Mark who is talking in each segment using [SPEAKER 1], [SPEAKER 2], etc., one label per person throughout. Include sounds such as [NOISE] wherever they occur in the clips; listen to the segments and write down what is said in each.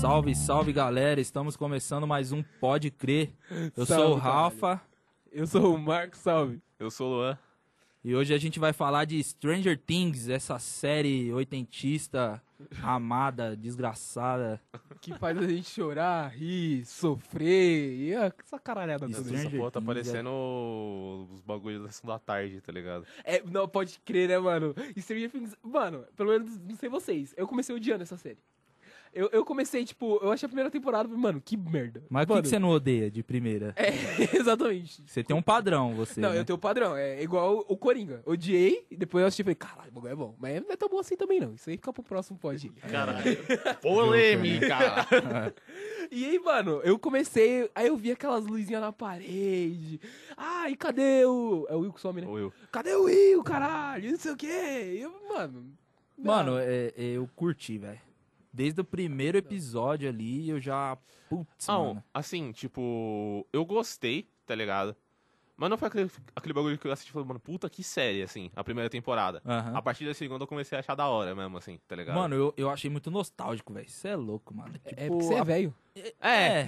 [SPEAKER 1] Salve, salve galera, estamos começando mais um Pode Crer. Eu sou o
[SPEAKER 2] Salve,
[SPEAKER 1] Rafa
[SPEAKER 2] Eu sou o Marcos Salve.
[SPEAKER 3] Eu sou o Luan.
[SPEAKER 1] e hoje a gente vai falar de Stranger Things, essa série oitentista, amada, desgraçada.
[SPEAKER 2] Que faz a gente chorar, rir, sofrer. E a- essa caralhada
[SPEAKER 1] Isso,
[SPEAKER 2] toda.
[SPEAKER 1] né?
[SPEAKER 3] Essa
[SPEAKER 1] Stranger
[SPEAKER 3] porra tá
[SPEAKER 1] Things,
[SPEAKER 3] parecendo os bagulhos da segunda tarde,
[SPEAKER 1] [LAUGHS]
[SPEAKER 3] tá ligado?
[SPEAKER 2] É, não, pode crer, né, mano? Stranger Things. Mano, pelo menos não sei vocês. Eu comecei odiando essa série. Eu, eu comecei, tipo, eu achei a primeira temporada, mano, que merda.
[SPEAKER 1] Mas o que
[SPEAKER 2] mano,
[SPEAKER 1] que você não odeia de primeira?
[SPEAKER 2] É, [LAUGHS] exatamente.
[SPEAKER 1] Você tem um padrão, você.
[SPEAKER 2] Não,
[SPEAKER 1] né?
[SPEAKER 2] eu tenho o padrão, é igual o Coringa. Odiei, e depois eu assisti e falei, caralho, o bagulho é bom. Mas não é tão bom assim também, não. Isso aí fica pro próximo, pode.
[SPEAKER 3] Caralho.
[SPEAKER 1] né? [LAUGHS]
[SPEAKER 3] Polêmica!
[SPEAKER 2] E aí, mano, eu comecei, aí eu vi aquelas luzinhas na parede. Ai, cadê o. É o Will que some, né?
[SPEAKER 3] Ou eu.
[SPEAKER 2] Cadê o Will, caralho? Não sei o quê. E Eu, mano.
[SPEAKER 1] Mano, é- é, eu curti, velho. Desde o primeiro episódio ali, eu já. Putz,
[SPEAKER 2] Ah,
[SPEAKER 3] Não,
[SPEAKER 2] um.
[SPEAKER 1] mano.
[SPEAKER 3] assim, tipo, eu gostei, tá ligado? Mas não foi aquele, aquele bagulho que eu assisti e falei, mano, puta que série, assim, a primeira temporada.
[SPEAKER 1] Aham.
[SPEAKER 3] A partir da segunda eu comecei a achar da hora mesmo, assim, tá ligado?
[SPEAKER 1] Mano, eu, eu achei muito nostálgico, velho. Você é louco, mano.
[SPEAKER 2] é porque você é
[SPEAKER 1] a-
[SPEAKER 2] velho.
[SPEAKER 1] É,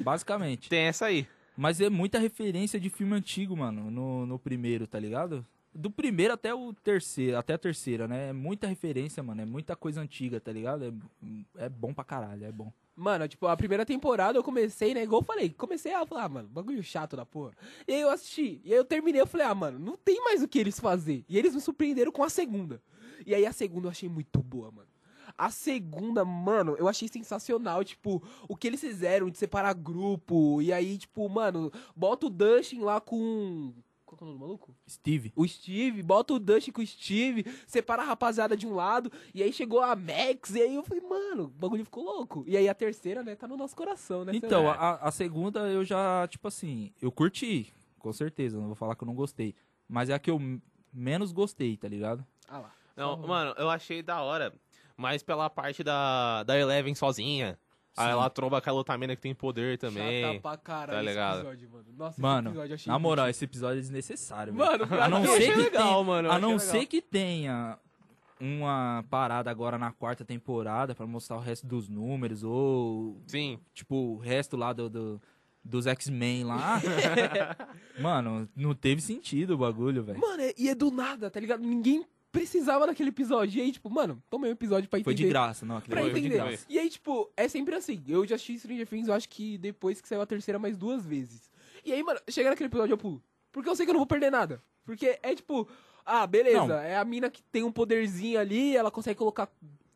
[SPEAKER 1] basicamente.
[SPEAKER 3] tem essa aí.
[SPEAKER 1] Mas é muita referência de filme antigo, mano, no, no primeiro, tá ligado? Do primeiro até o terceiro, até a terceira, né? É muita referência, mano. É muita coisa antiga, tá ligado? É, é bom pra caralho, é bom.
[SPEAKER 2] Mano, tipo, a primeira temporada eu comecei, né? Igual eu falei, comecei a falar, ah, mano, bagulho chato da porra. E aí eu assisti, e aí eu terminei, eu falei, ah, mano, não tem mais o que eles fazer. E eles me surpreenderam com a segunda. E aí a segunda eu achei muito boa, mano. A segunda, mano, eu achei sensacional, tipo, o que eles fizeram de separar grupo. E aí, tipo, mano, bota o Dustin lá com. Qual que é o nome do maluco?
[SPEAKER 1] Steve.
[SPEAKER 2] o Steve, bota o Dustin com o Steve, separa a rapaziada de um lado, e aí chegou a Max, e aí eu falei, mano, o bagulho ficou louco. E aí a terceira, né, tá no nosso coração, né? sei
[SPEAKER 1] Então,
[SPEAKER 2] lá.
[SPEAKER 1] a, a segunda eu já, tipo assim, eu curti, com certeza. Não vou falar que eu não gostei. Mas é a que eu m- menos gostei, tá ligado?
[SPEAKER 2] Ah lá.
[SPEAKER 3] Não,
[SPEAKER 2] Salve.
[SPEAKER 3] mano, eu achei da hora, mas pela parte da, da Eleven sozinha. Aí
[SPEAKER 1] Sim.
[SPEAKER 3] Ah, ela tromba aquela outra mina que tem poder
[SPEAKER 2] Chata
[SPEAKER 3] também.
[SPEAKER 2] pra caralho
[SPEAKER 3] tá
[SPEAKER 2] esse
[SPEAKER 3] ligado?
[SPEAKER 2] episódio, mano. Nossa, esse
[SPEAKER 1] Mano,
[SPEAKER 2] episódio eu achei
[SPEAKER 1] na moral,
[SPEAKER 2] muito-
[SPEAKER 1] esse episódio é desnecessário, velho.
[SPEAKER 2] Mano,
[SPEAKER 1] A não
[SPEAKER 2] eu
[SPEAKER 1] ser
[SPEAKER 2] achei
[SPEAKER 1] que
[SPEAKER 2] legal.
[SPEAKER 3] legal, mano. eu
[SPEAKER 1] A
[SPEAKER 3] achei
[SPEAKER 1] não
[SPEAKER 3] legal.
[SPEAKER 1] ser que tenha uma parada agora na quarta temporada pra mostrar o resto dos números ou
[SPEAKER 3] Sim,
[SPEAKER 1] tipo o resto lá do, do- dos X-Men lá. Mano, não teve sentido o bagulho, velho.
[SPEAKER 2] [LAUGHS] Mano, é- e é do nada, tá ligado? Ninguém precisava daquele episódio. E aí, tipo, mano, tomei um episódio pra
[SPEAKER 1] Foi
[SPEAKER 2] entender.
[SPEAKER 1] de graça, não, aquele
[SPEAKER 2] Pra
[SPEAKER 1] bagulho
[SPEAKER 3] Foi,
[SPEAKER 1] foi de
[SPEAKER 2] entender.
[SPEAKER 1] graça.
[SPEAKER 2] E aí, tipo, é sempre assim. Eu já assisti Stranger Things, eu acho que depois que saiu a terceira, mais duas vezes. E aí, mano, chega naquele episódio, eu pulo. Porque eu sei que eu não vou perder nada. Porque é tipo, ah, beleza,
[SPEAKER 1] Não.
[SPEAKER 2] é a mina que tem um poderzinho ali, ela consegue colocar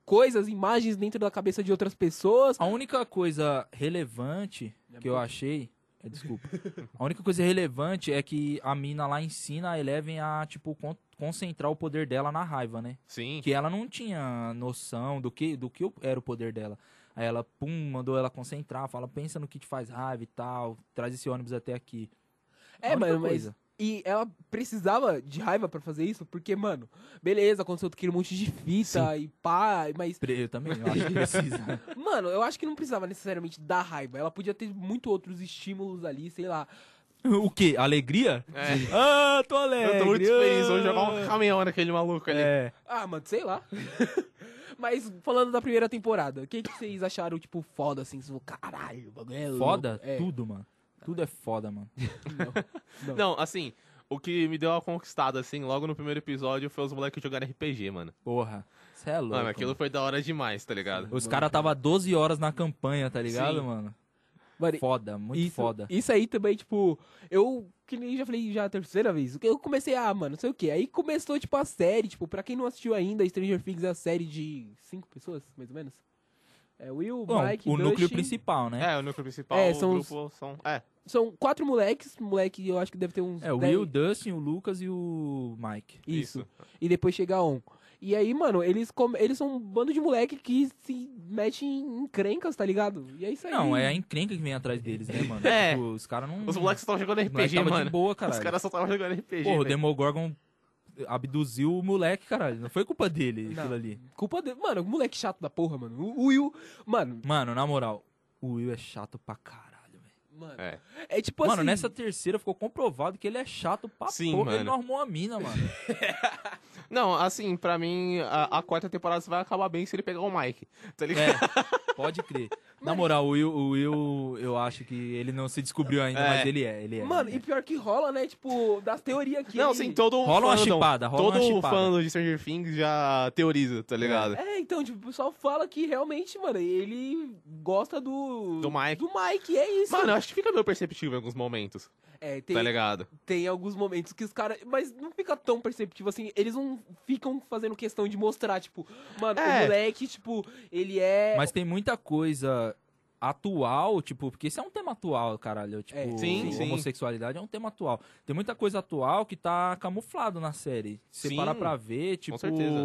[SPEAKER 2] coisas, imagens dentro da cabeça de outras pessoas.
[SPEAKER 1] A única coisa relevante que eu achei. é, Desculpa. A única coisa relevante é que a mina lá ensina a Eleven a, tipo, con- concentrar o poder dela na raiva, né?
[SPEAKER 3] sim.
[SPEAKER 1] que ela não tinha noção do que do que era o poder dela. Aí ela, pum, mandou ela concentrar, fala, pensa no que te faz raiva e tal, traz esse ônibus até aqui. A
[SPEAKER 2] É,
[SPEAKER 1] única
[SPEAKER 2] mano, mas.
[SPEAKER 1] coisa.
[SPEAKER 2] E ela precisava de raiva pra fazer isso, porque, mano, beleza, aconteceu aquele monte de fita e pá, mas
[SPEAKER 1] Pre- Eu também, eu acho que precisa.
[SPEAKER 2] Mano, eu acho que não precisava necessariamente da raiva. Ela podia ter muito outros estímulos ali, sei lá.
[SPEAKER 1] [LAUGHS] o quê? Alegria?
[SPEAKER 3] É.
[SPEAKER 1] Ah, tô alegre.
[SPEAKER 3] [LAUGHS] Eu tô muito feliz, vou
[SPEAKER 1] hoje
[SPEAKER 3] jogar um caminhão naquele maluco ali.
[SPEAKER 1] É.
[SPEAKER 2] Ah, mano, sei lá. [LAUGHS] Mas falando da primeira temporada, o que, que vocês acharam, tipo, foda, assim? Vocês falaram, caralho, o bagulho é louco."
[SPEAKER 1] Foda
[SPEAKER 2] É,
[SPEAKER 1] tudo, mano. Tudo é [LAUGHS] foda, mano.
[SPEAKER 2] não.
[SPEAKER 3] Não, assim, o que me deu uma conquistada, assim, logo no primeiro episódio foi os moleques jogarem RPG, mano.
[SPEAKER 1] Porra. Cê é louco.
[SPEAKER 3] Mano, aquilo
[SPEAKER 1] mano.
[SPEAKER 3] foi da hora demais, tá ligado?
[SPEAKER 1] Os caras tava 12 horas na campanha, tá ligado,
[SPEAKER 3] Sim.
[SPEAKER 1] mano?
[SPEAKER 2] Mano,
[SPEAKER 1] Foda, muito
[SPEAKER 2] isso,
[SPEAKER 1] foda.
[SPEAKER 2] Isso aí também, tipo, eu, que nem já falei já a terceira vez, eu comecei a, ah, mano, não sei o que. Aí começou, tipo, a série, tipo, pra quem não assistiu ainda, Stranger Things é a série de cinco pessoas, mais ou menos. É Will,
[SPEAKER 1] Bom,
[SPEAKER 2] Mike,
[SPEAKER 1] o núcleo
[SPEAKER 2] Dustin,
[SPEAKER 1] principal, né?
[SPEAKER 3] É, o núcleo principal,
[SPEAKER 2] É,
[SPEAKER 3] o
[SPEAKER 2] são os-
[SPEAKER 3] grupo são. É,
[SPEAKER 2] São quatro moleques, moleque eu acho que deve ter uns.
[SPEAKER 1] É, o
[SPEAKER 2] 10.
[SPEAKER 1] Will, o Dustin, o Lucas e o Mike.
[SPEAKER 2] Isso.
[SPEAKER 3] isso.
[SPEAKER 2] E depois chega a On. E aí, mano, eles, com- eles são um bando de moleque que se mete em, em crencas, tá ligado? E é isso aí.
[SPEAKER 1] Não, é a encrenca que vem atrás deles, né, mano?
[SPEAKER 3] [LAUGHS] É.
[SPEAKER 1] Tipo, os caras não.
[SPEAKER 3] Os moleques só estavam jogando
[SPEAKER 1] Os moleque
[SPEAKER 3] RPG,
[SPEAKER 1] tava
[SPEAKER 3] mano.
[SPEAKER 1] de boa, caralho.
[SPEAKER 3] Os caras só estavam jogando RPG.
[SPEAKER 1] Porra, o
[SPEAKER 3] velho.
[SPEAKER 1] Demogorgon abduziu o moleque, caralho. Não foi culpa dele
[SPEAKER 2] Não.
[SPEAKER 1] aquilo ali.
[SPEAKER 2] Culpa dele. Mano, moleque chato da porra, mano. O o Will. Mano,
[SPEAKER 1] Mano, na moral, o Will é chato pra caralho, velho.
[SPEAKER 2] Mano.
[SPEAKER 3] É.
[SPEAKER 2] É tipo
[SPEAKER 1] mano,
[SPEAKER 2] assim.
[SPEAKER 1] nessa terceira ficou comprovado que ele é chato pra
[SPEAKER 3] Sim,
[SPEAKER 1] porra. Ele
[SPEAKER 3] mano.
[SPEAKER 1] não arrumou a mina, mano.
[SPEAKER 3] Não, assim, pra mim, a, a quarta temporada vai acabar bem se ele pegar o Mike. Tá ligado?
[SPEAKER 1] É, Pode
[SPEAKER 3] [LAUGHS]
[SPEAKER 1] crer. Na moral, o Will, o Will, eu acho que ele não se descobriu ainda,
[SPEAKER 3] É.
[SPEAKER 1] mas ele é, ele é.
[SPEAKER 2] Mano, e pior que rola, né? Tipo, das teorias que.
[SPEAKER 3] [LAUGHS] Não,
[SPEAKER 2] ele-
[SPEAKER 3] sim, todo
[SPEAKER 1] Rola uma
[SPEAKER 3] fandom,
[SPEAKER 1] chipada, rola
[SPEAKER 3] todo
[SPEAKER 1] uma chipada.
[SPEAKER 3] fã de Stranger Things já teoriza, tá ligado?
[SPEAKER 2] É, então, tipo, o pessoal fala que realmente, mano, ele gosta do.
[SPEAKER 3] Do Mike.
[SPEAKER 2] Do Mike, é isso.
[SPEAKER 3] Mano, eu acho que fica meio perceptível em alguns momentos,
[SPEAKER 2] é, tem,
[SPEAKER 3] tá ligado?
[SPEAKER 2] tem alguns momentos que os caras. Mas não fica tão perceptível assim. Eles não ficam fazendo questão de mostrar, tipo, mano,
[SPEAKER 3] É.
[SPEAKER 2] o moleque, tipo, ele é.
[SPEAKER 1] Mas tem muita coisa atual, tipo, porque isso é um tema atual, caralho. Tipo,
[SPEAKER 2] É.
[SPEAKER 3] Sim,
[SPEAKER 1] o-
[SPEAKER 3] sim.
[SPEAKER 1] homossexualidade é um tema atual. Tem muita coisa atual que tá camuflado na série. Se você
[SPEAKER 3] Sim,
[SPEAKER 1] parar pra ver, tipo,
[SPEAKER 3] certeza.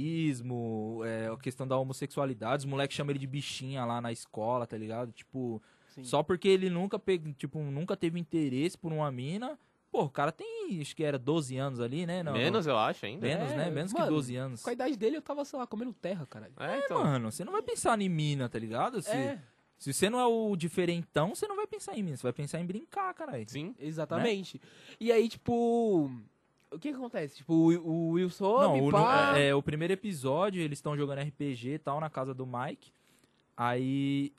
[SPEAKER 1] racismo, é, a questão da homossexualidade, os moleques chamam ele de bichinha lá na escola, tá ligado? Tipo,
[SPEAKER 2] Sim.
[SPEAKER 1] só porque ele nunca, pe- tipo, nunca teve interesse por uma mina. Pô, o cara tem, acho que era 12 anos ali, né? Não,
[SPEAKER 3] Menos, eu acho, ainda.
[SPEAKER 1] menos,
[SPEAKER 2] É,
[SPEAKER 1] né? Menos
[SPEAKER 2] mano,
[SPEAKER 1] que 12 anos.
[SPEAKER 2] Com a idade dele, eu tava, sei lá, comendo terra, caralho.
[SPEAKER 3] É, então.
[SPEAKER 1] Mano, você não vai pensar em mina, tá ligado? Se-
[SPEAKER 2] É,
[SPEAKER 1] Se você não é o diferentão, você não vai pensar em mim, você vai pensar em brincar, caralho.
[SPEAKER 3] Sim.
[SPEAKER 2] exatamente. E aí, tipo. O que que acontece? Tipo, o, o Will
[SPEAKER 1] Não,
[SPEAKER 2] sobe,
[SPEAKER 1] o,
[SPEAKER 2] pá.
[SPEAKER 1] no- é, o primeiro episódio, eles estão jogando RPG e tal na casa do Mike. Aí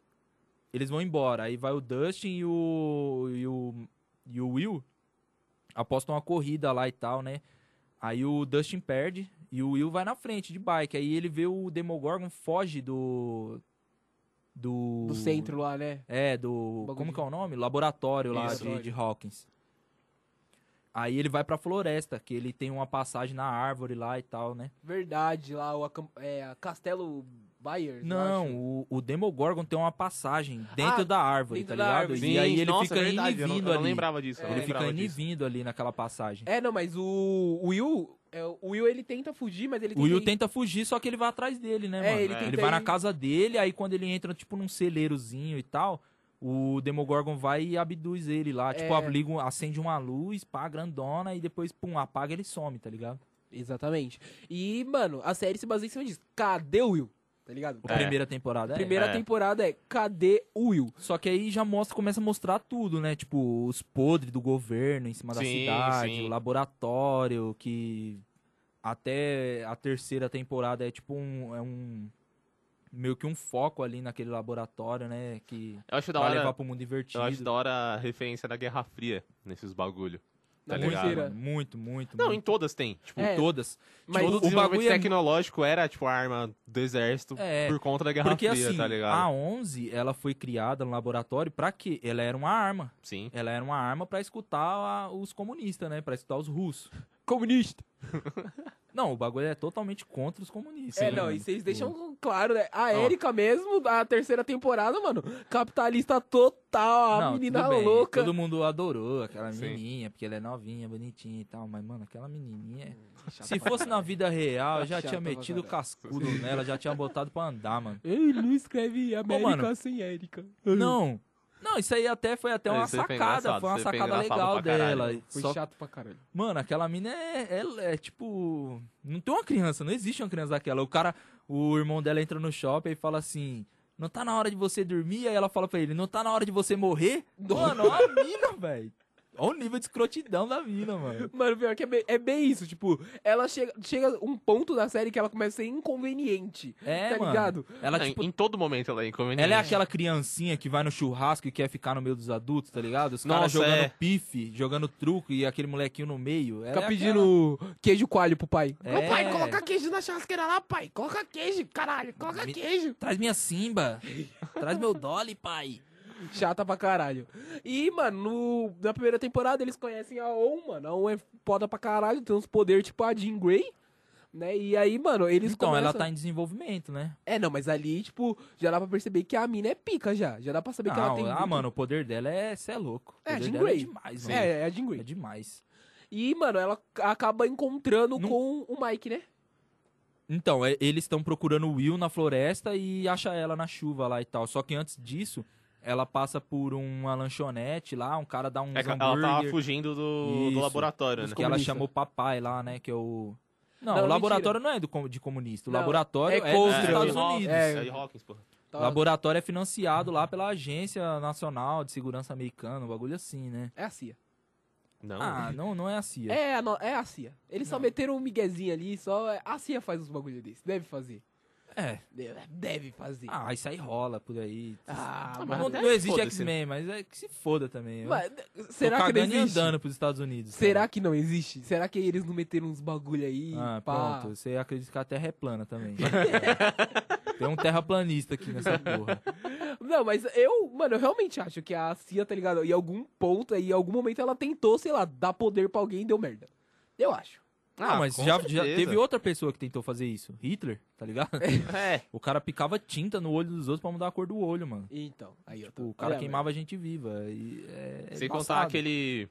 [SPEAKER 1] eles vão embora. Aí vai o Dustin e o. e o, e o Will apostam uma corrida lá e tal, né? Aí o Dustin perde e o Will vai na frente de bike. Aí ele vê o Demogorgon foge do. Do.
[SPEAKER 2] Do centro lá, né?
[SPEAKER 1] É, do.
[SPEAKER 2] Bagulho
[SPEAKER 1] Como
[SPEAKER 2] de-
[SPEAKER 1] que é o nome? Laboratório lá
[SPEAKER 3] Isso.
[SPEAKER 1] de, de Hawkins. Aí ele vai pra floresta, que ele tem uma passagem na árvore lá e tal, né?
[SPEAKER 2] Verdade, lá, o acamp- é, a Castelo Byers. eu
[SPEAKER 1] Não,
[SPEAKER 2] acho.
[SPEAKER 1] o, o Demogorgon tem uma passagem dentro
[SPEAKER 2] Ah,
[SPEAKER 1] da árvore,
[SPEAKER 2] dentro
[SPEAKER 1] tá
[SPEAKER 2] da
[SPEAKER 1] ligado?
[SPEAKER 2] árvore,
[SPEAKER 1] E
[SPEAKER 3] Sim,
[SPEAKER 1] aí ele
[SPEAKER 3] nossa,
[SPEAKER 1] fica
[SPEAKER 3] é verdade,
[SPEAKER 1] indo e
[SPEAKER 3] eu não,
[SPEAKER 1] vindo
[SPEAKER 3] eu não
[SPEAKER 1] ali.
[SPEAKER 3] lembrava disso. eu não
[SPEAKER 1] Ele fica
[SPEAKER 3] lembrava
[SPEAKER 1] indo e
[SPEAKER 3] disso.
[SPEAKER 1] vindo ali naquela passagem.
[SPEAKER 2] É, não, mas o o Will. é, o Will ele tenta fugir, mas ele
[SPEAKER 1] O Will
[SPEAKER 2] que-
[SPEAKER 1] tenta fugir, só que ele vai atrás dele, né,
[SPEAKER 2] É,
[SPEAKER 1] mano?
[SPEAKER 2] ele
[SPEAKER 1] Ele,
[SPEAKER 2] tenta
[SPEAKER 1] vai
[SPEAKER 2] ir-
[SPEAKER 1] na casa dele, aí quando ele entra, tipo, num celeirozinho e tal, o Demogorgon vai e abduz ele lá. Tipo,
[SPEAKER 2] É.
[SPEAKER 1] abliga, um- acende uma luz, pá, grandona, e depois, pum, apaga e ele some, tá ligado?
[SPEAKER 2] Exatamente. E, mano, a série se baseia em cima disso. Cadê o Will? Tá ligado?
[SPEAKER 1] A
[SPEAKER 3] É.
[SPEAKER 1] primeira temporada, é.
[SPEAKER 2] Primeira
[SPEAKER 3] É.
[SPEAKER 2] temporada é Cadê o Will?
[SPEAKER 1] Só que aí já mostra, começa a mostrar tudo, né? Tipo, os podres do governo em cima da
[SPEAKER 3] Sim,
[SPEAKER 1] cidade,
[SPEAKER 3] sim.
[SPEAKER 1] o laboratório, que até a terceira temporada é tipo um. É um meio que um foco ali naquele laboratório, né? Que
[SPEAKER 3] Eu acho da
[SPEAKER 1] vai levar
[SPEAKER 3] hora.
[SPEAKER 1] pro mundo tá
[SPEAKER 3] Eu
[SPEAKER 1] invertido.
[SPEAKER 3] acho da hora a referência da Guerra Fria nesses bagulho.
[SPEAKER 2] Na
[SPEAKER 3] Tá
[SPEAKER 1] muito,
[SPEAKER 3] ligado?
[SPEAKER 2] terceira.
[SPEAKER 1] mano, muito, muito.
[SPEAKER 3] Não, em
[SPEAKER 1] muito.
[SPEAKER 3] todas tem. Tipo,
[SPEAKER 2] É,
[SPEAKER 1] todas.
[SPEAKER 2] Mas
[SPEAKER 3] todo
[SPEAKER 1] o
[SPEAKER 3] o desenvolvimento
[SPEAKER 1] bagulho é-
[SPEAKER 3] tecnológico era, tipo, a arma do exército
[SPEAKER 1] É,
[SPEAKER 3] por conta da Guerra
[SPEAKER 1] Porque
[SPEAKER 3] Fria,
[SPEAKER 1] assim,
[SPEAKER 3] tá ligado?
[SPEAKER 1] a 11, ela foi criada no laboratório pra quê? Ela era uma arma.
[SPEAKER 3] Sim.
[SPEAKER 1] Ela era uma arma pra escutar a- os comunistas, né? Pra escutar os russos.
[SPEAKER 2] comunista.
[SPEAKER 1] Não, o bagulho é totalmente contra os comunistas.
[SPEAKER 2] é,
[SPEAKER 1] né,
[SPEAKER 2] não,
[SPEAKER 1] mano?
[SPEAKER 2] e vocês
[SPEAKER 1] Tipo,
[SPEAKER 2] deixam claro, né? A
[SPEAKER 3] Não.
[SPEAKER 2] Erika mesmo, a terceira temporada, mano, capitalista
[SPEAKER 3] é
[SPEAKER 2] total, a
[SPEAKER 1] não,
[SPEAKER 2] menina
[SPEAKER 1] tudo bem,
[SPEAKER 2] louca.
[SPEAKER 1] Todo mundo adorou aquela
[SPEAKER 3] Sim.
[SPEAKER 1] menininha, porque ela é novinha, bonitinha e tal. Mas, mano, aquela menininha. é-
[SPEAKER 3] Hum,
[SPEAKER 2] Chata
[SPEAKER 1] Se
[SPEAKER 2] pra
[SPEAKER 1] fosse na vida
[SPEAKER 3] [LAUGHS]
[SPEAKER 1] real,
[SPEAKER 3] Tá
[SPEAKER 1] eu já
[SPEAKER 2] Chata
[SPEAKER 1] tinha
[SPEAKER 2] pra
[SPEAKER 1] metido o
[SPEAKER 2] caralho.
[SPEAKER 1] cascudo nela, já tinha botado pra andar, mano.
[SPEAKER 2] Ele não escreve América
[SPEAKER 1] mano.
[SPEAKER 2] sem Érica.
[SPEAKER 1] Não. Não, isso aí até foi até
[SPEAKER 3] É,
[SPEAKER 1] uma
[SPEAKER 3] isso aí foi
[SPEAKER 1] sacada,
[SPEAKER 3] engraçado,
[SPEAKER 1] foi uma
[SPEAKER 3] isso aí foi
[SPEAKER 1] sacada
[SPEAKER 3] engraçado
[SPEAKER 1] legal
[SPEAKER 3] pra caralho.
[SPEAKER 1] dela.
[SPEAKER 2] Foi
[SPEAKER 1] Só,
[SPEAKER 2] chato pra caralho.
[SPEAKER 1] mano, aquela mina é, é- é tipo. Não tem uma criança, não existe uma criança daquela. O cara, o irmão dela entra no shopping e fala assim: Não tá na hora de você dormir? Aí ela fala pra ele: Não tá na hora de você morrer? Mano, olha a mina, velho. Olha o nível de escrotidão da mina, mano.
[SPEAKER 2] Mano, pior que é bem, é bem isso, tipo, ela chega, chega um ponto da série que ela começa a ser inconveniente.
[SPEAKER 1] É,
[SPEAKER 2] tá
[SPEAKER 1] mano.
[SPEAKER 2] ligado?
[SPEAKER 1] Ela,
[SPEAKER 3] Não, em-
[SPEAKER 1] tipo,
[SPEAKER 3] em todo momento ela é inconveniente.
[SPEAKER 1] ela é aquela criancinha que vai no churrasco e quer ficar no meio dos adultos, tá ligado? Os caras
[SPEAKER 3] Nossa,
[SPEAKER 1] jogando
[SPEAKER 3] é.
[SPEAKER 1] pife, jogando truco e aquele molequinho no meio. Ela
[SPEAKER 2] Fica
[SPEAKER 1] é
[SPEAKER 2] pedindo queijo coalho pro pai.
[SPEAKER 1] É.
[SPEAKER 2] Ô, pai, coloca queijo na churrasqueira lá, pai. Coloca queijo, caralho. Coloca
[SPEAKER 1] Me-
[SPEAKER 2] queijo.
[SPEAKER 1] Traz minha Simba. Traz meu Dolly, pai.
[SPEAKER 2] Chata pra caralho. E, mano, no- na primeira temporada eles conhecem a On, mano. A On é foda pra caralho, tem uns poderes tipo a Jean Grey. Né? E aí, mano, eles
[SPEAKER 1] então,
[SPEAKER 2] começam...
[SPEAKER 1] ela tá em desenvolvimento, né?
[SPEAKER 2] É, não, mas ali, tipo, já dá pra perceber que a mina é pica já. Já dá pra saber que ela
[SPEAKER 1] Não,
[SPEAKER 2] tem...
[SPEAKER 1] ah,
[SPEAKER 2] muito-
[SPEAKER 1] mano, o poder dela é... Cê é louco. O
[SPEAKER 2] É,
[SPEAKER 1] poder
[SPEAKER 2] Jean
[SPEAKER 1] dela é
[SPEAKER 2] Grey.
[SPEAKER 1] demais, mano.
[SPEAKER 2] É, é a Jean Grey.
[SPEAKER 1] É demais.
[SPEAKER 2] E, mano, ela acaba encontrando
[SPEAKER 1] Não-
[SPEAKER 2] com o Mike, né?
[SPEAKER 1] Então, é- eles estão procurando o Will na floresta e acha ela na chuva lá e tal. Só que antes disso, ela passa por uma lanchonete lá, um cara dá um
[SPEAKER 3] É que ela
[SPEAKER 1] hambúrguer.
[SPEAKER 3] tava fugindo do, do
[SPEAKER 1] Isso.
[SPEAKER 3] laboratório, né?
[SPEAKER 1] que ela
[SPEAKER 2] comunista.
[SPEAKER 1] chamou papai lá, né? Que é o. Não,
[SPEAKER 2] Não,
[SPEAKER 1] o laboratório não é do, com- de comunista. O
[SPEAKER 2] Não,
[SPEAKER 1] laboratório
[SPEAKER 2] é
[SPEAKER 1] é, dos
[SPEAKER 2] contra
[SPEAKER 1] Estados
[SPEAKER 2] o-
[SPEAKER 1] Unidos.
[SPEAKER 2] é,
[SPEAKER 3] É de Hawkins, porra.
[SPEAKER 2] Tá-
[SPEAKER 1] O laboratório é financiado lá pela Agência Nacional de Segurança Americana, um bagulho assim, né?
[SPEAKER 2] É a CIA.
[SPEAKER 3] Não.
[SPEAKER 1] Ah, não, não é a CIA.
[SPEAKER 2] É a, no- é a CIA. Eles só meteram um miguezinho ali, só. é, A CIA faz uns bagulho desse. Deve fazer.
[SPEAKER 1] É.
[SPEAKER 2] Deve- Deve fazer.
[SPEAKER 1] Ah, isso aí rola por aí.
[SPEAKER 2] Ah,
[SPEAKER 3] Ah,
[SPEAKER 1] Não-
[SPEAKER 3] mas
[SPEAKER 1] não,
[SPEAKER 3] até
[SPEAKER 1] existe
[SPEAKER 3] foda-se,
[SPEAKER 1] X-Men, mas é que se foda também. Eu
[SPEAKER 2] Mas,
[SPEAKER 1] tô
[SPEAKER 2] será que não
[SPEAKER 1] cagando e
[SPEAKER 2] existe?
[SPEAKER 1] andando pros Estados Unidos.
[SPEAKER 2] Será que não existe? Será que eles não meteram uns bagulho aí?
[SPEAKER 1] Ah,
[SPEAKER 2] pá?
[SPEAKER 1] pronto. Você acredita que a Terra é plana
[SPEAKER 3] [LAUGHS]
[SPEAKER 1] também. Tem um terraplanista aqui nessa porra.
[SPEAKER 2] Não, mas eu, mano, eu realmente acho que a CIA, tá ligado? Em algum ponto aí, em algum momento ela tentou, sei lá, dar poder pra alguém e deu merda. Eu acho.
[SPEAKER 1] Ah,
[SPEAKER 3] Ah,
[SPEAKER 1] mas
[SPEAKER 3] com
[SPEAKER 1] já, já
[SPEAKER 3] certeza.
[SPEAKER 1] teve outra pessoa que tentou fazer isso. Hitler, tá ligado?
[SPEAKER 2] [LAUGHS]
[SPEAKER 3] É.
[SPEAKER 1] o cara picava tinta no olho dos outros pra mudar a cor do olho, mano.
[SPEAKER 2] Então, aí eu tô.
[SPEAKER 1] Tipo, o cara
[SPEAKER 2] Olha,
[SPEAKER 1] queimava a gente viva. E é, é
[SPEAKER 3] Sem contar
[SPEAKER 1] embaçado.
[SPEAKER 3] aquele.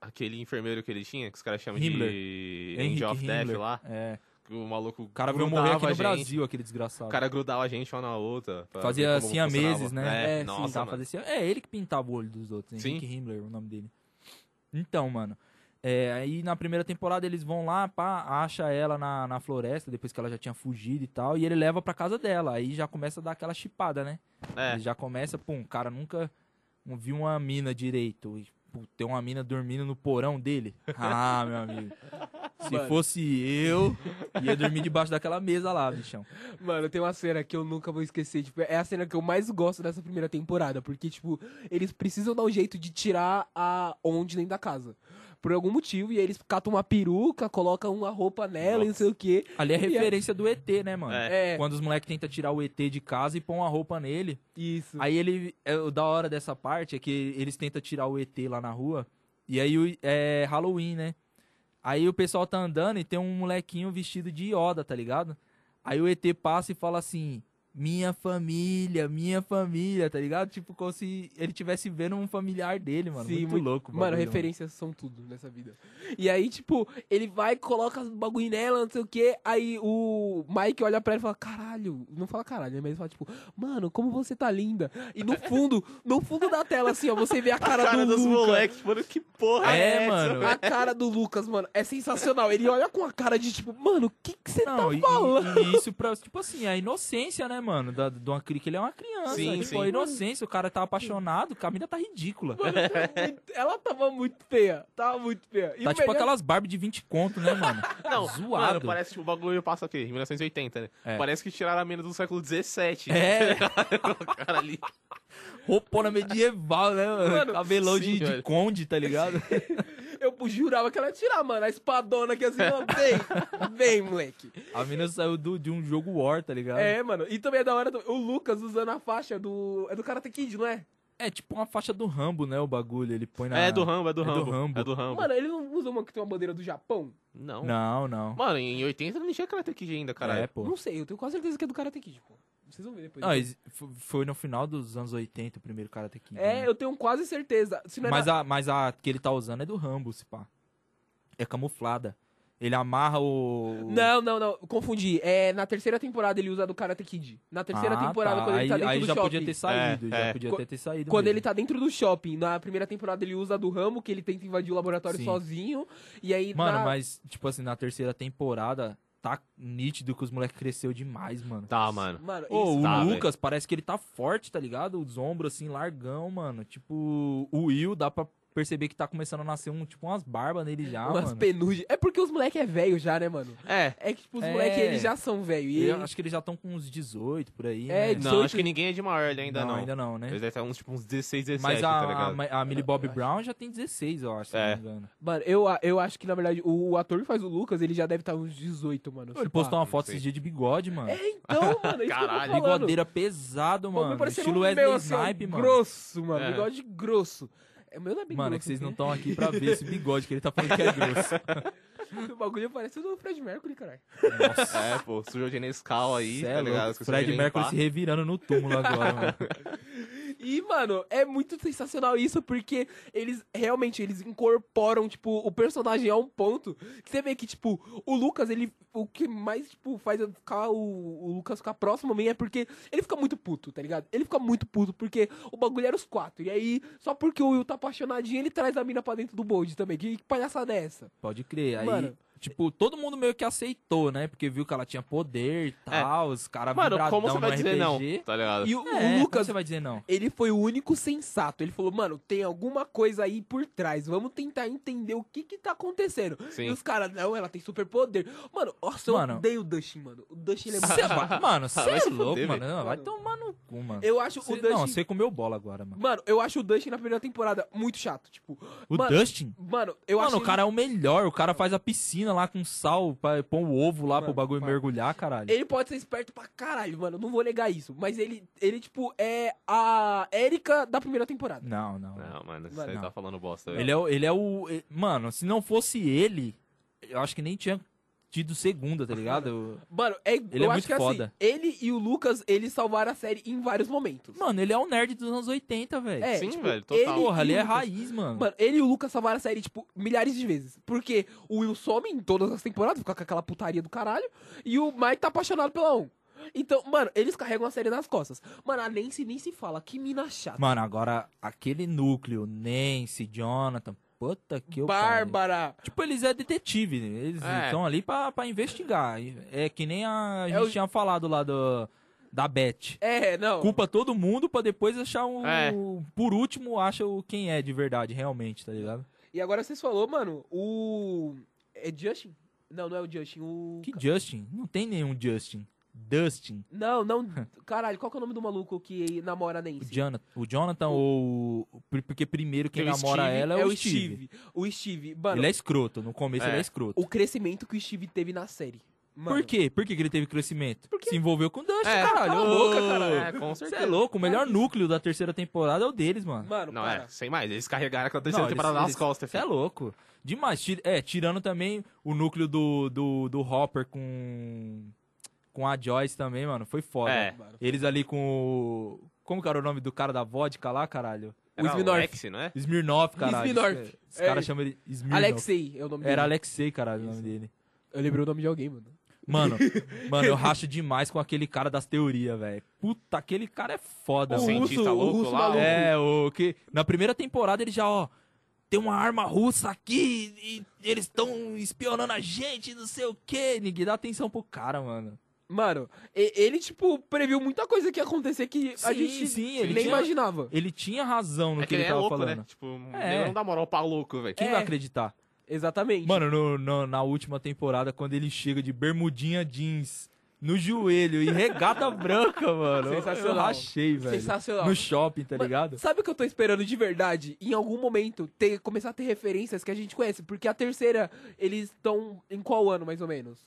[SPEAKER 3] Aquele enfermeiro que ele tinha, que os caras chamam
[SPEAKER 1] Himmler.
[SPEAKER 3] de
[SPEAKER 1] Henrique
[SPEAKER 3] Angel of
[SPEAKER 1] Himmler.
[SPEAKER 3] Death lá.
[SPEAKER 1] É.
[SPEAKER 3] Que o maluco.
[SPEAKER 1] O cara veio morrer aqui no
[SPEAKER 3] a gente,
[SPEAKER 1] Brasil, aquele desgraçado.
[SPEAKER 3] O cara grudava a gente uma na outra. pra
[SPEAKER 1] fazia
[SPEAKER 3] ver como
[SPEAKER 1] assim há
[SPEAKER 3] funcionava.
[SPEAKER 1] meses, né?
[SPEAKER 3] É,
[SPEAKER 1] sim,
[SPEAKER 3] nossa,
[SPEAKER 1] tava
[SPEAKER 3] mano.
[SPEAKER 1] fazendo cian- É ele que pintava o olho dos outros,
[SPEAKER 3] Sim.
[SPEAKER 1] Henrique Himmler, o nome dele. Então, mano. é, aí na primeira temporada eles vão lá, pá, acha ela na, na floresta, depois que ela já tinha fugido e tal, e ele leva pra casa dela. Aí já começa a dar aquela chipada, né? Ele
[SPEAKER 3] É,
[SPEAKER 1] já começa, pum, o cara nunca viu uma mina direito. E, pô, ter uma mina dormindo no porão dele. [LAUGHS] Ah, meu amigo. Se
[SPEAKER 2] Mano.
[SPEAKER 1] fosse eu, ia dormir debaixo daquela mesa lá, bichão.
[SPEAKER 2] Mano, tem uma cena que eu nunca vou esquecer. Tipo, é a cena que eu mais gosto dessa primeira temporada. Porque, tipo, eles precisam dar um jeito de tirar a onde dentro da casa. Por algum motivo. E aí eles catam uma peruca, colocam uma roupa nela e não sei o quê.
[SPEAKER 1] Ali é
[SPEAKER 2] E é-
[SPEAKER 1] referência do ET, né, mano?
[SPEAKER 3] É.
[SPEAKER 2] É,
[SPEAKER 1] Quando os moleques tentam tirar o ET de casa e põem a roupa nele.
[SPEAKER 2] isso.
[SPEAKER 1] Aí ele. é, o da hora dessa parte é que eles tentam tirar o ET lá na rua. E aí o- é Halloween, né? Aí o pessoal tá andando e tem um molequinho vestido de Yoda, tá ligado? Aí o ET passa e fala assim: Minha família, minha família, tá ligado? Tipo, como se ele tivesse vendo um familiar dele, mano. muito, louco,
[SPEAKER 2] Mano,
[SPEAKER 1] bagulho,
[SPEAKER 2] referências são tudo nessa vida. E aí, tipo, ele vai, coloca o bagulho nela, não sei o quê. Aí o Mike olha pra ele e fala, caralho. Não fala caralho, né? Mas ele fala, tipo, mano, como você tá linda. E no fundo, no fundo da tela, assim, ó, você vê a
[SPEAKER 3] a
[SPEAKER 2] cara,
[SPEAKER 3] cara
[SPEAKER 2] do
[SPEAKER 3] dos
[SPEAKER 2] Lucas.
[SPEAKER 3] moleques, mano, que porra é,
[SPEAKER 1] É,
[SPEAKER 3] essa,
[SPEAKER 1] mano.
[SPEAKER 2] A cara do Lucas, mano, é sensacional. Ele olha com a cara de tipo, mano, o que que você
[SPEAKER 1] Não,
[SPEAKER 2] tá
[SPEAKER 1] e,
[SPEAKER 2] falando? [LAUGHS]
[SPEAKER 1] e- e isso pra, tipo assim, a inocência, né, mano? Da, do uma cri- que ele é uma criança.
[SPEAKER 3] Sim,
[SPEAKER 1] tipo,
[SPEAKER 3] sim.
[SPEAKER 1] a inocência, o cara tá apaixonado, a mina tá ridícula.
[SPEAKER 2] Mano, ela tava muito feia. Tava muito feia. E
[SPEAKER 1] tá
[SPEAKER 2] o
[SPEAKER 1] tipo
[SPEAKER 2] melhor-
[SPEAKER 1] aquelas Barbie de 20 conto, né,
[SPEAKER 2] [LAUGHS]
[SPEAKER 1] mano?
[SPEAKER 3] Não,
[SPEAKER 1] Zoado.
[SPEAKER 3] mano, parece que o bagulho passa aqui, em 1980, né?
[SPEAKER 1] É.
[SPEAKER 3] Parece que tiraram a mina do século XVII. [LAUGHS]
[SPEAKER 1] É.
[SPEAKER 3] cara ali.
[SPEAKER 1] Roupona medieval, né, mano?
[SPEAKER 2] Mano,
[SPEAKER 1] Cabelão
[SPEAKER 3] sim,
[SPEAKER 1] de, de
[SPEAKER 3] velho.
[SPEAKER 1] conde, tá ligado?
[SPEAKER 2] Eu jurava que ela ia tirar, mano. A espadona que assim, ó,
[SPEAKER 1] [LAUGHS]
[SPEAKER 2] vem, vem, moleque.
[SPEAKER 1] A mina saiu do, de um jogo War, tá ligado?
[SPEAKER 2] É, mano. E também é da hora do- o Lucas usando a faixa do. É do Karate Kid, não é?
[SPEAKER 1] É tipo uma faixa do Rambo, né, o bagulho. Ele põe na...
[SPEAKER 3] É do Rambo, é do
[SPEAKER 1] É do
[SPEAKER 3] Rambo.
[SPEAKER 1] Rambo.
[SPEAKER 3] É do Rambo.
[SPEAKER 2] Mano, ele não usa uma que tem uma bandeira do Japão?
[SPEAKER 3] Não.
[SPEAKER 1] Não, não.
[SPEAKER 3] Mano, em 80 não tinha Karate Kid ainda, caralho.
[SPEAKER 1] É, pô.
[SPEAKER 2] Não sei, eu tenho quase certeza que é do Karate Kid, pô. Vocês vão ver depois.
[SPEAKER 1] Não, ex- f- foi no final dos anos 80 o primeiro Karate Kid. né?
[SPEAKER 2] É, eu tenho quase certeza. Se não é
[SPEAKER 1] Mas
[SPEAKER 2] na-
[SPEAKER 1] a, mas a que ele tá usando é do Rambo, se pá. É camuflada. Ele amarra o.
[SPEAKER 2] Não, não, não. Confundi. É, na terceira temporada ele usa a do Karate Kid. Na terceira
[SPEAKER 1] Ah,
[SPEAKER 2] temporada,
[SPEAKER 1] tá.
[SPEAKER 2] quando ele tá
[SPEAKER 1] aí,
[SPEAKER 2] dentro
[SPEAKER 1] aí
[SPEAKER 2] do
[SPEAKER 1] já
[SPEAKER 2] shopping.
[SPEAKER 1] podia ter saído,
[SPEAKER 3] É,
[SPEAKER 1] já
[SPEAKER 3] é.
[SPEAKER 1] podia
[SPEAKER 2] Qu-
[SPEAKER 1] ter, ter saído.
[SPEAKER 2] Quando ele
[SPEAKER 1] mesmo.
[SPEAKER 2] tá dentro do shopping, na primeira temporada ele usa a do Rambo, que ele tenta invadir o laboratório
[SPEAKER 1] Sim.
[SPEAKER 2] sozinho. E aí.
[SPEAKER 1] Mano,
[SPEAKER 2] na...
[SPEAKER 1] mas, tipo assim, na terceira temporada, tá nítido que os moleques cresceu demais, mano.
[SPEAKER 3] Tá, mano.
[SPEAKER 2] Mano,
[SPEAKER 1] Ô,
[SPEAKER 2] isso.
[SPEAKER 1] o
[SPEAKER 3] Tá,
[SPEAKER 1] Lucas parece que ele tá forte, tá ligado? Os ombros assim, largão, mano. Tipo, o Will dá pra perceber que tá começando a nascer um, tipo, umas barbas nele já,
[SPEAKER 2] umas
[SPEAKER 1] mano.
[SPEAKER 2] penugem. É porque os moleques é velho já, né, mano?
[SPEAKER 3] É.
[SPEAKER 2] É que, tipo, os
[SPEAKER 1] É.
[SPEAKER 2] moleques, eles já são velho. E
[SPEAKER 1] Eu
[SPEAKER 2] ele-
[SPEAKER 1] acho que eles já estão com uns 18 por aí.
[SPEAKER 2] É,
[SPEAKER 1] né?
[SPEAKER 2] de-
[SPEAKER 3] Não,
[SPEAKER 2] 18
[SPEAKER 3] acho que ninguém é de maior ele ainda não.
[SPEAKER 1] ainda não, né?
[SPEAKER 3] Eles devem estar uns, tipo, uns 16, 17,
[SPEAKER 1] Mas
[SPEAKER 3] tá
[SPEAKER 1] a,
[SPEAKER 3] ligado?
[SPEAKER 1] a, a Millie Bobby Brown já tem 16, eu acho, se
[SPEAKER 3] É.
[SPEAKER 1] não me engano.
[SPEAKER 2] Mano, eu, eu acho que, na verdade, o, o ator que faz o Lucas, ele já deve estar uns 18, mano. se
[SPEAKER 1] Ele
[SPEAKER 2] pá.
[SPEAKER 1] postou uma foto
[SPEAKER 3] sei.
[SPEAKER 1] esses dias de bigode, mano.
[SPEAKER 2] Tipo, É, então, mano,
[SPEAKER 1] [LAUGHS]
[SPEAKER 2] é isso que
[SPEAKER 3] Caralho,
[SPEAKER 2] eu tô falando.
[SPEAKER 1] Bigodeira pesado,
[SPEAKER 2] Pô, me
[SPEAKER 1] mano.
[SPEAKER 2] parecendo
[SPEAKER 1] Estilo
[SPEAKER 2] um
[SPEAKER 1] Wesley
[SPEAKER 2] meu, assim, ó,
[SPEAKER 1] Snipe, mano.
[SPEAKER 2] Grosso, mano.
[SPEAKER 3] É.
[SPEAKER 2] Bigode grosso. É, o meu não é bem
[SPEAKER 1] Mano, é
[SPEAKER 2] grosso,
[SPEAKER 1] que vocês não
[SPEAKER 2] assim.
[SPEAKER 1] estão aqui pra ver esse bigode que ele tá falando que é
[SPEAKER 3] [LAUGHS]
[SPEAKER 1] grosso.
[SPEAKER 2] O bagulho parece o do Fred Mercury, caralho.
[SPEAKER 3] [LAUGHS] É, pô, sujou de Nescau aí,
[SPEAKER 1] Cê é
[SPEAKER 3] tá
[SPEAKER 1] louco.
[SPEAKER 3] ligado? Esqueceu
[SPEAKER 1] Fred
[SPEAKER 3] de
[SPEAKER 1] Mercury
[SPEAKER 3] limpar.
[SPEAKER 1] se revirando no túmulo agora,
[SPEAKER 3] [LAUGHS]
[SPEAKER 1] mano.
[SPEAKER 2] E, mano, é muito sensacional isso, porque eles realmente eles incorporam, tipo, o personagem a um ponto. Que você vê que, tipo, o Lucas, ele. O que mais, tipo, faz eu ficar, o, o Lucas ficar próximo a mim é porque ele fica muito puto, tá ligado? Ele fica muito puto, porque o bagulho era os quatro. E aí, só porque o Will tá apaixonadinho, ele traz a mina pra dentro do bold também. Que, que palhaçada é essa?
[SPEAKER 1] Pode crer. Aí
[SPEAKER 2] Mano.
[SPEAKER 1] Tipo, todo mundo meio que aceitou, né? Porque viu que ela tinha poder e tal, os caras
[SPEAKER 3] É. Mano,
[SPEAKER 1] vibradão
[SPEAKER 3] como você vai
[SPEAKER 1] no
[SPEAKER 3] dizer não?
[SPEAKER 1] RPG.
[SPEAKER 3] Tá ligado?
[SPEAKER 2] E o, o
[SPEAKER 1] É, como
[SPEAKER 2] Lucas,
[SPEAKER 1] você vai dizer não?
[SPEAKER 2] ele foi o único sensato. Ele falou, mano, tem alguma coisa aí por trás. Vamos tentar entender o que que tá acontecendo. E
[SPEAKER 3] Sim.
[SPEAKER 2] os caras, não, ela tem superpoder. Mano, nossa, eu
[SPEAKER 1] Mano.
[SPEAKER 2] odeio o Dustin, mano. O Dustin, ele
[SPEAKER 1] [LAUGHS]
[SPEAKER 2] é
[SPEAKER 1] Cê
[SPEAKER 2] muito... [LAUGHS]
[SPEAKER 1] vai- mano, você
[SPEAKER 3] Ah, Vai
[SPEAKER 1] é
[SPEAKER 3] se
[SPEAKER 1] louco,
[SPEAKER 3] fuder,
[SPEAKER 1] mano.
[SPEAKER 3] velho.
[SPEAKER 1] Não, vai
[SPEAKER 2] Mano.
[SPEAKER 1] tomar no cu, mano.
[SPEAKER 2] Eu acho
[SPEAKER 1] Cê-
[SPEAKER 2] o Dustin...
[SPEAKER 1] Não, você comeu bola agora, mano.
[SPEAKER 2] Mano, eu acho o Dustin na primeira temporada muito chato. Tipo,
[SPEAKER 1] O
[SPEAKER 2] mano,
[SPEAKER 1] Dustin?
[SPEAKER 2] Mano, eu
[SPEAKER 1] mano,
[SPEAKER 2] acho...
[SPEAKER 1] o cara é o melhor. O cara faz a piscina lá com sal, pra- põe o ovo lá pro
[SPEAKER 2] Mano,
[SPEAKER 1] bagulho
[SPEAKER 2] para.
[SPEAKER 1] mergulhar, caralho.
[SPEAKER 2] Ele pode ser esperto pra caralho, mano. Não vou negar isso. Mas ele, ele tipo, é a Erika da primeira temporada.
[SPEAKER 1] Não, não.
[SPEAKER 3] Não, mano, você
[SPEAKER 2] Mano,
[SPEAKER 1] não.
[SPEAKER 3] tá falando bosta. velho.
[SPEAKER 1] Ele é, o- ele é o. e- Mano, se não fosse ele, eu acho que nem tinha tido segunda, tá ligado?
[SPEAKER 3] [LAUGHS]
[SPEAKER 1] Eu-
[SPEAKER 2] Mano, é,
[SPEAKER 1] Ele
[SPEAKER 2] eu
[SPEAKER 1] é
[SPEAKER 2] acho
[SPEAKER 1] muito
[SPEAKER 2] que
[SPEAKER 1] foda.
[SPEAKER 2] assim, ele e o Lucas, eles salvaram a série em vários momentos.
[SPEAKER 1] Mano, ele é um nerd dos anos 80, velho.
[SPEAKER 2] É,
[SPEAKER 3] Sim,
[SPEAKER 2] tipo,
[SPEAKER 3] velho,
[SPEAKER 2] ele
[SPEAKER 3] total.
[SPEAKER 1] Porra,
[SPEAKER 2] e
[SPEAKER 1] ele
[SPEAKER 2] o
[SPEAKER 1] é
[SPEAKER 2] Lucas.
[SPEAKER 1] raiz, mano.
[SPEAKER 2] Mano, ele e o Lucas salvaram a série, tipo, milhares de vezes. Porque o Will some em todas as temporadas, fica com aquela putaria do caralho, e o Mike tá apaixonado pela On. Então, mano, eles carregam a série nas costas. Mano, a Nancy nem se fala, que mina chata.
[SPEAKER 1] Mano, agora aquele núcleo, Nancy, Jonathan, puta que eu. pariu.
[SPEAKER 2] Bárbara!
[SPEAKER 1] Tipo, eles é detetive, né? eles
[SPEAKER 3] É.
[SPEAKER 1] estão ali pra, pra investigar. É que nem a, a
[SPEAKER 2] É
[SPEAKER 1] gente
[SPEAKER 2] o-
[SPEAKER 1] tinha falado lá do, da Beth.
[SPEAKER 2] É, não.
[SPEAKER 1] Culpa todo mundo pra depois achar um.
[SPEAKER 3] É.
[SPEAKER 1] Por último, acha o quem é de verdade, realmente, tá ligado?
[SPEAKER 2] E agora vocês falou, mano, o. É Justin? Não, não é o Justin, o.
[SPEAKER 1] Que Justin? Não tem nenhum Justin. Dustin. [LAUGHS]
[SPEAKER 2] Não, não. Caralho, qual que é o nome do maluco que namora a
[SPEAKER 1] O
[SPEAKER 2] Nancy?
[SPEAKER 1] Jonathan, o Jonathan ou. o- Porque primeiro quem
[SPEAKER 3] Tem o
[SPEAKER 1] namora
[SPEAKER 3] Steve,
[SPEAKER 1] ela é, o Steve.
[SPEAKER 2] O Steve. Mano,
[SPEAKER 1] Ele é escroto, no começo ele é
[SPEAKER 3] É.
[SPEAKER 1] escroto.
[SPEAKER 2] o crescimento que o Steve teve na série. Mano,
[SPEAKER 1] Por quê? Por que, que ele teve crescimento?
[SPEAKER 2] Porque-
[SPEAKER 1] Se envolveu com o Dustin,
[SPEAKER 3] É,
[SPEAKER 1] caralho.
[SPEAKER 2] cala a
[SPEAKER 1] Ô,
[SPEAKER 2] boca, cara.
[SPEAKER 3] É, com
[SPEAKER 1] Você
[SPEAKER 3] certeza.
[SPEAKER 1] é louco, o melhor núcleo da terceira temporada é o deles, mano.
[SPEAKER 2] Mano,
[SPEAKER 3] Não,
[SPEAKER 2] para.
[SPEAKER 3] é, sem mais. Eles carregaram aquela terceira
[SPEAKER 1] Não, eles-
[SPEAKER 3] temporada nas
[SPEAKER 1] eles-
[SPEAKER 3] costas,
[SPEAKER 1] Você é
[SPEAKER 3] filho.
[SPEAKER 1] louco. Demais. Ti- É, tirando também o núcleo do, do, do Hopper com. Com a Joyce também, mano. Foi foda.
[SPEAKER 3] É.
[SPEAKER 2] Mano.
[SPEAKER 1] Eles ali com o. Como que era o nome do cara da vodka lá, caralho?
[SPEAKER 2] O
[SPEAKER 3] Era
[SPEAKER 2] Smirnoff.
[SPEAKER 3] Alex, não é?
[SPEAKER 1] Smirnoff, caralho.
[SPEAKER 2] Smirnoff.
[SPEAKER 1] Os caras
[SPEAKER 2] É.
[SPEAKER 1] chamam ele Smirnoff.
[SPEAKER 2] Alexei é o nome
[SPEAKER 1] Era
[SPEAKER 2] dele.
[SPEAKER 1] Alexei, caralho, o nome
[SPEAKER 2] Isso.
[SPEAKER 1] dele.
[SPEAKER 2] Eu lembrei o nome de alguém, mano.
[SPEAKER 1] Mano,
[SPEAKER 2] [LAUGHS]
[SPEAKER 1] mano, eu racho demais com aquele cara das teorias, velho. Puta, aquele cara é foda,
[SPEAKER 3] O
[SPEAKER 1] mano.
[SPEAKER 3] cientista Tá louco lá,
[SPEAKER 1] É, o que. Na primeira temporada ele já, ó. Tem uma arma russa aqui e eles estão espionando a gente, não sei o quê. Ninguém dá atenção pro cara, mano.
[SPEAKER 2] Mano, e- ele, tipo, previu muita coisa que ia acontecer que a
[SPEAKER 1] Sim,
[SPEAKER 2] gente
[SPEAKER 1] sim, ele
[SPEAKER 2] nem
[SPEAKER 1] tinha-
[SPEAKER 2] imaginava.
[SPEAKER 1] Ele tinha razão no
[SPEAKER 3] É
[SPEAKER 1] que ele
[SPEAKER 3] é
[SPEAKER 1] tava
[SPEAKER 3] louco,
[SPEAKER 1] falando.
[SPEAKER 3] né? Tipo,
[SPEAKER 1] É.
[SPEAKER 3] é. não dá moral pra louco, velho.
[SPEAKER 1] Quem
[SPEAKER 2] É.
[SPEAKER 1] vai acreditar?
[SPEAKER 2] Exatamente.
[SPEAKER 1] Mano, no- no- na última temporada, quando ele chega de bermudinha jeans no joelho e
[SPEAKER 2] [LAUGHS]
[SPEAKER 1] regata branca, mano.
[SPEAKER 2] Sensacional.
[SPEAKER 1] Eu rachei, velho.
[SPEAKER 2] Sensacional.
[SPEAKER 1] No shopping, tá
[SPEAKER 2] Mas
[SPEAKER 1] ligado?
[SPEAKER 2] Sabe o que eu tô esperando de verdade? Em algum momento, ter, começar a ter referências que a gente conhece. Porque a terceira, eles estão em qual ano, mais ou menos?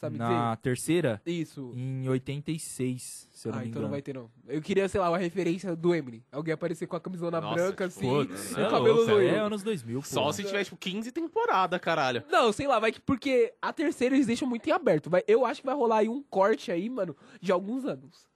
[SPEAKER 2] Sabe
[SPEAKER 1] Na terceira,
[SPEAKER 2] dizer? Isso.
[SPEAKER 1] em 86, se eu não
[SPEAKER 2] ah,
[SPEAKER 1] me
[SPEAKER 2] então
[SPEAKER 1] engano.
[SPEAKER 2] não vai ter, não. Eu queria, sei lá, uma referência do Emily. Alguém aparecer com a camisona
[SPEAKER 3] Nossa,
[SPEAKER 2] branca, [LAUGHS]
[SPEAKER 3] tipo,
[SPEAKER 2] assim,
[SPEAKER 1] Putz,
[SPEAKER 2] e
[SPEAKER 1] é
[SPEAKER 2] o cabelo
[SPEAKER 1] louco,
[SPEAKER 2] loiro.
[SPEAKER 1] É anos 2000, pô.
[SPEAKER 3] Só se tiver, tipo, 15 temporadas, caralho.
[SPEAKER 2] Não, sei lá, vai que. Porque a terceira eles deixam muito em aberto. Vai, eu acho que vai rolar aí um corte aí, mano, de alguns anos.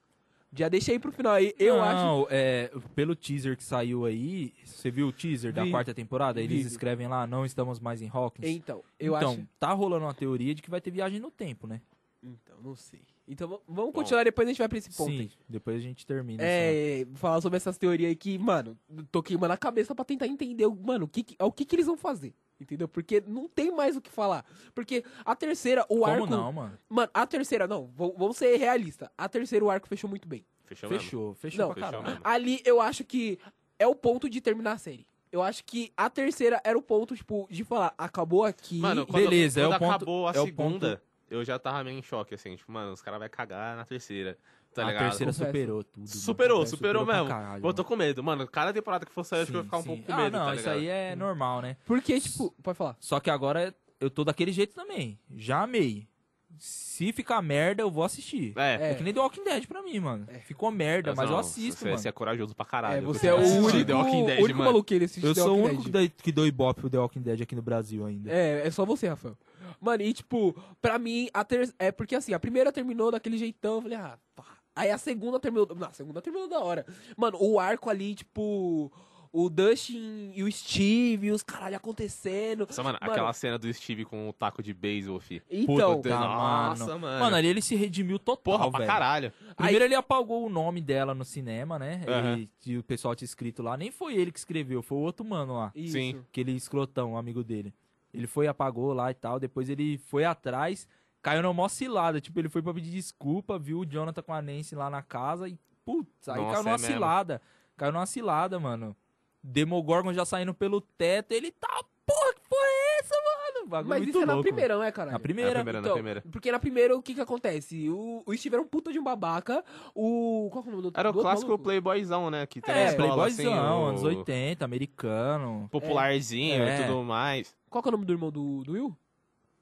[SPEAKER 2] Já deixei pro final aí. Eu acho.
[SPEAKER 1] não, é, pelo teaser que saiu aí, você viu o teaser da
[SPEAKER 2] Vi.
[SPEAKER 1] quarta temporada? Eles
[SPEAKER 2] Vi.
[SPEAKER 1] escrevem lá, não estamos mais em Hawkins.
[SPEAKER 2] Então, eu
[SPEAKER 1] então,
[SPEAKER 2] acho.
[SPEAKER 1] tá rolando uma teoria de que vai ter viagem no tempo, né?
[SPEAKER 2] Então, não sei. Então v- vamos continuar, depois a gente vai pra esse ponto.
[SPEAKER 1] Sim,
[SPEAKER 2] aí.
[SPEAKER 1] depois a gente termina. essa-
[SPEAKER 2] É, falar sobre essas teorias aí que, mano, tô queimando a cabeça pra tentar entender, mano, o que, que- o que, que eles vão fazer. Entendeu? Porque não tem mais o que falar. Porque a terceira, o
[SPEAKER 1] Como
[SPEAKER 2] arco.
[SPEAKER 1] não, mano?
[SPEAKER 2] Mano, a terceira, não, vou- vamos ser realista. A terceira, o arco fechou muito bem.
[SPEAKER 3] Fechou, mesmo.
[SPEAKER 1] Fechou, fechou
[SPEAKER 2] Não,
[SPEAKER 1] pra
[SPEAKER 3] Fechou
[SPEAKER 1] caralho.
[SPEAKER 3] mesmo.
[SPEAKER 2] Ali eu acho que é o ponto de terminar a série. Eu acho que a terceira era o ponto, tipo, de falar, acabou aqui.
[SPEAKER 3] Mano, quando,
[SPEAKER 1] Beleza, é
[SPEAKER 3] quando
[SPEAKER 1] o ponto-
[SPEAKER 3] acabou a
[SPEAKER 1] é o
[SPEAKER 3] segunda, eu já tava meio em choque, assim. Tipo, mano, os caras vão cagar na terceira. Tá
[SPEAKER 1] a
[SPEAKER 3] ligado?
[SPEAKER 1] terceira
[SPEAKER 2] Confesso.
[SPEAKER 1] superou tudo. mano.
[SPEAKER 3] Superou,
[SPEAKER 1] É,
[SPEAKER 3] superou,
[SPEAKER 1] pra
[SPEAKER 3] mesmo.
[SPEAKER 1] caralho,
[SPEAKER 3] eu tô
[SPEAKER 1] mano.
[SPEAKER 3] com medo. Mano, cada temporada que for sair, eu acho que eu
[SPEAKER 1] Sim,
[SPEAKER 3] vou ficar um
[SPEAKER 1] sim.
[SPEAKER 3] pouco com
[SPEAKER 1] ah,
[SPEAKER 3] medo,
[SPEAKER 1] não,
[SPEAKER 3] tá
[SPEAKER 1] isso
[SPEAKER 3] ligado?
[SPEAKER 1] aí é normal, né?
[SPEAKER 2] Porque, tipo, pode falar.
[SPEAKER 1] Só que agora eu tô daquele jeito também. Já amei. Se ficar merda, eu vou assistir.
[SPEAKER 3] É.
[SPEAKER 1] É, que nem The Walking Dead pra mim, mano. Ficou merda, mas eu assisto,
[SPEAKER 3] você,
[SPEAKER 1] mano.
[SPEAKER 3] Você é corajoso pra caralho.
[SPEAKER 2] é,
[SPEAKER 3] Eu
[SPEAKER 2] você é
[SPEAKER 3] preciso
[SPEAKER 2] o
[SPEAKER 3] assistir
[SPEAKER 2] único,
[SPEAKER 3] The Walking Dead,
[SPEAKER 2] o único
[SPEAKER 3] mano.
[SPEAKER 2] maluco que ele assiste
[SPEAKER 1] Eu
[SPEAKER 2] The
[SPEAKER 1] sou o
[SPEAKER 2] Walking
[SPEAKER 1] único que
[SPEAKER 2] Dead.
[SPEAKER 1] dei- que dou ibope pro The Walking Dead aqui no Brasil ainda.
[SPEAKER 2] É, é só você, Rafael. Mano, e tipo, pra mim, a ter... é porque assim, a primeira terminou daquele jeitão, eu falei, ah, pá. Aí a segunda terminou, não, a segunda terminou da hora. Mano, o arco ali, tipo, o Dustin e o Steve, e os caralho acontecendo.
[SPEAKER 3] Nossa, mano,
[SPEAKER 2] Mano.
[SPEAKER 3] aquela cena do Steve com o taco de beisebol, fi.
[SPEAKER 2] Então,
[SPEAKER 3] Puta,
[SPEAKER 1] tá,
[SPEAKER 3] nossa,
[SPEAKER 1] mano.
[SPEAKER 3] mano.
[SPEAKER 1] Mano, ali ele se redimiu total,
[SPEAKER 3] Porra, pra
[SPEAKER 1] velho.
[SPEAKER 3] caralho.
[SPEAKER 1] Primeiro ele apagou o nome dela no cinema, né?
[SPEAKER 3] Aham.
[SPEAKER 1] E, e o pessoal tinha escrito lá. Nem foi ele que escreveu, foi o outro mano lá.
[SPEAKER 2] isso.
[SPEAKER 3] Sim.
[SPEAKER 1] Aquele escrotão, um amigo dele. Ele foi, apagou lá e tal. Depois ele foi atrás, caiu numa mó cilada. Tipo, ele foi pra pedir desculpa, viu o Jonathan com a Nancy lá na casa e, putz, aí
[SPEAKER 3] Nossa,
[SPEAKER 1] caiu numa
[SPEAKER 3] é mesmo.
[SPEAKER 1] cilada. Caiu numa cilada, mano. Demogorgon já saindo pelo teto. Ele tá, porra, que porra é essa, mano? Bagulho
[SPEAKER 2] Mas
[SPEAKER 1] muito
[SPEAKER 2] isso é na
[SPEAKER 1] louco, mano.
[SPEAKER 2] primeira, não é, caralho?
[SPEAKER 1] Na primeira.
[SPEAKER 3] primeira.
[SPEAKER 2] Então,
[SPEAKER 3] na primeira.
[SPEAKER 2] Porque na primeira, o que que acontece? O, o Steve era um puta de um babaca. O. Qual que é o nome do outro?
[SPEAKER 3] Era o
[SPEAKER 2] do outro
[SPEAKER 3] clássico
[SPEAKER 2] maluco?
[SPEAKER 3] playboyzão, né? Que tem na
[SPEAKER 1] É,
[SPEAKER 3] escola,
[SPEAKER 1] Playboyzão,
[SPEAKER 3] assim, o...
[SPEAKER 1] anos 80, americano.
[SPEAKER 3] Popularzinho
[SPEAKER 1] É.
[SPEAKER 3] e tudo mais.
[SPEAKER 2] Qual que é o nome do irmão do, do Will?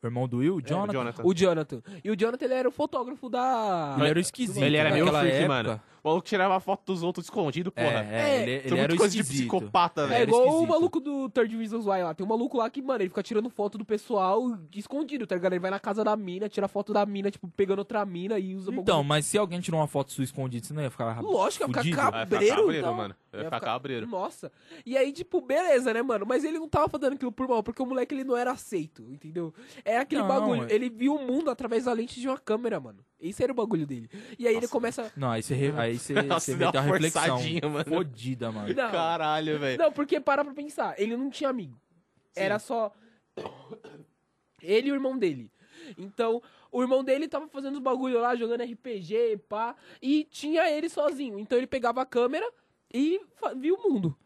[SPEAKER 1] O irmão do Will,
[SPEAKER 3] É,
[SPEAKER 1] Jonathan.
[SPEAKER 3] Jonathan.
[SPEAKER 2] O Jonathan. E o Jonathan, ele era o fotógrafo da.
[SPEAKER 1] Ele era o esquisito.
[SPEAKER 3] Ele era meio
[SPEAKER 1] naquela
[SPEAKER 3] freak,
[SPEAKER 1] época.
[SPEAKER 3] mano. O maluco tirava foto dos outros escondido,
[SPEAKER 1] É,
[SPEAKER 3] porra.
[SPEAKER 1] é,
[SPEAKER 2] É,
[SPEAKER 1] ele,
[SPEAKER 3] Isso
[SPEAKER 1] ele era
[SPEAKER 3] é muita
[SPEAKER 1] o
[SPEAKER 3] coisa de
[SPEAKER 1] esquisito.
[SPEAKER 3] pesicopata,
[SPEAKER 1] Ele
[SPEAKER 2] É
[SPEAKER 3] velho.
[SPEAKER 1] era
[SPEAKER 2] igual o
[SPEAKER 1] esquisito.
[SPEAKER 2] maluco do Third Reasons Why lá. Tem um maluco lá que, mano, ele fica tirando foto do pessoal escondido, tá ligado? Ele vai na casa da mina, tira foto da mina, tipo, pegando outra mina e usa bagulho.
[SPEAKER 1] Então, mas se alguém tirou uma foto sua escondida, você não ia ficar
[SPEAKER 2] Lógico, ia
[SPEAKER 1] fudido?
[SPEAKER 2] ficar
[SPEAKER 3] Vai ficar
[SPEAKER 2] cabreiro,
[SPEAKER 3] cabreiro,
[SPEAKER 2] então.
[SPEAKER 3] mano. Vai
[SPEAKER 2] Ia
[SPEAKER 3] ficar
[SPEAKER 2] ficar-
[SPEAKER 3] cabreiro.
[SPEAKER 2] Nossa. E aí, tipo, beleza, né, mano? Mas ele não tava fazendo aquilo por mal, porque o moleque ele não era aceito, entendeu? É aquele
[SPEAKER 1] Não,
[SPEAKER 2] bagulho.
[SPEAKER 1] é-
[SPEAKER 2] Ele viu o mundo através da lente de uma câmera, mano. Esse era o bagulho dele. E aí ele
[SPEAKER 3] Nossa.
[SPEAKER 2] começa.
[SPEAKER 1] Não, aí você, re-
[SPEAKER 3] [LAUGHS]
[SPEAKER 1] aí você,
[SPEAKER 3] Nossa,
[SPEAKER 1] você
[SPEAKER 3] deu
[SPEAKER 1] meteu uma
[SPEAKER 3] uma
[SPEAKER 1] reflexão
[SPEAKER 3] forçadinha, mano.
[SPEAKER 1] fodida, mano.
[SPEAKER 2] Não.
[SPEAKER 3] Caralho, velho.
[SPEAKER 2] Não, porque para pra pensar, ele não tinha amigo. Era só ele e o irmão dele. Então, o irmão dele tava fazendo os bagulho lá, jogando RPG, pá, e tinha ele sozinho. Então ele pegava a câmera e fa- via o mundo.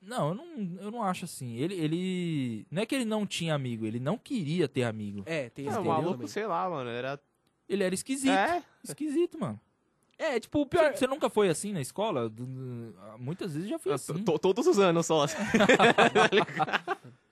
[SPEAKER 1] Não, eu não, eu não acho assim. Ele, ele... Não é que ele não tinha amigo, ele não queria ter amigo.
[SPEAKER 2] É, tem
[SPEAKER 3] É,
[SPEAKER 2] esse
[SPEAKER 3] o
[SPEAKER 2] entendeu
[SPEAKER 3] maluco,
[SPEAKER 2] também.
[SPEAKER 3] sei lá, mano. Era.
[SPEAKER 1] Ele era esquisito.
[SPEAKER 3] É?
[SPEAKER 1] Esquisito, mano.
[SPEAKER 2] É, tipo, o
[SPEAKER 1] Você,
[SPEAKER 2] pior.
[SPEAKER 1] você nunca foi assim na escola? Du- du- Muitas vezes eu já fui assim.
[SPEAKER 3] To- Todos os anos só. assim.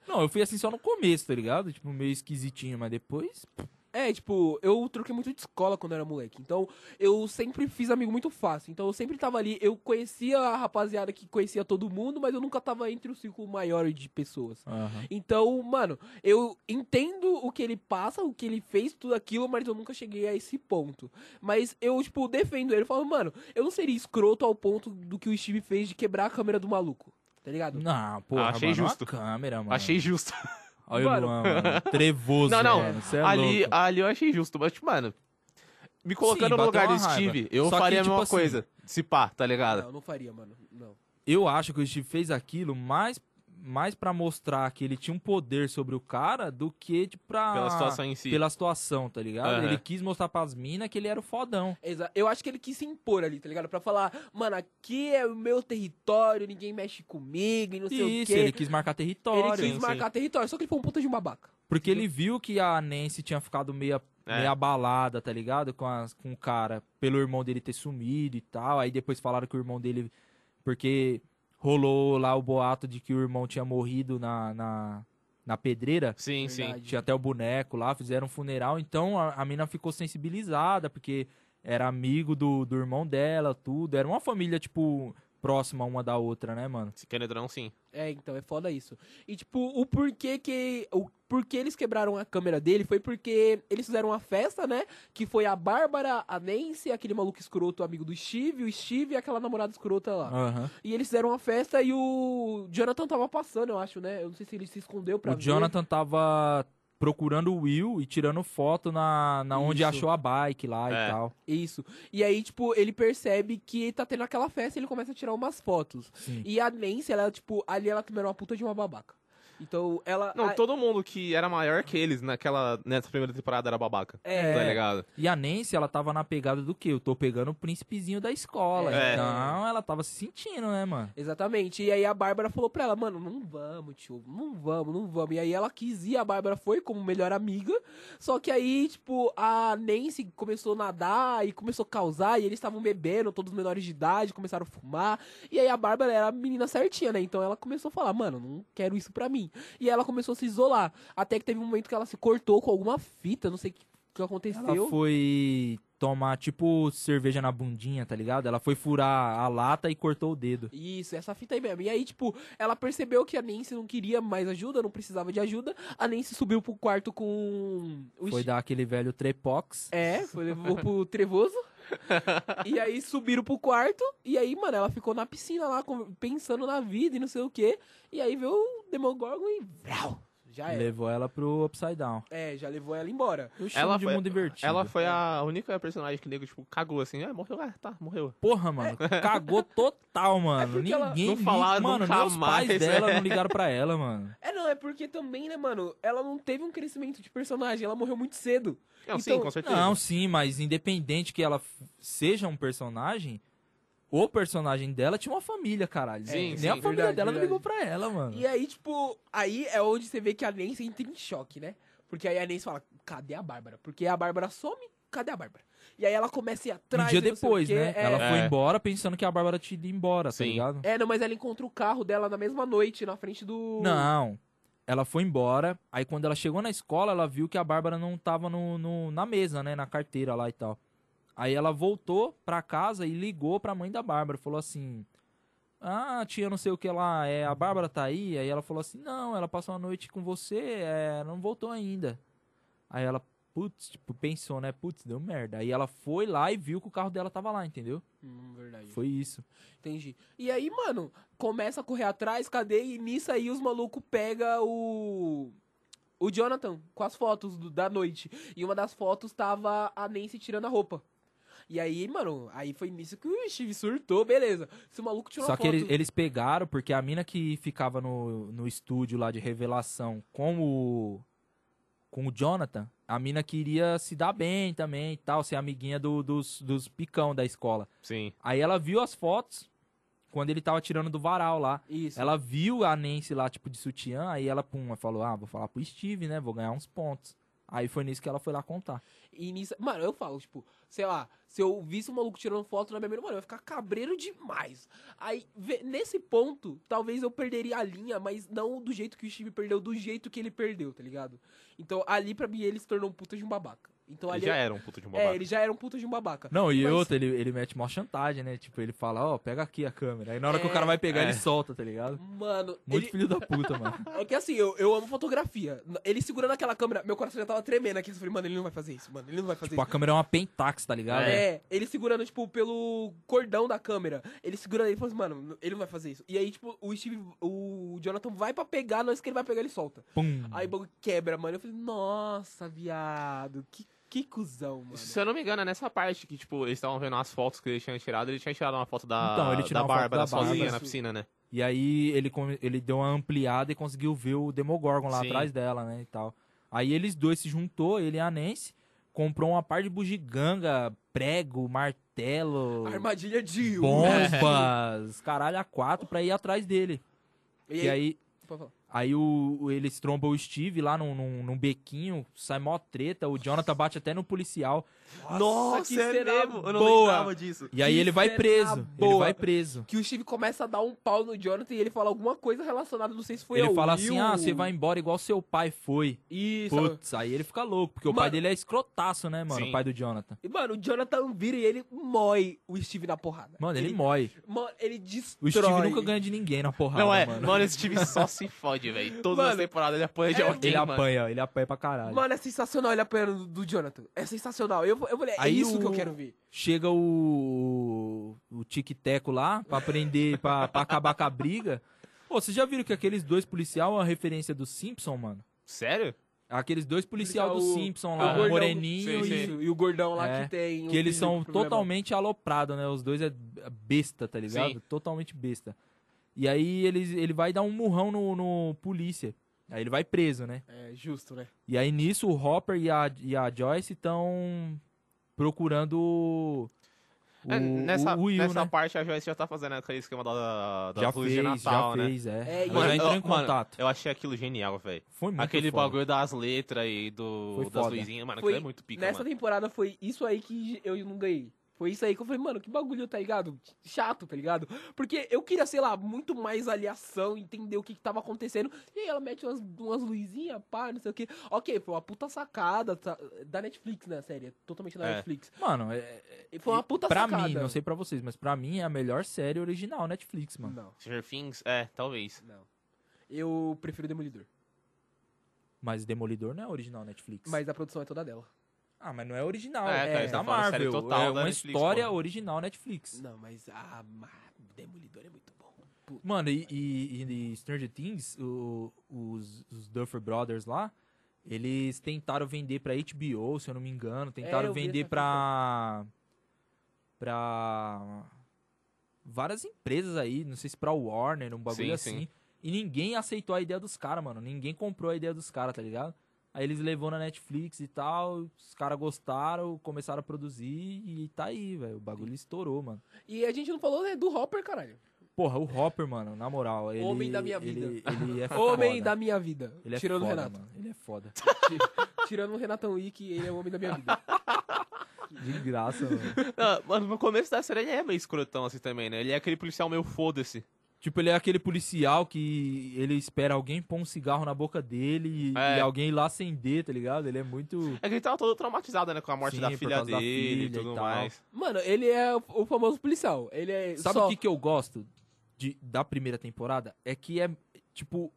[SPEAKER 1] Não, eu fui assim só no começo, tá ligado? Tipo, meio esquisitinho, mas depois...
[SPEAKER 2] É, tipo, eu troquei muito de escola quando eu era moleque. Então, eu sempre fiz amigo muito fácil. Então, eu sempre tava ali. Eu conhecia a rapaziada que conhecia todo mundo, mas eu nunca tava entre o círculo maior de pessoas.
[SPEAKER 1] Aham.
[SPEAKER 2] Então, mano, eu entendo o que ele passa, o que ele fez, tudo aquilo, mas eu nunca cheguei a esse ponto. Mas eu, tipo, defendo ele. Eu falo, mano, eu não seria escroto ao ponto do que o Steve fez de quebrar a câmera do maluco. Tá ligado?
[SPEAKER 1] Não, porra,
[SPEAKER 3] Achei
[SPEAKER 1] mano, é uma
[SPEAKER 3] justo.
[SPEAKER 1] câmera, mano.
[SPEAKER 3] Achei justo.
[SPEAKER 1] Olha o
[SPEAKER 2] Mano.
[SPEAKER 1] Luan, mano. Trevoso,
[SPEAKER 3] Não, não.
[SPEAKER 1] mano. Cê é
[SPEAKER 3] ali,
[SPEAKER 1] louco.
[SPEAKER 3] ali eu achei justo. Mas, tipo, mano. Me
[SPEAKER 1] Sim,
[SPEAKER 3] colocando no
[SPEAKER 1] bateu
[SPEAKER 3] lugar
[SPEAKER 1] uma
[SPEAKER 3] do
[SPEAKER 1] raiva.
[SPEAKER 3] Steve, eu
[SPEAKER 1] Só que,
[SPEAKER 3] faria a
[SPEAKER 1] tipo
[SPEAKER 3] mesma
[SPEAKER 1] assim,
[SPEAKER 3] coisa. Se pá, tá ligado?
[SPEAKER 2] Não, não faria, mano. Não.
[SPEAKER 1] Eu acho que o Steve fez aquilo mais, mais pra mostrar que ele tinha um poder sobre o cara do que tipo, pra...
[SPEAKER 3] Pela situação em si.
[SPEAKER 1] Pela situação, tá ligado?
[SPEAKER 3] Aham.
[SPEAKER 1] Ele quis mostrar pras minas que ele era o fodão.
[SPEAKER 2] Exa eu acho que ele quis se impor ali, tá ligado? Pra falar, mano, aqui é o meu território, ninguém mexe comigo e não sei
[SPEAKER 1] Isso,
[SPEAKER 2] o quê.
[SPEAKER 1] ele quis marcar território.
[SPEAKER 2] Ele quis
[SPEAKER 3] sim.
[SPEAKER 2] marcar território, só que ele foi um puta de um babaca.
[SPEAKER 1] Porque ele viu que a Nancy tinha ficado meia,
[SPEAKER 3] É.
[SPEAKER 1] meia abalada, tá ligado? Com, as- com o cara, pelo irmão dele ter sumido e tal. Aí depois falaram que o irmão dele. Porque rolou lá o boato de que o irmão tinha morrido na, na, na pedreira.
[SPEAKER 3] Sim, sim.
[SPEAKER 2] Verdade.
[SPEAKER 1] Tinha até o boneco lá, fizeram um funeral. Então a, a mina ficou sensibilizada, porque era amigo do, do irmão dela, tudo. Era uma família, tipo, próxima uma da outra, né, mano?
[SPEAKER 3] Se querendo ou não, sim.
[SPEAKER 2] É, então, é foda isso. E, tipo, o porquê que. O porquê eles quebraram a câmera dele foi porque eles fizeram uma festa, né? Que foi a Bárbara, a Nancy, aquele maluco escroto amigo do Steve, o Steve e aquela namorada escrota lá.
[SPEAKER 1] Aham.
[SPEAKER 2] E eles fizeram uma festa e o Jonathan tava passando, eu acho, né? Eu não sei se ele se escondeu pra
[SPEAKER 1] O
[SPEAKER 2] ver.
[SPEAKER 1] Jonathan tava procurando o Will e tirando foto na, na onde
[SPEAKER 2] Isso.
[SPEAKER 1] achou a bike lá e
[SPEAKER 3] É.
[SPEAKER 1] tal.
[SPEAKER 2] Isso. E aí, tipo, ele percebe que tá tendo aquela festa e ele começa a tirar umas fotos.
[SPEAKER 1] Sim.
[SPEAKER 2] E a Nancy, ela, tipo, ali ela também era uma puta de uma babaca. Então,
[SPEAKER 1] Ah,
[SPEAKER 2] ela.
[SPEAKER 3] Não,
[SPEAKER 1] é.
[SPEAKER 2] a-
[SPEAKER 3] todo mundo que era maior que eles naquela, nessa primeira temporada era babaca.
[SPEAKER 2] É.
[SPEAKER 3] Tá ligado?
[SPEAKER 1] E a Nancy, ela tava na pegada do quê? Eu tô pegando o príncipezinho da escola.
[SPEAKER 3] É.
[SPEAKER 1] Então ela tava se sentindo, né, mano?
[SPEAKER 2] Exatamente. E aí a Bárbara falou pra ela, mano, não vamos, tio, não vamos, não vamos. E aí ela quis ir, a Bárbara foi como melhor amiga. Só que aí, tipo, a Nancy começou a nadar e começou a causar, e eles estavam bebendo, todos menores de idade, começaram a fumar. E aí a Bárbara era a menina certinha, né? Então ela começou a falar, mano, não quero isso pra mim. E ela começou a se isolar. Até que teve um momento que ela se cortou com alguma fita, não sei o que, que
[SPEAKER 1] Ela
[SPEAKER 2] aconteceu.
[SPEAKER 1] foi tomar, tipo, cerveja na bundinha, tá ligado? Ela foi furar a lata e cortou o dedo.
[SPEAKER 2] Isso, essa fita aí mesmo. E aí, tipo, ela percebeu que a Nancy não queria mais ajuda, não precisava de ajuda. A Nancy subiu pro quarto com o
[SPEAKER 1] Foi
[SPEAKER 2] Steve.
[SPEAKER 1] dar aquele velho trepox.
[SPEAKER 2] É, foi levou pro Trevoso. e aí subiram pro quarto. E aí, mano, ela ficou na piscina lá, com- pensando na vida e não sei o quê. E aí veio o Demogorgon e. Vrau! Já era.
[SPEAKER 1] Levou ela pro Upside Down.
[SPEAKER 2] É, já levou ela embora.
[SPEAKER 1] Eu chamo
[SPEAKER 3] Ela
[SPEAKER 1] de
[SPEAKER 3] foi-
[SPEAKER 1] mundo invertido.
[SPEAKER 3] Ela foi a única personagem que o nego, tipo, cagou assim. Ah, morreu. Ah, tá, morreu.
[SPEAKER 1] Porra, mano, cagou total, mano.
[SPEAKER 2] É porque ela-
[SPEAKER 1] Ninguém
[SPEAKER 3] É. Não
[SPEAKER 1] liga-
[SPEAKER 3] falaram
[SPEAKER 1] mano,
[SPEAKER 3] nunca
[SPEAKER 1] nem os pais
[SPEAKER 3] mais,
[SPEAKER 1] dela
[SPEAKER 3] né?
[SPEAKER 1] não ligaram pra ela, mano.
[SPEAKER 2] É, não, é porque também, né, mano, ela não teve um crescimento de personagem, ela morreu muito cedo.
[SPEAKER 3] Não,
[SPEAKER 2] Então-
[SPEAKER 3] sim, com certeza.
[SPEAKER 1] Não, sim, mas independente que ela f- seja um personagem, o personagem dela tinha uma família, caralho.
[SPEAKER 3] Sim,
[SPEAKER 1] Nem
[SPEAKER 3] sim,
[SPEAKER 1] a família
[SPEAKER 2] verdade,
[SPEAKER 1] dela não
[SPEAKER 2] verdade.
[SPEAKER 1] ligou pra ela, mano. Um
[SPEAKER 2] E aí, tipo, aí é onde você vê que a Nancy entra em choque, né? Porque aí a Nancy fala, cadê a Bárbara? Porque a Bárbara some, cadê a Bárbara? E aí ela começa a ir
[SPEAKER 1] Um
[SPEAKER 2] atrás.
[SPEAKER 1] dia
[SPEAKER 2] e não sei o
[SPEAKER 1] depois,
[SPEAKER 2] quê,
[SPEAKER 1] né?
[SPEAKER 2] É,
[SPEAKER 1] Ela foi
[SPEAKER 3] É.
[SPEAKER 1] embora pensando que a Bárbara tinha ido embora, tá
[SPEAKER 3] Sim.
[SPEAKER 1] ligado?
[SPEAKER 2] é, não, mas ela encontra o carro dela na mesma noite, na frente do...
[SPEAKER 1] Não. Ela foi embora. Aí quando ela chegou na escola, ela viu que a Bárbara não tava no, no- na mesa, né? Na carteira lá e tal. Aí ela voltou pra casa e ligou pra mãe da Bárbara. Falou assim: Ah, tia, não sei o que lá, é, a Bárbara tá aí? Aí ela falou assim: Não, ela passou a noite com você, é, não voltou ainda. Aí ela, putz, tipo, pensou, né? Putz, deu merda. Aí ela foi lá e viu que o carro dela tava lá, entendeu?
[SPEAKER 2] Hum, verdade.
[SPEAKER 1] Foi isso.
[SPEAKER 2] Entendi. E aí, mano, começa a correr atrás, cadê? E nisso aí os malucos pega o. O Jonathan, com as fotos do- da noite. E uma das fotos tava a Nancy tirando a roupa. E aí, mano, aí foi nisso que o Steve surtou, beleza. Se o maluco tirou
[SPEAKER 1] Só
[SPEAKER 2] a
[SPEAKER 1] que
[SPEAKER 2] foto.
[SPEAKER 1] eles, eles pegaram, porque a mina que ficava no, no estúdio lá de revelação com o, com o Jonathan, a mina queria se dar bem também e tal, ser amiguinha do- dos, dos picão da escola.
[SPEAKER 3] Sim.
[SPEAKER 1] Aí ela viu as fotos quando ele tava tirando do varal lá.
[SPEAKER 2] Isso.
[SPEAKER 1] Ela viu a Nancy lá, tipo, de sutiã, aí ela, pum, falou, ah, vou falar pro Steve, né, vou ganhar uns pontos. Aí foi nisso que ela foi lá contar.
[SPEAKER 2] E nisso. Mano, eu falo, tipo, sei lá, se eu visse um maluco tirando foto na minha mira, mano, eu ia ficar cabreiro demais. Aí, vê- nesse ponto, talvez eu perderia a linha, mas não do jeito que o Steve perdeu, do jeito que ele perdeu, tá ligado? Então, ali pra mim, ele se tornou um puta de um babaca. Então,
[SPEAKER 3] Ele
[SPEAKER 2] ali.
[SPEAKER 3] já era um puto de um
[SPEAKER 2] é,
[SPEAKER 3] babaca.
[SPEAKER 2] ele já era um puta de um babaca.
[SPEAKER 1] Não, e
[SPEAKER 2] Mas-
[SPEAKER 1] outra, ele, ele mete mó chantagem, né, tipo, ele fala, ó, pega aqui a câmera. Aí na hora que o
[SPEAKER 2] É.
[SPEAKER 1] cara vai pegar,
[SPEAKER 3] É.
[SPEAKER 1] ele solta, tá ligado?
[SPEAKER 2] Mano,
[SPEAKER 1] Muito
[SPEAKER 2] ele-
[SPEAKER 1] filho da puta,
[SPEAKER 2] [LAUGHS]
[SPEAKER 1] mano.
[SPEAKER 2] é que assim, eu, eu amo fotografia. Ele segurando aquela câmera, meu coração já tava tremendo aqui. Eu falei, mano, ele não vai fazer isso, mano, ele não vai fazer
[SPEAKER 1] Tipo, a
[SPEAKER 2] isso.
[SPEAKER 1] câmera é uma Pentax, tá ligado?
[SPEAKER 3] É.
[SPEAKER 2] Assim. É, ele segurando, tipo, pelo cordão da câmera. Ele segurando ele e falou assim, mano, ele não vai fazer isso. E aí, tipo, o Steve, o Jonathan vai pra pegar, não é isso que ele vai pegar, ele solta.
[SPEAKER 1] Pum.
[SPEAKER 2] Aí o bagulho quebra, mano. Eu falei, nossa, viado, que, que cuzão, mano.
[SPEAKER 3] Se eu não me engano, é nessa parte que, tipo, eles estavam vendo as fotos que ele tinha tirado. Ele tinha tirado uma foto da,
[SPEAKER 1] Então, ele tirou
[SPEAKER 3] da
[SPEAKER 1] uma foto
[SPEAKER 3] Bárbara
[SPEAKER 1] da Bárbara.
[SPEAKER 3] sozinha na
[SPEAKER 2] Isso.
[SPEAKER 3] piscina, né?
[SPEAKER 1] E aí ele, come- ele deu uma ampliada e conseguiu ver o Demogorgon lá
[SPEAKER 3] Sim.
[SPEAKER 1] atrás dela, né, e tal. Aí eles dois se juntou, ele e a Nancy, comprou uma par de bugiganga, prego, martelo,
[SPEAKER 2] Armadilha de
[SPEAKER 1] bombas, caralho, a quatro pra ir atrás dele. É. E,
[SPEAKER 2] E aí,
[SPEAKER 1] aí,
[SPEAKER 2] Pode falar.
[SPEAKER 1] aí o, o- eles trombam o Steve lá num, num, num bequinho, sai mó treta, o Jonathan bate até no policial.
[SPEAKER 2] que
[SPEAKER 1] é
[SPEAKER 2] cena boa.
[SPEAKER 3] lembrava disso.
[SPEAKER 1] E aí
[SPEAKER 2] Que
[SPEAKER 1] ele vai
[SPEAKER 2] cena
[SPEAKER 1] preso, ele
[SPEAKER 2] boa.
[SPEAKER 1] vai preso.
[SPEAKER 2] Que o Steve começa a dar um pau no Jonathan e ele fala alguma coisa relacionada, não sei se foi
[SPEAKER 1] ele
[SPEAKER 2] ao
[SPEAKER 1] fala
[SPEAKER 2] Tipo, Will.
[SPEAKER 1] assim: ah, você vai embora igual seu pai foi.
[SPEAKER 2] Isso.
[SPEAKER 1] Putz, aí ele fica louco, porque o pai
[SPEAKER 2] Mano-
[SPEAKER 1] dele é escrotaço, né, mano?
[SPEAKER 3] Sim.
[SPEAKER 1] O pai do Jonathan.
[SPEAKER 2] E, mano, o Jonathan vira e ele mói o Steve na porrada.
[SPEAKER 1] Mano, ele, mói.
[SPEAKER 2] Mano, ele
[SPEAKER 1] O
[SPEAKER 2] destrói.
[SPEAKER 1] Steve nunca ganha de ninguém na porrada,
[SPEAKER 3] Não é, mano.
[SPEAKER 1] mano.
[SPEAKER 3] esse time só se fode, velho. Todas
[SPEAKER 2] Mano,
[SPEAKER 3] as temporadas ele apanha de
[SPEAKER 2] é-
[SPEAKER 3] alguém,
[SPEAKER 1] Ele
[SPEAKER 3] mano.
[SPEAKER 1] apanha, ele apanha pra caralho.
[SPEAKER 2] Mano, é sensacional ele apanhando do Jonathan. É sensacional. Eu, vou- eu falei, é
[SPEAKER 1] Aí
[SPEAKER 2] isso que eu
[SPEAKER 1] o-
[SPEAKER 2] quero ver.
[SPEAKER 1] Chega o. o Tic-Teco lá pra prender, [LAUGHS] pra, pra acabar com a briga. Pô, vocês já viram que aqueles dois policial é uma referência do Simpson, mano?
[SPEAKER 3] Sério?
[SPEAKER 1] Aqueles dois policial do
[SPEAKER 2] O-
[SPEAKER 1] Simpson
[SPEAKER 2] o
[SPEAKER 1] lá, o
[SPEAKER 2] gordão-
[SPEAKER 1] Moreninho
[SPEAKER 3] Sim,
[SPEAKER 1] e
[SPEAKER 3] sim.
[SPEAKER 2] É Isso, e o gordão lá
[SPEAKER 1] É,
[SPEAKER 2] que tem. um o
[SPEAKER 1] Que eles
[SPEAKER 2] físico
[SPEAKER 1] são
[SPEAKER 2] problemático.
[SPEAKER 1] totalmente aloprados, né? Os dois é besta, tá ligado?
[SPEAKER 3] Sim.
[SPEAKER 1] Totalmente besta. E aí eles, ele vai dar um murrão no, no polícia. Aí ele vai preso, né?
[SPEAKER 2] É, justo, né?
[SPEAKER 1] E aí nisso o Hopper e a, e a Joyce estão procurando o, o,
[SPEAKER 3] É, nessa
[SPEAKER 1] o Will,
[SPEAKER 3] nessa
[SPEAKER 1] né?
[SPEAKER 3] parte a Joyce já tá fazendo aquele esquema da, da
[SPEAKER 1] Já
[SPEAKER 3] luz
[SPEAKER 1] fez,
[SPEAKER 3] de Natal,
[SPEAKER 1] já
[SPEAKER 3] né?
[SPEAKER 1] fez, é.
[SPEAKER 2] É, e-
[SPEAKER 1] Ela
[SPEAKER 3] Mano,
[SPEAKER 1] já entrou
[SPEAKER 3] eu-
[SPEAKER 1] em
[SPEAKER 3] mano,
[SPEAKER 1] contato.
[SPEAKER 3] eu achei aquilo genial, velho.
[SPEAKER 1] Foi muito
[SPEAKER 3] Aquele
[SPEAKER 1] foda.
[SPEAKER 3] bagulho das letras e do,
[SPEAKER 1] Foi
[SPEAKER 3] das
[SPEAKER 1] foda.
[SPEAKER 3] luzinhas, mano,
[SPEAKER 2] Foi
[SPEAKER 3] aquilo é muito pica,
[SPEAKER 2] Nessa
[SPEAKER 3] mano.
[SPEAKER 2] temporada foi isso aí que eu não ganhei. Foi isso aí que eu falei, mano, que bagulho, tá ligado? Chato, tá ligado? Porque eu queria, sei lá, muito mais aliação, entender o que, que tava acontecendo. E aí ela mete umas, umas luzinhas, pá, não sei o quê. Ok, foi uma puta sacada tá- da Netflix, né, série? Totalmente da
[SPEAKER 3] É.
[SPEAKER 2] Netflix.
[SPEAKER 1] Mano, é,
[SPEAKER 2] E foi uma puta
[SPEAKER 1] pra
[SPEAKER 2] Tá sacada.
[SPEAKER 1] mim, não sei pra vocês, mas pra mim é a melhor série original Netflix, mano.
[SPEAKER 2] Não,
[SPEAKER 3] Stranger Things, é, talvez.
[SPEAKER 2] não. Eu prefiro Demolidor.
[SPEAKER 1] Mas Demolidor não é original Netflix.
[SPEAKER 2] Mas a produção é toda dela.
[SPEAKER 1] Ah, mas não é original.
[SPEAKER 3] É,
[SPEAKER 2] cara,
[SPEAKER 1] É,
[SPEAKER 2] você
[SPEAKER 1] da
[SPEAKER 3] tá falando série
[SPEAKER 1] Marvel.
[SPEAKER 3] total
[SPEAKER 1] é
[SPEAKER 3] da
[SPEAKER 1] uma
[SPEAKER 3] Netflix,
[SPEAKER 1] história
[SPEAKER 3] porra.
[SPEAKER 1] original Netflix.
[SPEAKER 2] Não, mas a ma- ah, Demolidor é muito bom.
[SPEAKER 1] Mano, e, e, e- e Stranger Things, o- os, os Duffer Brothers lá, eles tentaram vender pra HBO, se eu não me engano. Tentaram
[SPEAKER 2] É, eu vi
[SPEAKER 1] vender
[SPEAKER 2] essa
[SPEAKER 1] pra. pra. várias empresas aí, não sei se pra Warner, um bagulho
[SPEAKER 3] Sim,
[SPEAKER 1] assim.
[SPEAKER 3] sim.
[SPEAKER 1] E ninguém aceitou a ideia dos caras, mano. Ninguém comprou a ideia dos caras, tá ligado? Aí eles levou na Netflix e tal, os caras gostaram, começaram a produzir e tá aí, velho. O bagulho estourou, mano.
[SPEAKER 2] E a gente não falou né, do Hopper, caralho.
[SPEAKER 1] Porra, o Hopper, mano, na moral. Ele,
[SPEAKER 2] Homem da minha vida.
[SPEAKER 1] Ele, ele é foda.
[SPEAKER 2] Homem da minha vida.
[SPEAKER 1] Ele é
[SPEAKER 2] tirando
[SPEAKER 1] foda,
[SPEAKER 2] o Renato.
[SPEAKER 1] mano. Ele é foda.
[SPEAKER 2] Ti- [LAUGHS] tirando o Renatão Wick, ele é o homem da minha vida.
[SPEAKER 1] De graça, mano.
[SPEAKER 3] Ah, mano, no começo da série ele é meio escrotão assim também, né? Ele é aquele policial meio foda-se.
[SPEAKER 1] [LAUGHS] tipo, ele é aquele policial que ele espera alguém pôr um cigarro na boca dele e,
[SPEAKER 3] É.
[SPEAKER 1] e alguém lá acender, tá ligado? Ele é muito.
[SPEAKER 3] É que ele tava todo traumatizado, né? Com a morte
[SPEAKER 1] Sim,
[SPEAKER 3] da
[SPEAKER 1] por
[SPEAKER 3] filha
[SPEAKER 1] causa da
[SPEAKER 3] dele e
[SPEAKER 1] filha e
[SPEAKER 3] tudo
[SPEAKER 1] tal.
[SPEAKER 3] mais.
[SPEAKER 2] Mano, ele é o- o famoso policial. Ele é
[SPEAKER 1] Sabe
[SPEAKER 2] só...
[SPEAKER 1] o que, que eu gosto de, da primeira temporada? É que é, tipo,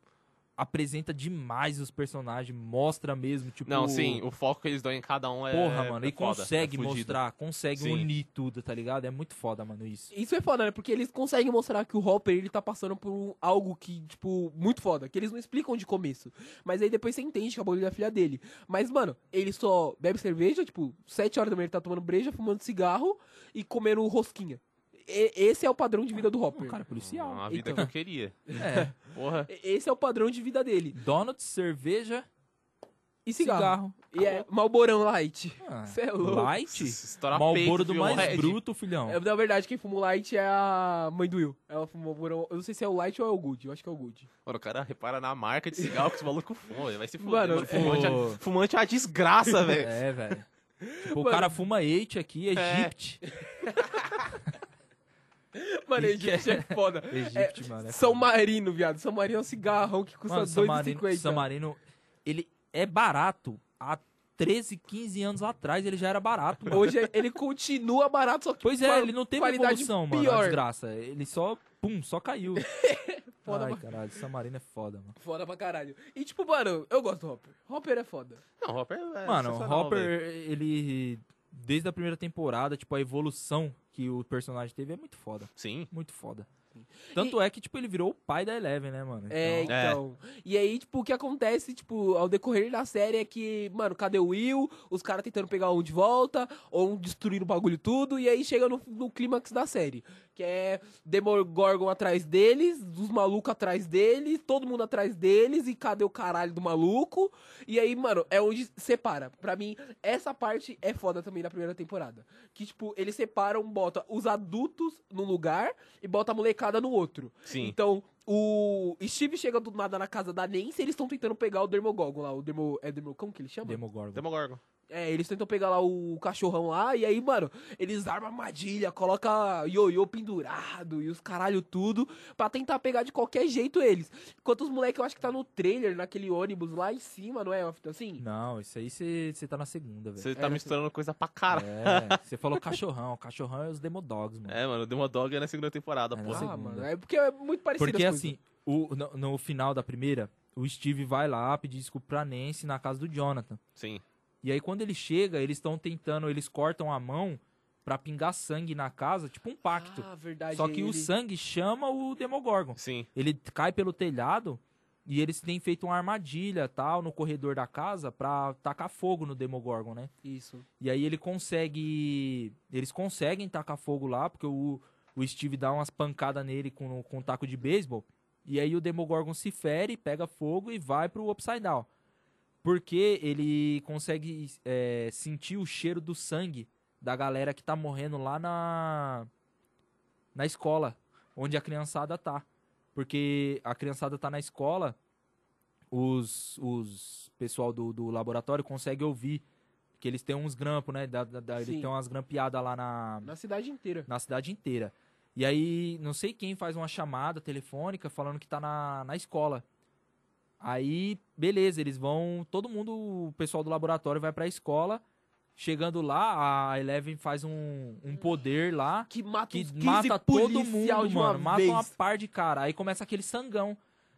[SPEAKER 1] apresenta demais os personagens, mostra mesmo, tipo.
[SPEAKER 3] Não, sim, o foco que eles dão em cada um é.
[SPEAKER 1] Porra, mano,
[SPEAKER 3] é
[SPEAKER 1] e
[SPEAKER 3] foda,
[SPEAKER 1] consegue
[SPEAKER 3] é fudido.
[SPEAKER 1] mostrar, consegue
[SPEAKER 3] Sim.
[SPEAKER 1] unir tudo, tá ligado? É muito foda, mano, isso.
[SPEAKER 2] Isso é foda, né? Porque eles conseguem mostrar que o Hopper, ele tá passando por um- algo que, tipo, muito foda. Que eles não explicam de começo. Mas aí depois você entende que é o bagulho da filha dele. Mas, mano, ele só bebe cerveja, tipo, sete horas da manhã ele tá tomando breja, fumando cigarro e comendo rosquinha. E- esse é o padrão de vida do
[SPEAKER 1] O
[SPEAKER 2] Hopper.
[SPEAKER 1] cara é policial.
[SPEAKER 3] Uma vida
[SPEAKER 2] Então.
[SPEAKER 3] que eu queria.
[SPEAKER 1] É.
[SPEAKER 3] Porra.
[SPEAKER 2] E- Esse é o padrão de vida dele.
[SPEAKER 1] Donuts, cerveja,
[SPEAKER 2] E cigarro.
[SPEAKER 1] cigarro.
[SPEAKER 2] E é Malborão Light.
[SPEAKER 1] Ah,
[SPEAKER 2] Cê é louco.
[SPEAKER 1] Light?
[SPEAKER 3] Estoura
[SPEAKER 1] Malboro
[SPEAKER 3] peito,
[SPEAKER 1] do
[SPEAKER 3] viu, tipo
[SPEAKER 1] mais
[SPEAKER 3] Red?
[SPEAKER 1] bruto, filhão.
[SPEAKER 2] É, na verdade, quem fuma o Light é a mãe do Will. Ela fumou Malborão. Eu não sei se é o Light ou é o Good. Eu acho que é o Good.
[SPEAKER 3] Mano, o cara repara na marca de cigarro que os malucos fumam. ele Vai se fuder.
[SPEAKER 2] Mano,
[SPEAKER 3] Mano, fumante, é... fumante é
[SPEAKER 1] [LAUGHS]
[SPEAKER 3] uma desgraça, velho.
[SPEAKER 1] É, velho. Tipo, o
[SPEAKER 2] Mano. É.
[SPEAKER 1] cara fuma Eight aqui, Egipte.
[SPEAKER 2] [LAUGHS] Mano, Egito é foda.
[SPEAKER 1] Egipte, mano. é
[SPEAKER 2] [LAUGHS] São
[SPEAKER 1] foda.
[SPEAKER 2] Marino, viado. São Marino é um cigarrão que custa
[SPEAKER 1] Mano, San Marino, San
[SPEAKER 2] 2,50.
[SPEAKER 1] Marino, ele é barato. Há 13, 15 anos atrás ele já era barato, mano.
[SPEAKER 2] Hoje é- ele continua barato, só que
[SPEAKER 1] Pois é,
[SPEAKER 2] qual-
[SPEAKER 1] ele não teve
[SPEAKER 2] qualidade
[SPEAKER 1] evolução, mano. a
[SPEAKER 2] pior.
[SPEAKER 1] desgraça. Ele só, pum, só caiu.
[SPEAKER 2] [LAUGHS] Foda,
[SPEAKER 1] Ai,
[SPEAKER 2] mano.
[SPEAKER 1] caralho, San Marino é foda, mano.
[SPEAKER 2] Foda pra caralho. E tipo, mano, eu gosto do Hopper. Hopper é foda.
[SPEAKER 3] Não, Hopper é
[SPEAKER 1] Mano, o
[SPEAKER 3] sensacional,
[SPEAKER 1] Hopper,
[SPEAKER 3] velho.
[SPEAKER 1] ele. Desde a primeira temporada, tipo, a evolução que o personagem teve é muito foda.
[SPEAKER 3] Sim.
[SPEAKER 1] Muito foda. Tanto é que, tipo, ele virou o pai da Eleven, né, mano?
[SPEAKER 2] É,
[SPEAKER 1] Então,
[SPEAKER 2] então. E aí, tipo, o que acontece, tipo, ao decorrer da série é que, mano, cadê o Will? Os caras tentando pegar um de volta, ou um destruindo o bagulho tudo, e aí chega no, no clímax da série. Que é Demogorgon atrás deles, os malucos atrás deles, todo mundo atrás deles, e cadê o caralho do maluco? E aí, mano, é onde separa. Pra mim, essa parte é foda também na primeira temporada. Que, tipo, eles separam, bota os adultos num lugar e bota a molecada no outro.
[SPEAKER 3] Sim.
[SPEAKER 2] Então, o Steve chega do nada na casa da Nancy e eles estão tentando pegar o Dermogogon lá. O Dermo... É Dermo... Como que ele chama?
[SPEAKER 1] Demogorgon.
[SPEAKER 3] Demogorgon.
[SPEAKER 2] É, eles tentam pegar lá o cachorrão lá e aí, mano, eles armam armadilha, coloca ioiô pendurado e os caralho tudo pra tentar pegar de qualquer jeito eles. Enquanto os moleques, eu acho que tá no trailer, naquele ônibus lá em cima, não é? Assim?
[SPEAKER 1] Não, isso aí você tá na segunda, velho.
[SPEAKER 3] Você tá misturando coisa pra caralho.
[SPEAKER 1] É, você falou cachorrão. Cachorrão é os Demodogs, mano.
[SPEAKER 3] É, mano, Demodog é na segunda temporada,
[SPEAKER 1] É,
[SPEAKER 3] porra.
[SPEAKER 1] na
[SPEAKER 2] Ah,
[SPEAKER 1] segunda.
[SPEAKER 2] mano, é porque é muito parecido
[SPEAKER 1] Porque,
[SPEAKER 2] as coisas.
[SPEAKER 1] assim, o, no, no final da primeira, o Steve vai lá pedir desculpa pra Nancy na casa do Jonathan.
[SPEAKER 3] Sim.
[SPEAKER 1] E aí, quando ele chega, eles estão tentando, eles cortam a mão pra pingar sangue na casa, tipo um pacto.
[SPEAKER 2] Ah, verdade.
[SPEAKER 1] Só que
[SPEAKER 2] ele-
[SPEAKER 1] o sangue chama o Demogorgon.
[SPEAKER 3] Sim.
[SPEAKER 1] Ele cai pelo telhado e eles têm feito uma armadilha tal no corredor da casa pra tacar fogo no Demogorgon, né?
[SPEAKER 2] Isso.
[SPEAKER 1] E aí ele consegue. Eles conseguem tacar fogo lá, porque o, o Steve dá umas pancadas nele com, com um taco de beisebol. E aí o Demogorgon se fere, pega fogo e vai pro Upside Down. Porque ele consegue é, sentir o cheiro do sangue da galera que tá morrendo lá na. na escola, onde a criançada tá. Porque a criançada tá na escola, os, os pessoal do, do laboratório consegue ouvir. Que eles têm uns grampos, né? Da, da- da-
[SPEAKER 2] Sim.
[SPEAKER 1] eles têm umas grampeadas lá na,
[SPEAKER 2] Na cidade inteira.
[SPEAKER 1] na cidade inteira. E aí, não sei quem faz uma chamada telefônica falando que tá na, na escola. Aí, beleza, eles vão. Todo mundo, o pessoal do laboratório, vai pra escola. Chegando lá, a Eleven faz um, um poder lá
[SPEAKER 2] Que mata
[SPEAKER 1] que
[SPEAKER 2] uns 15
[SPEAKER 1] mata todo
[SPEAKER 2] policial
[SPEAKER 1] mundo,
[SPEAKER 2] de uma
[SPEAKER 1] mano. Mata
[SPEAKER 2] vez.
[SPEAKER 1] uma par de cara. Aí começa aquele sangão.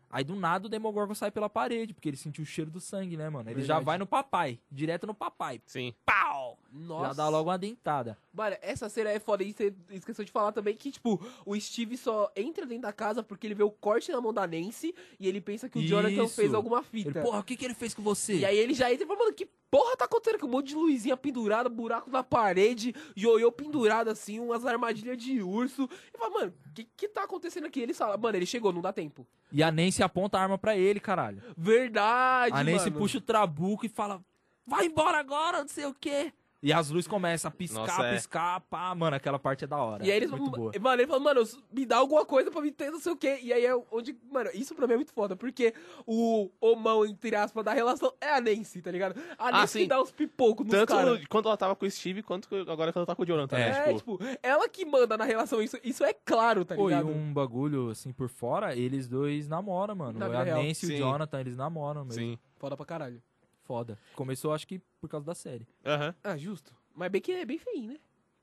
[SPEAKER 1] Aí do nada o Demogorgon sai pela parede, porque ele sentiu o cheiro do sangue, né, mano? Ele já
[SPEAKER 2] Verdade.
[SPEAKER 1] vai no papai, direto no papai.
[SPEAKER 3] Sim.
[SPEAKER 1] Pau!
[SPEAKER 2] Nossa.
[SPEAKER 1] Já dá logo uma dentada.
[SPEAKER 2] Mano, essa cena é foda. E você esqueceu de falar também que, tipo, o Steve só entra dentro da casa porque ele vê o corte na mão da Nancy e ele pensa que o Jonathan
[SPEAKER 1] Isso.
[SPEAKER 2] fez alguma fita.
[SPEAKER 1] Ele, porra, o que, que ele fez com você?
[SPEAKER 2] E aí ele já entra e fala, mano, que porra tá acontecendo aqui? Um monte de luzinha pendurada, buraco na parede, ioiô pendurado assim, umas armadilhas de urso. E fala, mano, o que, que tá acontecendo aqui? Ele fala, mano, ele chegou, não dá tempo.
[SPEAKER 1] E a Nancy aponta a arma pra ele, caralho.
[SPEAKER 2] Verdade,
[SPEAKER 1] a Nancy
[SPEAKER 2] mano.
[SPEAKER 1] puxa o trabuco e fala: vai embora agora, não sei o quê. E as luzes começam a piscar,
[SPEAKER 3] Nossa, é.
[SPEAKER 1] piscar, pá. Mano, aquela parte é da hora.
[SPEAKER 2] E aí eles
[SPEAKER 1] Muito boa.
[SPEAKER 2] Mano, ele fala, mano, me dá alguma coisa pra me ter, não sei o quê. E aí é onde. Mano, isso pra mim é muito foda, porque o homão, entre aspas, da relação é a Nancy, tá ligado? A
[SPEAKER 3] Ah,
[SPEAKER 2] Nancy
[SPEAKER 3] sim.
[SPEAKER 2] dá uns pipocos nos
[SPEAKER 3] Tanto
[SPEAKER 2] caras.
[SPEAKER 3] quando ela tava com o Steve, quanto que agora que ela tá com o Jonathan,
[SPEAKER 1] É,
[SPEAKER 3] né?
[SPEAKER 2] É, tipo, ela que manda na relação isso. Isso é claro, tá
[SPEAKER 1] Pô, e
[SPEAKER 2] ligado?
[SPEAKER 1] um bagulho assim por fora, eles dois namoram, mano.
[SPEAKER 2] Tá Na vida
[SPEAKER 1] a
[SPEAKER 2] real.
[SPEAKER 1] Nancy e
[SPEAKER 3] Sim.
[SPEAKER 1] o Jonathan, eles namoram mesmo.
[SPEAKER 3] Sim.
[SPEAKER 2] Foda pra caralho.
[SPEAKER 1] Foda. Começou, acho que por causa da série.
[SPEAKER 3] Aham.
[SPEAKER 2] Ah, justo. Mas bem que é
[SPEAKER 1] [LAUGHS]
[SPEAKER 2] bem feinho, né?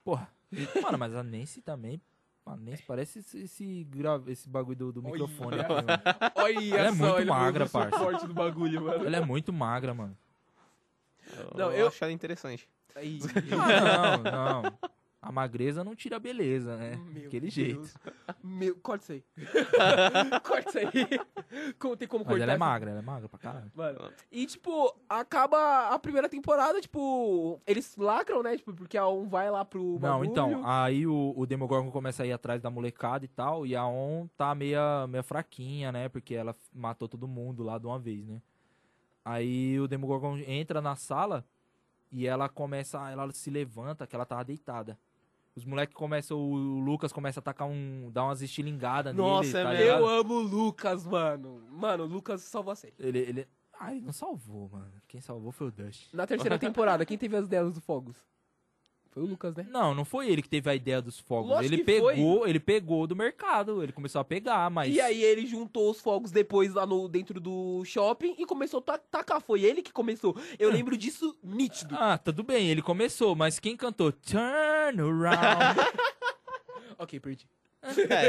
[SPEAKER 1] Porra. E, [LAUGHS] mano, mas a Nancy também. A Nancy parece esse, esse, gra- esse bagulho do, do
[SPEAKER 2] Olha. [LAUGHS]
[SPEAKER 1] microfone. aqui, mano.
[SPEAKER 2] Olha
[SPEAKER 1] Ela é
[SPEAKER 2] só,
[SPEAKER 1] muito
[SPEAKER 2] ele
[SPEAKER 1] magra,
[SPEAKER 2] mandou o
[SPEAKER 1] parça.
[SPEAKER 2] suporte do
[SPEAKER 1] [LAUGHS]
[SPEAKER 2] bagulho, mano.
[SPEAKER 1] Ela é muito magra, mano.
[SPEAKER 2] Não,
[SPEAKER 3] Não,
[SPEAKER 2] eu-
[SPEAKER 3] eu acho ela interessante.
[SPEAKER 2] Aí.
[SPEAKER 1] Ah, não, não. [LAUGHS] A magreza não tira a beleza, né?
[SPEAKER 2] Meu
[SPEAKER 1] Daquele
[SPEAKER 2] Deus.
[SPEAKER 1] jeito.
[SPEAKER 2] Meu,
[SPEAKER 1] [LAUGHS]
[SPEAKER 2] corta isso aí. corta isso aí. Como, tem como
[SPEAKER 1] Mas
[SPEAKER 2] cortar
[SPEAKER 1] ela é
[SPEAKER 2] essa-
[SPEAKER 1] magra, ela é magra pra caralho.
[SPEAKER 2] Mano. E, tipo, acaba a primeira temporada, tipo, eles lacram, né? Tipo, porque a um vai lá pro.
[SPEAKER 1] Não,
[SPEAKER 2] bagulho.
[SPEAKER 1] então, aí o, o Demogorgon começa a ir atrás da molecada e tal, e a On tá meia, meia fraquinha, né? Porque ela f- matou todo mundo lá de uma vez, né? Aí o Demogorgon entra na sala e ela começa, ela se levanta, que ela tava deitada. Os moleques começam, o Lucas começa a atacar um, dar umas estilingadas nele,
[SPEAKER 3] Nossa, é
[SPEAKER 1] tá
[SPEAKER 3] mesmo.
[SPEAKER 1] ligado?
[SPEAKER 2] Eu amo o Lucas, mano. Mano, o Lucas salvou a série.
[SPEAKER 1] Ele, ele... Ah, ele não salvou, mano. Quem salvou foi o Dust.
[SPEAKER 2] Na terceira temporada, quem teve as delas do Fogos? Foi o Lucas, né?
[SPEAKER 1] Não, não foi ele que teve a ideia dos fogos.
[SPEAKER 2] Lógico
[SPEAKER 1] ele
[SPEAKER 2] que foi.
[SPEAKER 1] pegou, ele pegou do mercado, ele começou a pegar, mas
[SPEAKER 2] E aí ele juntou os fogos depois lá no, dentro do shopping e começou a ta- tacar. Foi ele que começou.
[SPEAKER 1] Hum.
[SPEAKER 2] Eu lembro disso nítido.
[SPEAKER 1] Ah, tudo bem, ele começou, mas quem cantou Turn
[SPEAKER 2] [LAUGHS]
[SPEAKER 1] Around?
[SPEAKER 2] Ok, perdi.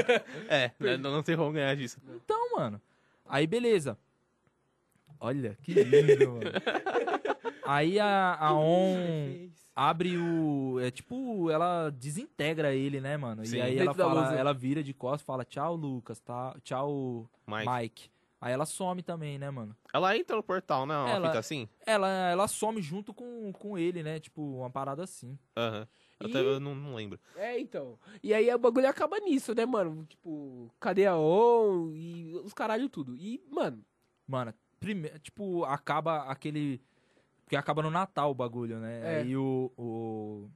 [SPEAKER 3] É, é né, não, não tem como ganhar disso.
[SPEAKER 1] então, mano. Aí, beleza. Olha,
[SPEAKER 2] [LAUGHS]
[SPEAKER 1] que lindo, mano. Aí a, a
[SPEAKER 2] né,
[SPEAKER 1] On abre o. É tipo, ela desintegra ele, né, mano?
[SPEAKER 3] Sim.
[SPEAKER 1] E aí
[SPEAKER 2] Dentro
[SPEAKER 1] ela
[SPEAKER 2] da
[SPEAKER 1] fala,
[SPEAKER 2] lousa.
[SPEAKER 1] ela vira de costas e fala, tchau, Lucas, tá? Tchau,
[SPEAKER 3] Mike.
[SPEAKER 1] Mike. Aí ela some também, né, mano?
[SPEAKER 3] Ela entra no portal, né? Ela
[SPEAKER 1] Ela-
[SPEAKER 3] fica assim?
[SPEAKER 1] Ela, ela some junto com, com ele, né? Tipo, uma parada assim.
[SPEAKER 3] Aham. Eu,
[SPEAKER 2] E-
[SPEAKER 3] até- eu não, não lembro.
[SPEAKER 2] É, então. E aí o bagulho acaba nisso, né, mano? Tipo, cadê a ON e os caralho tudo. E, mano,
[SPEAKER 1] Mano, prime... tipo, acaba aquele. Porque acaba no Natal o bagulho, né?
[SPEAKER 2] É.
[SPEAKER 1] Aí o, o.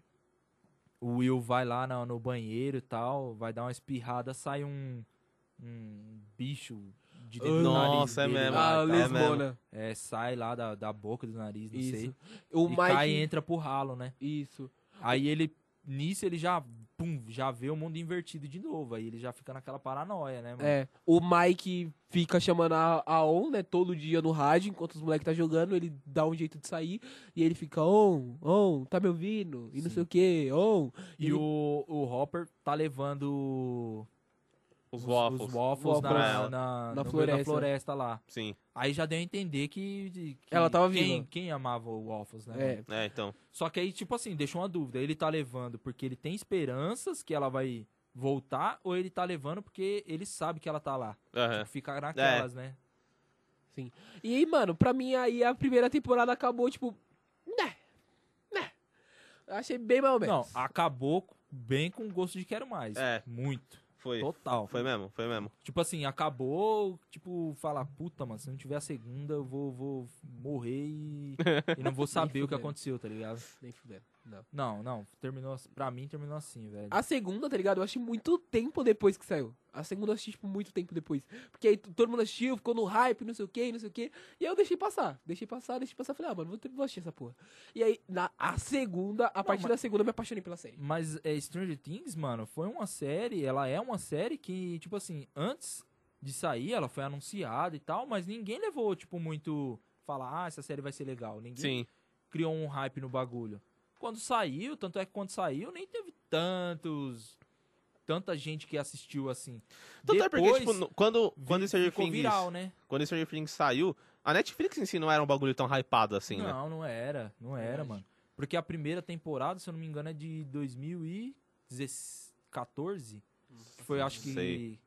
[SPEAKER 1] o Will vai lá na- no, banheiro e tal, vai dar uma espirrada, sai um. Um bicho de dentro do nariz.
[SPEAKER 3] Nossa, é
[SPEAKER 1] dele
[SPEAKER 3] mesmo.
[SPEAKER 1] lá
[SPEAKER 2] a
[SPEAKER 1] e tal.
[SPEAKER 3] tá,
[SPEAKER 2] Lisbona.
[SPEAKER 1] É, sai lá da, da boca do nariz, não
[SPEAKER 2] Isso.
[SPEAKER 1] sei.
[SPEAKER 2] O
[SPEAKER 1] e
[SPEAKER 2] Mike.
[SPEAKER 1] cai e entra pro ralo, né?
[SPEAKER 2] Isso.
[SPEAKER 1] Aí ele. Nisso ele já. Pum, já vê o mundo invertido de novo. Aí ele já fica naquela paranoia, né, mano?
[SPEAKER 2] É. O Mike fica chamando a, a ON, né, todo dia no rádio, enquanto os moleques tá jogando, ele dá um jeito de sair. E ele fica, ON, ON, tá me ouvindo? E
[SPEAKER 1] Sim.
[SPEAKER 2] não
[SPEAKER 1] Tá
[SPEAKER 2] sei o que, ON.
[SPEAKER 1] E
[SPEAKER 2] Ele-
[SPEAKER 1] o, o Hopper tá levando
[SPEAKER 3] Os waffles.
[SPEAKER 1] os waffles na,
[SPEAKER 2] Waffles.
[SPEAKER 1] na, no meio
[SPEAKER 2] Na
[SPEAKER 1] da
[SPEAKER 2] floresta.
[SPEAKER 1] floresta lá.
[SPEAKER 3] Sim.
[SPEAKER 1] Aí já deu a entender que. de- que
[SPEAKER 2] Ela tava
[SPEAKER 1] quem,
[SPEAKER 2] viva.
[SPEAKER 1] Quem amava o Waffles, né?
[SPEAKER 2] É.
[SPEAKER 1] mano?
[SPEAKER 3] É, então.
[SPEAKER 1] Só que aí, tipo assim, deixou uma dúvida. Ele tá levando porque ele tem esperanças que ela vai voltar, ou ele tá levando porque ele sabe que ela tá lá.
[SPEAKER 3] Aham.
[SPEAKER 1] Tipo, fica naquelas,
[SPEAKER 3] É.
[SPEAKER 1] né?
[SPEAKER 2] E aí, mano, pra mim aí a primeira temporada acabou, tipo. Né. Né. Achei bem mal menos.
[SPEAKER 1] Não, acabou bem com gosto de quero mais.
[SPEAKER 3] É.
[SPEAKER 1] Muito.
[SPEAKER 3] Foi.
[SPEAKER 1] Total.
[SPEAKER 3] Foi mesmo, foi mesmo.
[SPEAKER 1] Tipo assim, acabou, tipo, falar, puta, mano, se não tiver a segunda, eu vou, vou morrer e, e não vou saber o que
[SPEAKER 2] fudendo.
[SPEAKER 1] aconteceu, tá ligado?
[SPEAKER 2] Nem fudendo. Não.
[SPEAKER 1] Não, não, terminou assim. Pra mim terminou assim, velho.
[SPEAKER 2] A segunda, tá ligado? Eu achei muito tempo depois que saiu. A segunda eu assisti, tipo, muito tempo depois. Porque aí t- todo mundo assistiu, ficou no hype, não sei o que, não sei o que. E aí eu deixei passar. Deixei passar, deixei passar. Falei, ah, mano, vou, ter, vou assistir essa porra. E aí, na a segunda, a partir
[SPEAKER 1] mas-
[SPEAKER 2] da segunda, eu me apaixonei pela série.
[SPEAKER 1] Mas é, Stranger Things, mano, foi uma série, ela é uma série que, tipo assim, antes de sair, ela foi anunciada e tal, mas ninguém levou, tipo, muito. Falar, ah, essa série vai ser legal. Ninguém
[SPEAKER 3] Sim.
[SPEAKER 1] criou um hype no bagulho. Quando saiu, tanto é que quando saiu, nem teve tantos. Tanta gente que assistiu assim.
[SPEAKER 3] Tanto é porque, tipo,
[SPEAKER 1] Depois,
[SPEAKER 3] no- quando,
[SPEAKER 1] vi-
[SPEAKER 3] quando Stranger
[SPEAKER 1] ficou
[SPEAKER 3] Things.
[SPEAKER 1] viral, né?
[SPEAKER 3] Quando Stranger Things saiu, a Netflix em si não era um bagulho tão hypado assim, né?
[SPEAKER 1] Não, não era. Não era,
[SPEAKER 2] Verdade.
[SPEAKER 1] mano. Porque a primeira temporada, se eu não me engano, é de 2014. Que foi, acho que.
[SPEAKER 3] Sei.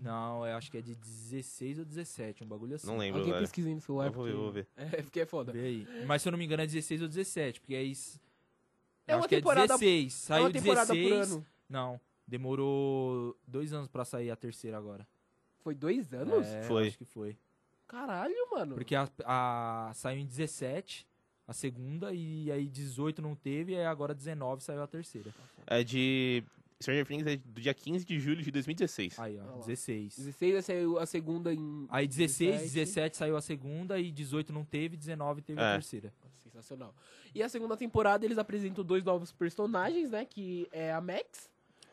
[SPEAKER 1] Não, eu acho que é de 16 ou 17, um bagulho assim.
[SPEAKER 3] Não lembro,
[SPEAKER 2] Alguém
[SPEAKER 3] velho.
[SPEAKER 2] pesquisa aí no celular.
[SPEAKER 3] Eu vou ver,
[SPEAKER 2] porque-
[SPEAKER 3] eu vou ver.
[SPEAKER 2] [LAUGHS] É, porque é foda.
[SPEAKER 1] Vê aí. Mas se eu não me engano, é 16 ou 17, porque é isso.
[SPEAKER 2] É uma
[SPEAKER 1] acho que
[SPEAKER 2] temporada-
[SPEAKER 1] É 16.
[SPEAKER 2] É
[SPEAKER 1] Saiu
[SPEAKER 2] uma temporada
[SPEAKER 1] 16.
[SPEAKER 2] por ano.
[SPEAKER 1] Não, demorou dois anos pra sair a terceira agora.
[SPEAKER 2] Foi dois anos?
[SPEAKER 1] É,
[SPEAKER 3] Foi.
[SPEAKER 1] Acho que foi.
[SPEAKER 2] Caralho, mano.
[SPEAKER 1] Porque a, a- saiu em 17, a segunda, e aí 18 não teve, e aí agora 19 saiu a terceira.
[SPEAKER 3] É de. Stranger Things é do dia 15 de julho de 2016.
[SPEAKER 1] Aí,
[SPEAKER 2] Olha
[SPEAKER 1] ó,
[SPEAKER 2] lá.
[SPEAKER 1] 16.
[SPEAKER 2] 16 essa é a segunda em.
[SPEAKER 1] Aí 16,
[SPEAKER 2] 17.
[SPEAKER 1] 17 saiu a segunda, e 18 não teve, 19 teve a
[SPEAKER 3] É.
[SPEAKER 1] terceira.
[SPEAKER 2] Sensacional. E a segunda temporada eles apresentam dois novos personagens, né? Que é a Max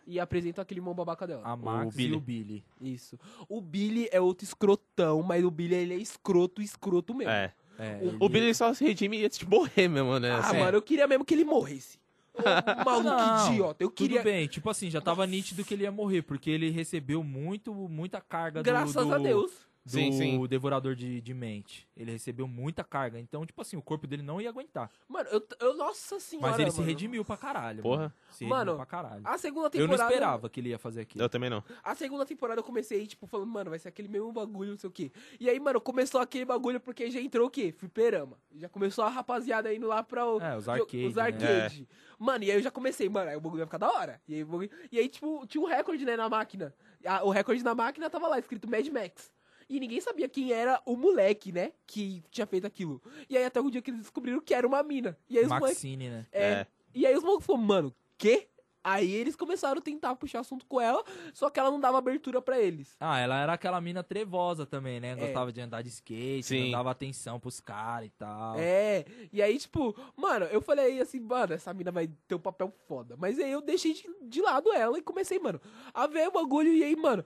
[SPEAKER 2] e apresentam aquele mão babaca dela.
[SPEAKER 1] A Max e
[SPEAKER 3] Billy.
[SPEAKER 1] o Billy.
[SPEAKER 2] Isso. O Billy é outro escrotão, mas o Billy ele é escroto, escroto mesmo.
[SPEAKER 3] É.
[SPEAKER 1] É,
[SPEAKER 2] O-
[SPEAKER 1] ele-
[SPEAKER 3] O Billy só se redime antes de morrer mesmo, né?
[SPEAKER 2] Ah,
[SPEAKER 3] assim.
[SPEAKER 2] mano, eu queria mesmo que ele morresse. Ô, maluco
[SPEAKER 1] Não,
[SPEAKER 2] idiota. Eu queria.
[SPEAKER 1] Tudo bem, tipo assim, já tava nítido que ele ia morrer, porque ele recebeu muito, muita carga do-
[SPEAKER 2] Graças
[SPEAKER 1] do,
[SPEAKER 2] a Deus.
[SPEAKER 1] do
[SPEAKER 3] Sim, sim.
[SPEAKER 1] devorador de, de mente. Ele recebeu muita carga, então, tipo assim, o corpo dele não ia aguentar.
[SPEAKER 2] Mano, eu, eu- nossa senhora.
[SPEAKER 1] Mas ele se
[SPEAKER 2] mano.
[SPEAKER 1] redimiu pra caralho.
[SPEAKER 3] Porra.
[SPEAKER 1] mano. Se redimiu
[SPEAKER 2] Mano,
[SPEAKER 1] pra caralho.
[SPEAKER 2] A segunda
[SPEAKER 1] Eu não
[SPEAKER 2] temporada.
[SPEAKER 1] esperava que ele ia fazer aquilo.
[SPEAKER 3] Eu também não.
[SPEAKER 2] A segunda temporada eu comecei, tipo, falando, mano, vai ser aquele mesmo bagulho, não sei o quê. E aí, mano, começou aquele bagulho porque já entrou o quê? Fliperama. Já começou a rapaziada indo lá pra. o-
[SPEAKER 1] É, os
[SPEAKER 2] jo-
[SPEAKER 1] arcade,
[SPEAKER 2] Os
[SPEAKER 1] né?
[SPEAKER 2] arcade. Mano, e aí eu já comecei, mano, aí o bagulho vai ficar da hora. E aí, o bagulho- e aí, tipo, tinha um recorde, né, na máquina. A- o recorde na máquina tava lá, escrito Mad Max. E ninguém sabia quem era o moleque, né? Que tinha feito aquilo. E aí até um dia que eles descobriram que era uma mina. E aí os moleques.
[SPEAKER 1] Maxine, né?
[SPEAKER 2] É.
[SPEAKER 3] É.
[SPEAKER 2] E aí os malucos falaram, mano, quê? Aí eles começaram a tentar puxar assunto com ela, só que ela não dava abertura pra eles.
[SPEAKER 1] Ah, ela era aquela mina trevosa também,
[SPEAKER 2] É.
[SPEAKER 1] né? Gostava de andar de skate,
[SPEAKER 3] Sim.
[SPEAKER 1] não dava atenção pros caras e tal.
[SPEAKER 3] Ah.
[SPEAKER 2] É, e aí, tipo, mano, eu falei assim, mano, essa mina vai ter um papel foda. Mas aí eu deixei de, de lado ela e comecei, mano, a ver o bagulho. E aí, mano,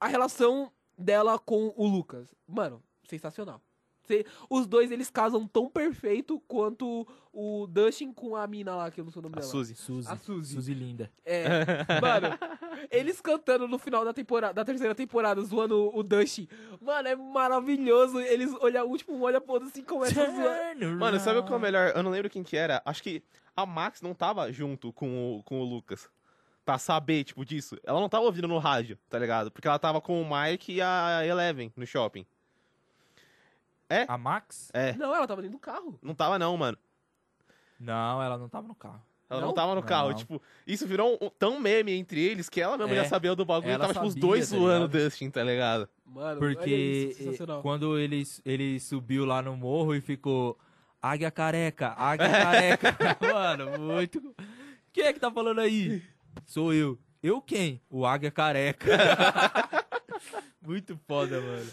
[SPEAKER 2] a relação dela com o Lucas, mano, sensacional. Cê- os dois, eles casam tão perfeito quanto o Dustin com a mina lá, que eu não sei o nome
[SPEAKER 3] A
[SPEAKER 2] dela.
[SPEAKER 3] Suzy.
[SPEAKER 1] Suzy.
[SPEAKER 2] A Suzy.
[SPEAKER 1] Suzy linda.
[SPEAKER 2] É, mano, eles cantando no final da temporada, da terceira temporada, zoando o Dusty. Mano, é maravilhoso. Eles olham, o tipo, um olha pro outro assim, começa a zoar.
[SPEAKER 3] Mano, sabe o que é o melhor? Eu não lembro quem que era. Acho que a Max não tava junto com o, com o Lucas. Pra saber, tipo, disso. Ela não tava ouvindo no rádio, tá ligado? Porque ela tava com o Mike e a Eleven no shopping.
[SPEAKER 1] A Max?
[SPEAKER 3] É.
[SPEAKER 2] Não, ela tava dentro do carro.
[SPEAKER 3] Não tava, não, mano.
[SPEAKER 1] Não, ela não tava no carro.
[SPEAKER 3] Ela não,
[SPEAKER 2] Não?
[SPEAKER 3] tava no
[SPEAKER 1] Não.
[SPEAKER 3] carro. Tipo, isso virou um- tão meme entre eles que ela mesma
[SPEAKER 1] É.
[SPEAKER 3] já sabia do bagulho. e
[SPEAKER 1] Ela
[SPEAKER 3] Tava, tipo, os
[SPEAKER 1] sabia,
[SPEAKER 3] dois
[SPEAKER 1] tá
[SPEAKER 3] zoando o
[SPEAKER 1] ligado?
[SPEAKER 3] Dustin, tá ligado?
[SPEAKER 2] Mano,
[SPEAKER 1] Porque
[SPEAKER 2] olha isso, é
[SPEAKER 1] eh,
[SPEAKER 2] sensacional.
[SPEAKER 1] quando ele, ele subiu lá no morro e ficou Águia Careca, Águia
[SPEAKER 2] [LAUGHS]
[SPEAKER 1] Careca. Mano, muito. Quem é que tá falando aí? Sou eu. Eu quem? O Águia
[SPEAKER 2] [LAUGHS]
[SPEAKER 1] Careca. muito foda, mano.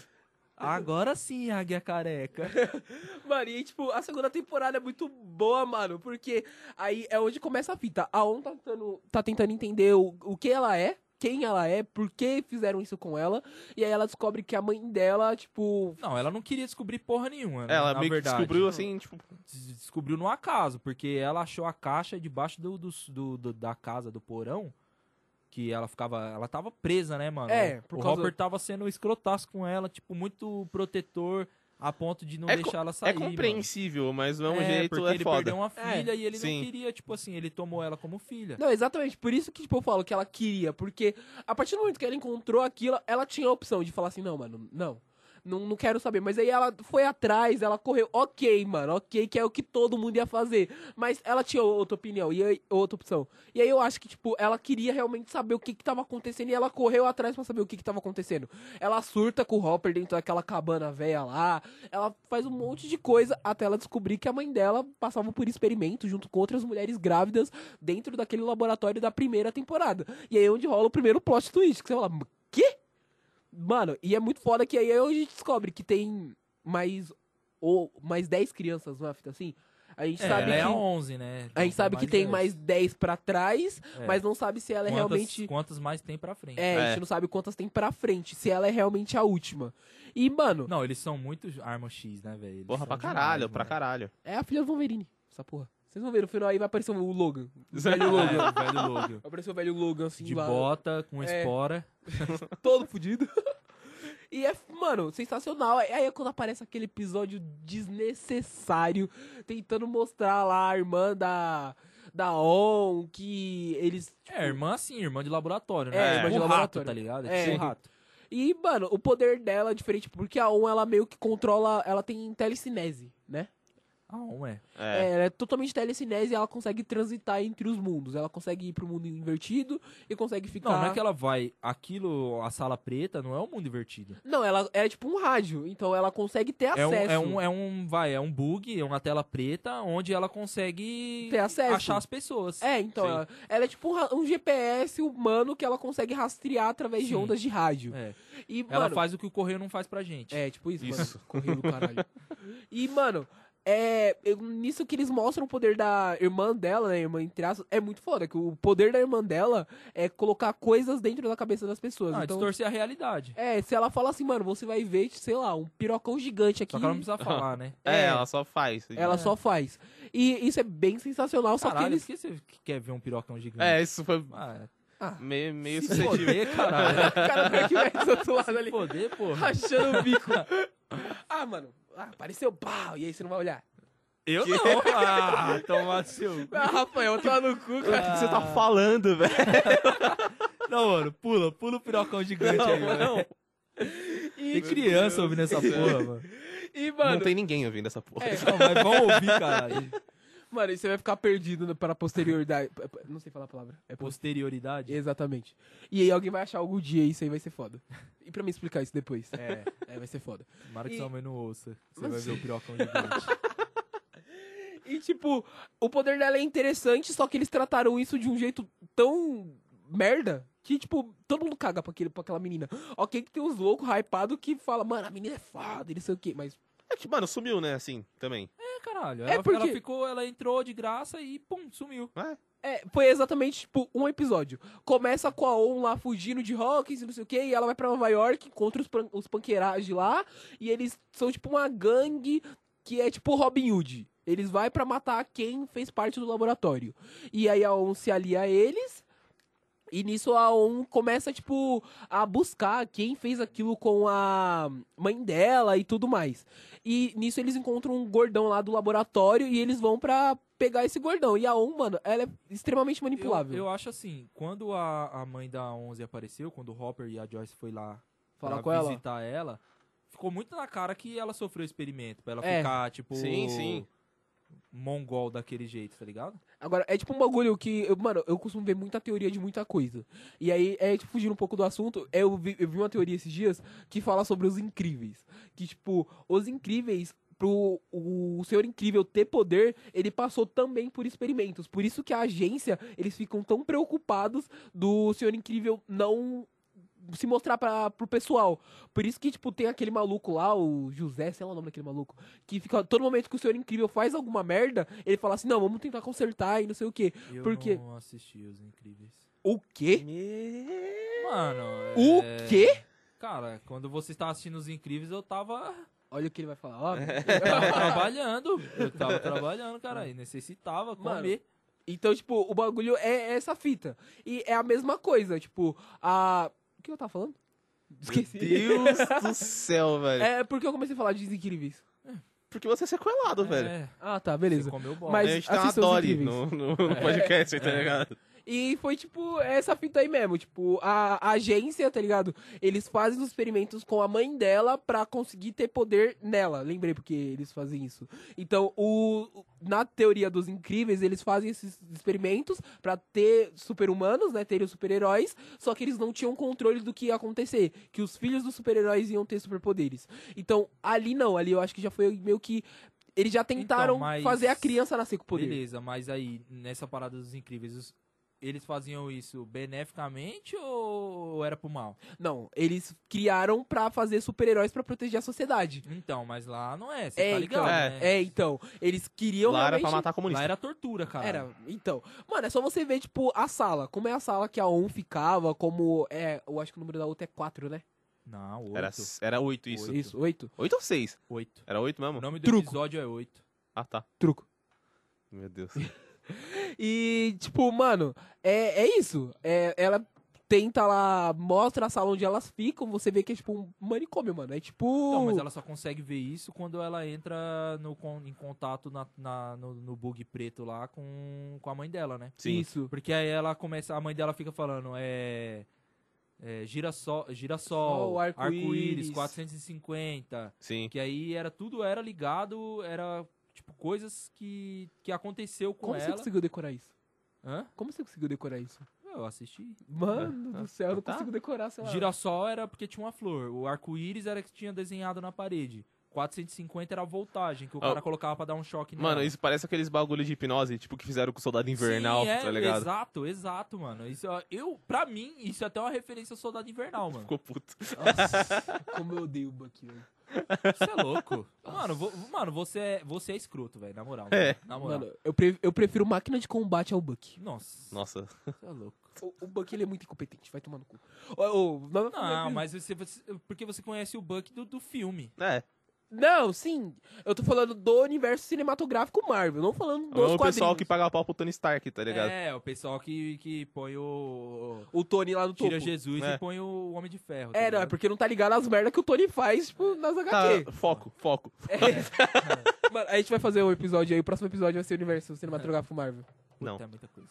[SPEAKER 1] Agora sim, Águia Careca.
[SPEAKER 2] Mano, e aí, tipo, a segunda temporada é muito boa, mano, porque aí é onde começa a fita. A On tá tentando, tá tentando entender o, o que ela é, quem ela é, por que fizeram isso com ela, e aí ela descobre que a mãe dela, tipo,
[SPEAKER 1] Não, ela não queria descobrir porra nenhuma. né?
[SPEAKER 3] ela
[SPEAKER 1] na
[SPEAKER 3] meio que
[SPEAKER 1] verdade.
[SPEAKER 3] descobriu, assim, tipo...
[SPEAKER 1] des- descobriu no acaso, porque ela achou a caixa debaixo do, do, do- do- da casa do porão. Que ela ficava. Ela tava presa, né, mano?
[SPEAKER 2] É, por
[SPEAKER 1] o
[SPEAKER 2] causa-
[SPEAKER 1] Robert tava sendo escrotaço com ela, tipo, muito protetor, a ponto de não
[SPEAKER 3] É co-
[SPEAKER 1] deixar ela sair.
[SPEAKER 3] é compreensível, mas não é um
[SPEAKER 1] mano.
[SPEAKER 3] jeito
[SPEAKER 1] porque
[SPEAKER 3] é
[SPEAKER 1] ele
[SPEAKER 3] foda.
[SPEAKER 1] perdeu uma filha e ele
[SPEAKER 3] sim.
[SPEAKER 1] não queria, tipo assim, ele tomou ela como filha.
[SPEAKER 2] Não, exatamente. Por isso que, tipo, eu falo que ela queria. Porque a partir do momento que ela encontrou aquilo, ela tinha a opção de falar assim, não, mano, não. Não, não quero saber. Mas aí ela foi atrás, ela correu. Ok, mano, ok, que é o que todo mundo ia fazer. Mas ela tinha outra opinião e aí- outra opção. E aí eu acho que, tipo, ela queria realmente saber o que que tava acontecendo e ela correu atrás pra saber o que que tava acontecendo. Ela surta com o Hopper dentro daquela cabana velha lá. Ela faz um monte de coisa até ela descobrir que a mãe dela passava por experimento junto com outras mulheres grávidas dentro daquele laboratório da primeira temporada. E aí é onde rola o primeiro plot twist, que você fala, "M- quê? Mano, e é muito foda que aí é onde a gente descobre que tem mais ou mais 10 crianças, não é, fita assim? A gente
[SPEAKER 1] É,
[SPEAKER 2] sabe
[SPEAKER 1] ela é
[SPEAKER 2] que
[SPEAKER 1] a 11, né?
[SPEAKER 2] a
[SPEAKER 1] Então,
[SPEAKER 2] gente sabe que tem
[SPEAKER 1] dez.
[SPEAKER 2] mais 10 pra trás,
[SPEAKER 1] É.
[SPEAKER 2] mas não sabe se ela é
[SPEAKER 1] Quantas-
[SPEAKER 2] realmente
[SPEAKER 1] Quantas mais tem pra frente?
[SPEAKER 2] é, a
[SPEAKER 3] É.
[SPEAKER 2] gente não sabe quantas tem pra frente, se ela é realmente a última. E, mano,
[SPEAKER 1] Não, eles são muito Arma X, né, velho? Eles
[SPEAKER 3] Porra,
[SPEAKER 1] são
[SPEAKER 3] pra
[SPEAKER 1] demais,
[SPEAKER 3] caralho,
[SPEAKER 1] mano.
[SPEAKER 3] pra caralho.
[SPEAKER 2] é a filha do Wolverine, essa porra. Vocês vão ver, no final aí vai aparecer o Logan.
[SPEAKER 1] [LAUGHS]
[SPEAKER 2] O velho
[SPEAKER 1] É,
[SPEAKER 2] Logan.
[SPEAKER 1] o velho Logan.
[SPEAKER 2] Vai aparecer o velho Logan, assim,
[SPEAKER 1] De
[SPEAKER 2] lá,
[SPEAKER 1] bota, com
[SPEAKER 2] É.
[SPEAKER 1] espora.
[SPEAKER 2] todo fudido. [LAUGHS] E é, mano, sensacional. Aí aí é quando aparece aquele episódio desnecessário, tentando mostrar lá a irmã da, da On, que eles... tipo
[SPEAKER 1] É, irmã assim, irmã de laboratório, né?
[SPEAKER 2] É,
[SPEAKER 1] Tipo
[SPEAKER 2] irmã de
[SPEAKER 1] um rato,
[SPEAKER 2] laboratório.
[SPEAKER 1] tá ligado?
[SPEAKER 2] É.
[SPEAKER 1] tipo um rato.
[SPEAKER 2] E, mano, o poder dela é diferente, porque a On, ela meio que controla... Ela tem telecinese, né?
[SPEAKER 1] Ah, ué.
[SPEAKER 3] É.
[SPEAKER 2] É, ela é totalmente telecinese e ela consegue transitar entre os mundos. Ela consegue ir pro mundo invertido e consegue ficar...
[SPEAKER 1] Não, não é que ela vai. Aquilo, a sala preta, não é um mundo invertido.
[SPEAKER 2] Não, ela é tipo um rádio, então ela consegue ter
[SPEAKER 1] É um,
[SPEAKER 2] acesso.
[SPEAKER 1] é, um, é um. Vai, é um bug, é uma tela preta onde ela consegue
[SPEAKER 2] Ter acesso.
[SPEAKER 1] achar as pessoas.
[SPEAKER 2] É, então,
[SPEAKER 1] Sim.
[SPEAKER 2] ela, ela é tipo um, ra- um GPS humano que ela consegue rastrear através de
[SPEAKER 1] Sim.
[SPEAKER 2] ondas de rádio.
[SPEAKER 1] É.
[SPEAKER 2] E,
[SPEAKER 1] Ela
[SPEAKER 2] mano,
[SPEAKER 1] faz o que o correio não faz pra gente.
[SPEAKER 2] É, tipo isso,
[SPEAKER 3] Isso.
[SPEAKER 2] mano. Correu do caralho. [LAUGHS] e, mano, é, eu- nisso que eles mostram o poder da irmã dela, né, irmã entre aspas, é muito foda, que o poder da irmã dela é colocar coisas dentro da cabeça das pessoas.
[SPEAKER 1] Ah,
[SPEAKER 2] então,
[SPEAKER 1] distorcer a realidade.
[SPEAKER 2] é, se ela fala assim, mano, você vai ver, sei lá, um pirocão gigante aqui,
[SPEAKER 1] Só que ela não precisa falar, né?
[SPEAKER 3] É,
[SPEAKER 2] é.
[SPEAKER 3] ela só faz.
[SPEAKER 2] ela só faz. E isso é bem sensacional, só que
[SPEAKER 1] Caralho,
[SPEAKER 2] eles... [LAUGHS]
[SPEAKER 1] por que você quer ver um pirocão gigante?
[SPEAKER 3] É, isso foi
[SPEAKER 1] Ah,
[SPEAKER 2] Ah,
[SPEAKER 3] meio, meio
[SPEAKER 1] se
[SPEAKER 2] [LAUGHS]
[SPEAKER 3] suscetível.
[SPEAKER 1] foder, caralho.
[SPEAKER 2] o cara tá aqui, velho, do outro lado [LAUGHS] ali.
[SPEAKER 1] se foder, porra.
[SPEAKER 2] rachando o bico. [LAUGHS] ah, mano, ah, apareceu pau, e aí você não vai olhar.
[SPEAKER 1] Eu não. [LAUGHS] Ah, tomar seu.
[SPEAKER 2] Ah, Rafael, tá no cu,
[SPEAKER 3] O
[SPEAKER 2] cara.
[SPEAKER 3] que que você tá falando, velho?
[SPEAKER 1] Não, mano, pula, pula o pirocão gigante aí, mano.
[SPEAKER 2] E,
[SPEAKER 1] Tem criança ouvindo essa porra, mano.
[SPEAKER 2] e, mano,
[SPEAKER 3] Não tem ninguém ouvindo essa porra.
[SPEAKER 2] É.
[SPEAKER 1] Não, mas vão ouvir, caralho.
[SPEAKER 2] mano, e você vai ficar perdido no- para a posterioridade. p- p- Não sei falar a palavra. É pos-
[SPEAKER 1] Posterioridade.
[SPEAKER 2] Exatamente. E aí alguém vai achar algum dia e isso aí vai ser foda. E pra mim explicar isso depois.
[SPEAKER 1] É,
[SPEAKER 2] É, vai ser foda.
[SPEAKER 1] tomara que
[SPEAKER 2] E-
[SPEAKER 1] sua mãe não ouça. Você vai
[SPEAKER 2] Mas-
[SPEAKER 1] ver o pirocão gigante.
[SPEAKER 2] E tipo, o poder dela é interessante, só que eles trataram isso de um jeito tão merda que, tipo, todo mundo caga pra, aquele, pra aquela menina. Ok, que tem uns loucos hypados que fala, mano, a menina é foda, e não sei o quê, mas.
[SPEAKER 3] É que, mano, sumiu, né, assim, também.
[SPEAKER 1] É, caralho.
[SPEAKER 2] É
[SPEAKER 1] Ela,
[SPEAKER 2] porque-
[SPEAKER 1] ela ficou, ela entrou de graça e, pum, sumiu.
[SPEAKER 2] É, foi exatamente, tipo, um episódio. Começa com a On lá fugindo de Hawkins e não sei o quê, e ela vai pra Nova York, encontra os, pan os panqueiragem lá, e eles são, tipo, uma gangue que é, tipo, Robin Hood. Eles vai pra matar quem fez parte do laboratório. E aí a On se alia a eles, e nisso a On começa, tipo, a buscar quem fez aquilo com a mãe dela e tudo mais. E nisso eles encontram um gordão lá do laboratório e eles vão pra pegar esse gordão. E a On, mano, ela é extremamente manipulável.
[SPEAKER 1] Eu, eu acho assim, quando a, a mãe da Onze apareceu, quando o Hopper e a Joyce foi lá
[SPEAKER 2] Falar
[SPEAKER 1] pra
[SPEAKER 2] com ela.
[SPEAKER 1] visitar ela, ficou muito na cara que ela sofreu experimento, pra ela
[SPEAKER 2] É.
[SPEAKER 1] ficar, tipo,
[SPEAKER 3] Sim, sim.
[SPEAKER 1] mongol daquele jeito, tá ligado?
[SPEAKER 2] Agora, é tipo um bagulho que, eu- mano, eu costumo ver muita teoria de muita coisa. E aí, é tipo, fugindo um pouco do assunto, eu vi, eu vi uma teoria esses dias que fala sobre os incríveis. Que, tipo, os incríveis, pro o senhor incrível ter poder, ele passou também por experimentos. Por isso que a agência, eles ficam tão preocupados do senhor incrível não se mostrar pra, pro pessoal. Por isso que, tipo, tem aquele maluco lá, o José, sei lá o nome daquele maluco, que fica todo momento que o senhor incrível faz alguma merda, ele fala assim: não, vamos tentar consertar e não sei o quê.
[SPEAKER 1] Eu
[SPEAKER 2] Por quê?
[SPEAKER 1] não assisti Os Incríveis.
[SPEAKER 2] O quê?
[SPEAKER 1] Mano,
[SPEAKER 2] O
[SPEAKER 1] é-
[SPEAKER 2] quê?
[SPEAKER 1] Cara, quando você estava assistindo Os Incríveis, eu
[SPEAKER 2] [LAUGHS]
[SPEAKER 1] tava,
[SPEAKER 2] Olha o que ele vai falar,
[SPEAKER 3] [LAUGHS]
[SPEAKER 2] ó.
[SPEAKER 1] eu tava trabalhando. Eu tava trabalhando, cara, e necessitava
[SPEAKER 2] Mano,
[SPEAKER 1] comer.
[SPEAKER 2] então, tipo, o bagulho é essa fita. E é a mesma coisa, tipo, a. O que eu tava falando? Esqueci.
[SPEAKER 3] Meu
[SPEAKER 2] [LAUGHS]
[SPEAKER 3] Deus do céu, velho.
[SPEAKER 2] É porque eu comecei a falar de incríveis.
[SPEAKER 3] Porque você é sequelado, velho.
[SPEAKER 1] É,
[SPEAKER 2] Ah, tá,
[SPEAKER 1] você
[SPEAKER 2] beleza.
[SPEAKER 1] comeu bola.
[SPEAKER 2] Mas
[SPEAKER 3] a gente tem uma
[SPEAKER 2] assistam os
[SPEAKER 3] Dory
[SPEAKER 2] incríveis. É.
[SPEAKER 3] no, no, no podcast, tá ligado?
[SPEAKER 2] E foi, tipo, essa fita aí mesmo. Tipo, a, a agência, tá ligado? Eles fazem os experimentos com a mãe dela pra conseguir ter poder nela. Lembrei porque eles fazem isso. Então, o, o- na teoria dos incríveis, eles fazem esses experimentos pra ter super-humanos, né? Terem os super-heróis. Só que eles não tinham controle do que ia acontecer. Que os filhos dos super-heróis iam ter superpoderes. Então, ali não. Ali eu acho que já foi meio que. Eles já tentaram
[SPEAKER 1] Então, mas-
[SPEAKER 2] fazer a criança nascer com poder.
[SPEAKER 1] Beleza, mas aí, nessa parada dos incríveis, os- eles faziam isso beneficamente ou era pro mal?
[SPEAKER 2] Não, eles criaram pra fazer super-heróis pra proteger a sociedade.
[SPEAKER 1] Então, mas lá não é, você
[SPEAKER 2] É,
[SPEAKER 1] tá
[SPEAKER 2] então,
[SPEAKER 1] ligado,
[SPEAKER 2] é.
[SPEAKER 1] né?
[SPEAKER 2] então, eles queriam
[SPEAKER 3] Lá era
[SPEAKER 2] realmente...
[SPEAKER 3] pra matar
[SPEAKER 1] Lá
[SPEAKER 3] comunista.
[SPEAKER 1] era tortura, cara.
[SPEAKER 2] Era, então. Mano, é só você ver, tipo, a sala. Como é a sala que a ON ficava, como é... Eu acho que o número da outra é 4, né?
[SPEAKER 1] Não, oito.
[SPEAKER 3] Era, era oito, isso.
[SPEAKER 1] Oito.
[SPEAKER 2] Isso, 8.
[SPEAKER 3] Oito ou seis?
[SPEAKER 1] Oito.
[SPEAKER 3] Era oito mesmo?
[SPEAKER 1] O nome do
[SPEAKER 2] Truco.
[SPEAKER 1] episódio é oito.
[SPEAKER 3] Ah, tá.
[SPEAKER 2] Truco.
[SPEAKER 1] [LAUGHS]
[SPEAKER 3] Meu Deus.
[SPEAKER 2] E, tipo, mano, é, é isso. É, ela tenta lá, mostra a sala onde elas ficam, você vê que é tipo um manicômio, mano. É tipo.
[SPEAKER 1] Não, mas ela só consegue ver isso quando ela entra no, con- em contato na- na- no, no bug preto lá com, com a mãe dela, né?
[SPEAKER 3] Sim.
[SPEAKER 2] Isso.
[SPEAKER 1] Porque aí ela começa, a mãe dela fica falando, é. é girassol, girassol
[SPEAKER 2] Sol, arco-íris.
[SPEAKER 1] arco-íris, 450.
[SPEAKER 3] Sim.
[SPEAKER 1] Que aí era tudo era ligado, era tipo coisas que, que aconteceu com
[SPEAKER 2] Como assim você
[SPEAKER 1] ela.
[SPEAKER 2] conseguiu decorar isso?
[SPEAKER 1] Hã?
[SPEAKER 2] Como você conseguiu decorar isso?
[SPEAKER 1] Eu assisti.
[SPEAKER 2] Mano
[SPEAKER 1] Ah,
[SPEAKER 2] do céu, eu não
[SPEAKER 3] Tá.
[SPEAKER 2] consigo decorar, sei lá.
[SPEAKER 1] Girassol era porque tinha uma flor, o arco-íris era que tinha desenhado na parede. 450 era a voltagem que o
[SPEAKER 3] Ah.
[SPEAKER 1] cara colocava pra dar um choque nela.
[SPEAKER 3] Mano, isso parece aqueles bagulho de hipnose, tipo, que fizeram com o Soldado Invernal,
[SPEAKER 1] Sim, é,
[SPEAKER 3] tá ligado?
[SPEAKER 1] Exato, exato, mano. Isso, ó, eu, pra mim, isso é até uma referência ao Soldado Invernal, mano.
[SPEAKER 3] Ficou puto.
[SPEAKER 2] Nossa, [LAUGHS] como eu odeio o Bucky, velho.
[SPEAKER 1] Isso é louco. mano, vo- mano, você é, você é escroto, velho, na moral.
[SPEAKER 3] É.
[SPEAKER 1] mano, Na moral.
[SPEAKER 2] Mano, eu, pre- eu prefiro máquina de combate ao Bucky.
[SPEAKER 1] Nossa,
[SPEAKER 3] Nossa.
[SPEAKER 1] você é louco.
[SPEAKER 2] O, o Bucky ele é muito incompetente, vai tomar no cu. Ô, ô, não,
[SPEAKER 1] Não, mas você, você- porque você conhece o Buck do, do filme.
[SPEAKER 3] É.
[SPEAKER 2] Não, sim. Eu tô falando do universo cinematográfico Marvel, não falando
[SPEAKER 3] É o
[SPEAKER 2] dos
[SPEAKER 3] mesmo pessoal
[SPEAKER 2] quadrinhos.
[SPEAKER 3] que paga pau pro Tony Stark, tá ligado?
[SPEAKER 1] É, o pessoal que, que põe o...
[SPEAKER 2] O Tony lá no topo.
[SPEAKER 1] Tira Jesus
[SPEAKER 3] É.
[SPEAKER 1] e põe o Homem de Ferro. tá
[SPEAKER 2] É, não, é
[SPEAKER 1] ligado?
[SPEAKER 2] porque não tá ligado às merdas que o Tony faz, tipo, nas HQ.
[SPEAKER 3] Tá, foco, foco.
[SPEAKER 2] [LAUGHS] Mano, a gente vai fazer um episódio aí, o próximo episódio vai ser o universo cinematográfico Marvel. [LAUGHS]
[SPEAKER 1] Puta,
[SPEAKER 3] Não.
[SPEAKER 1] é muita coisa.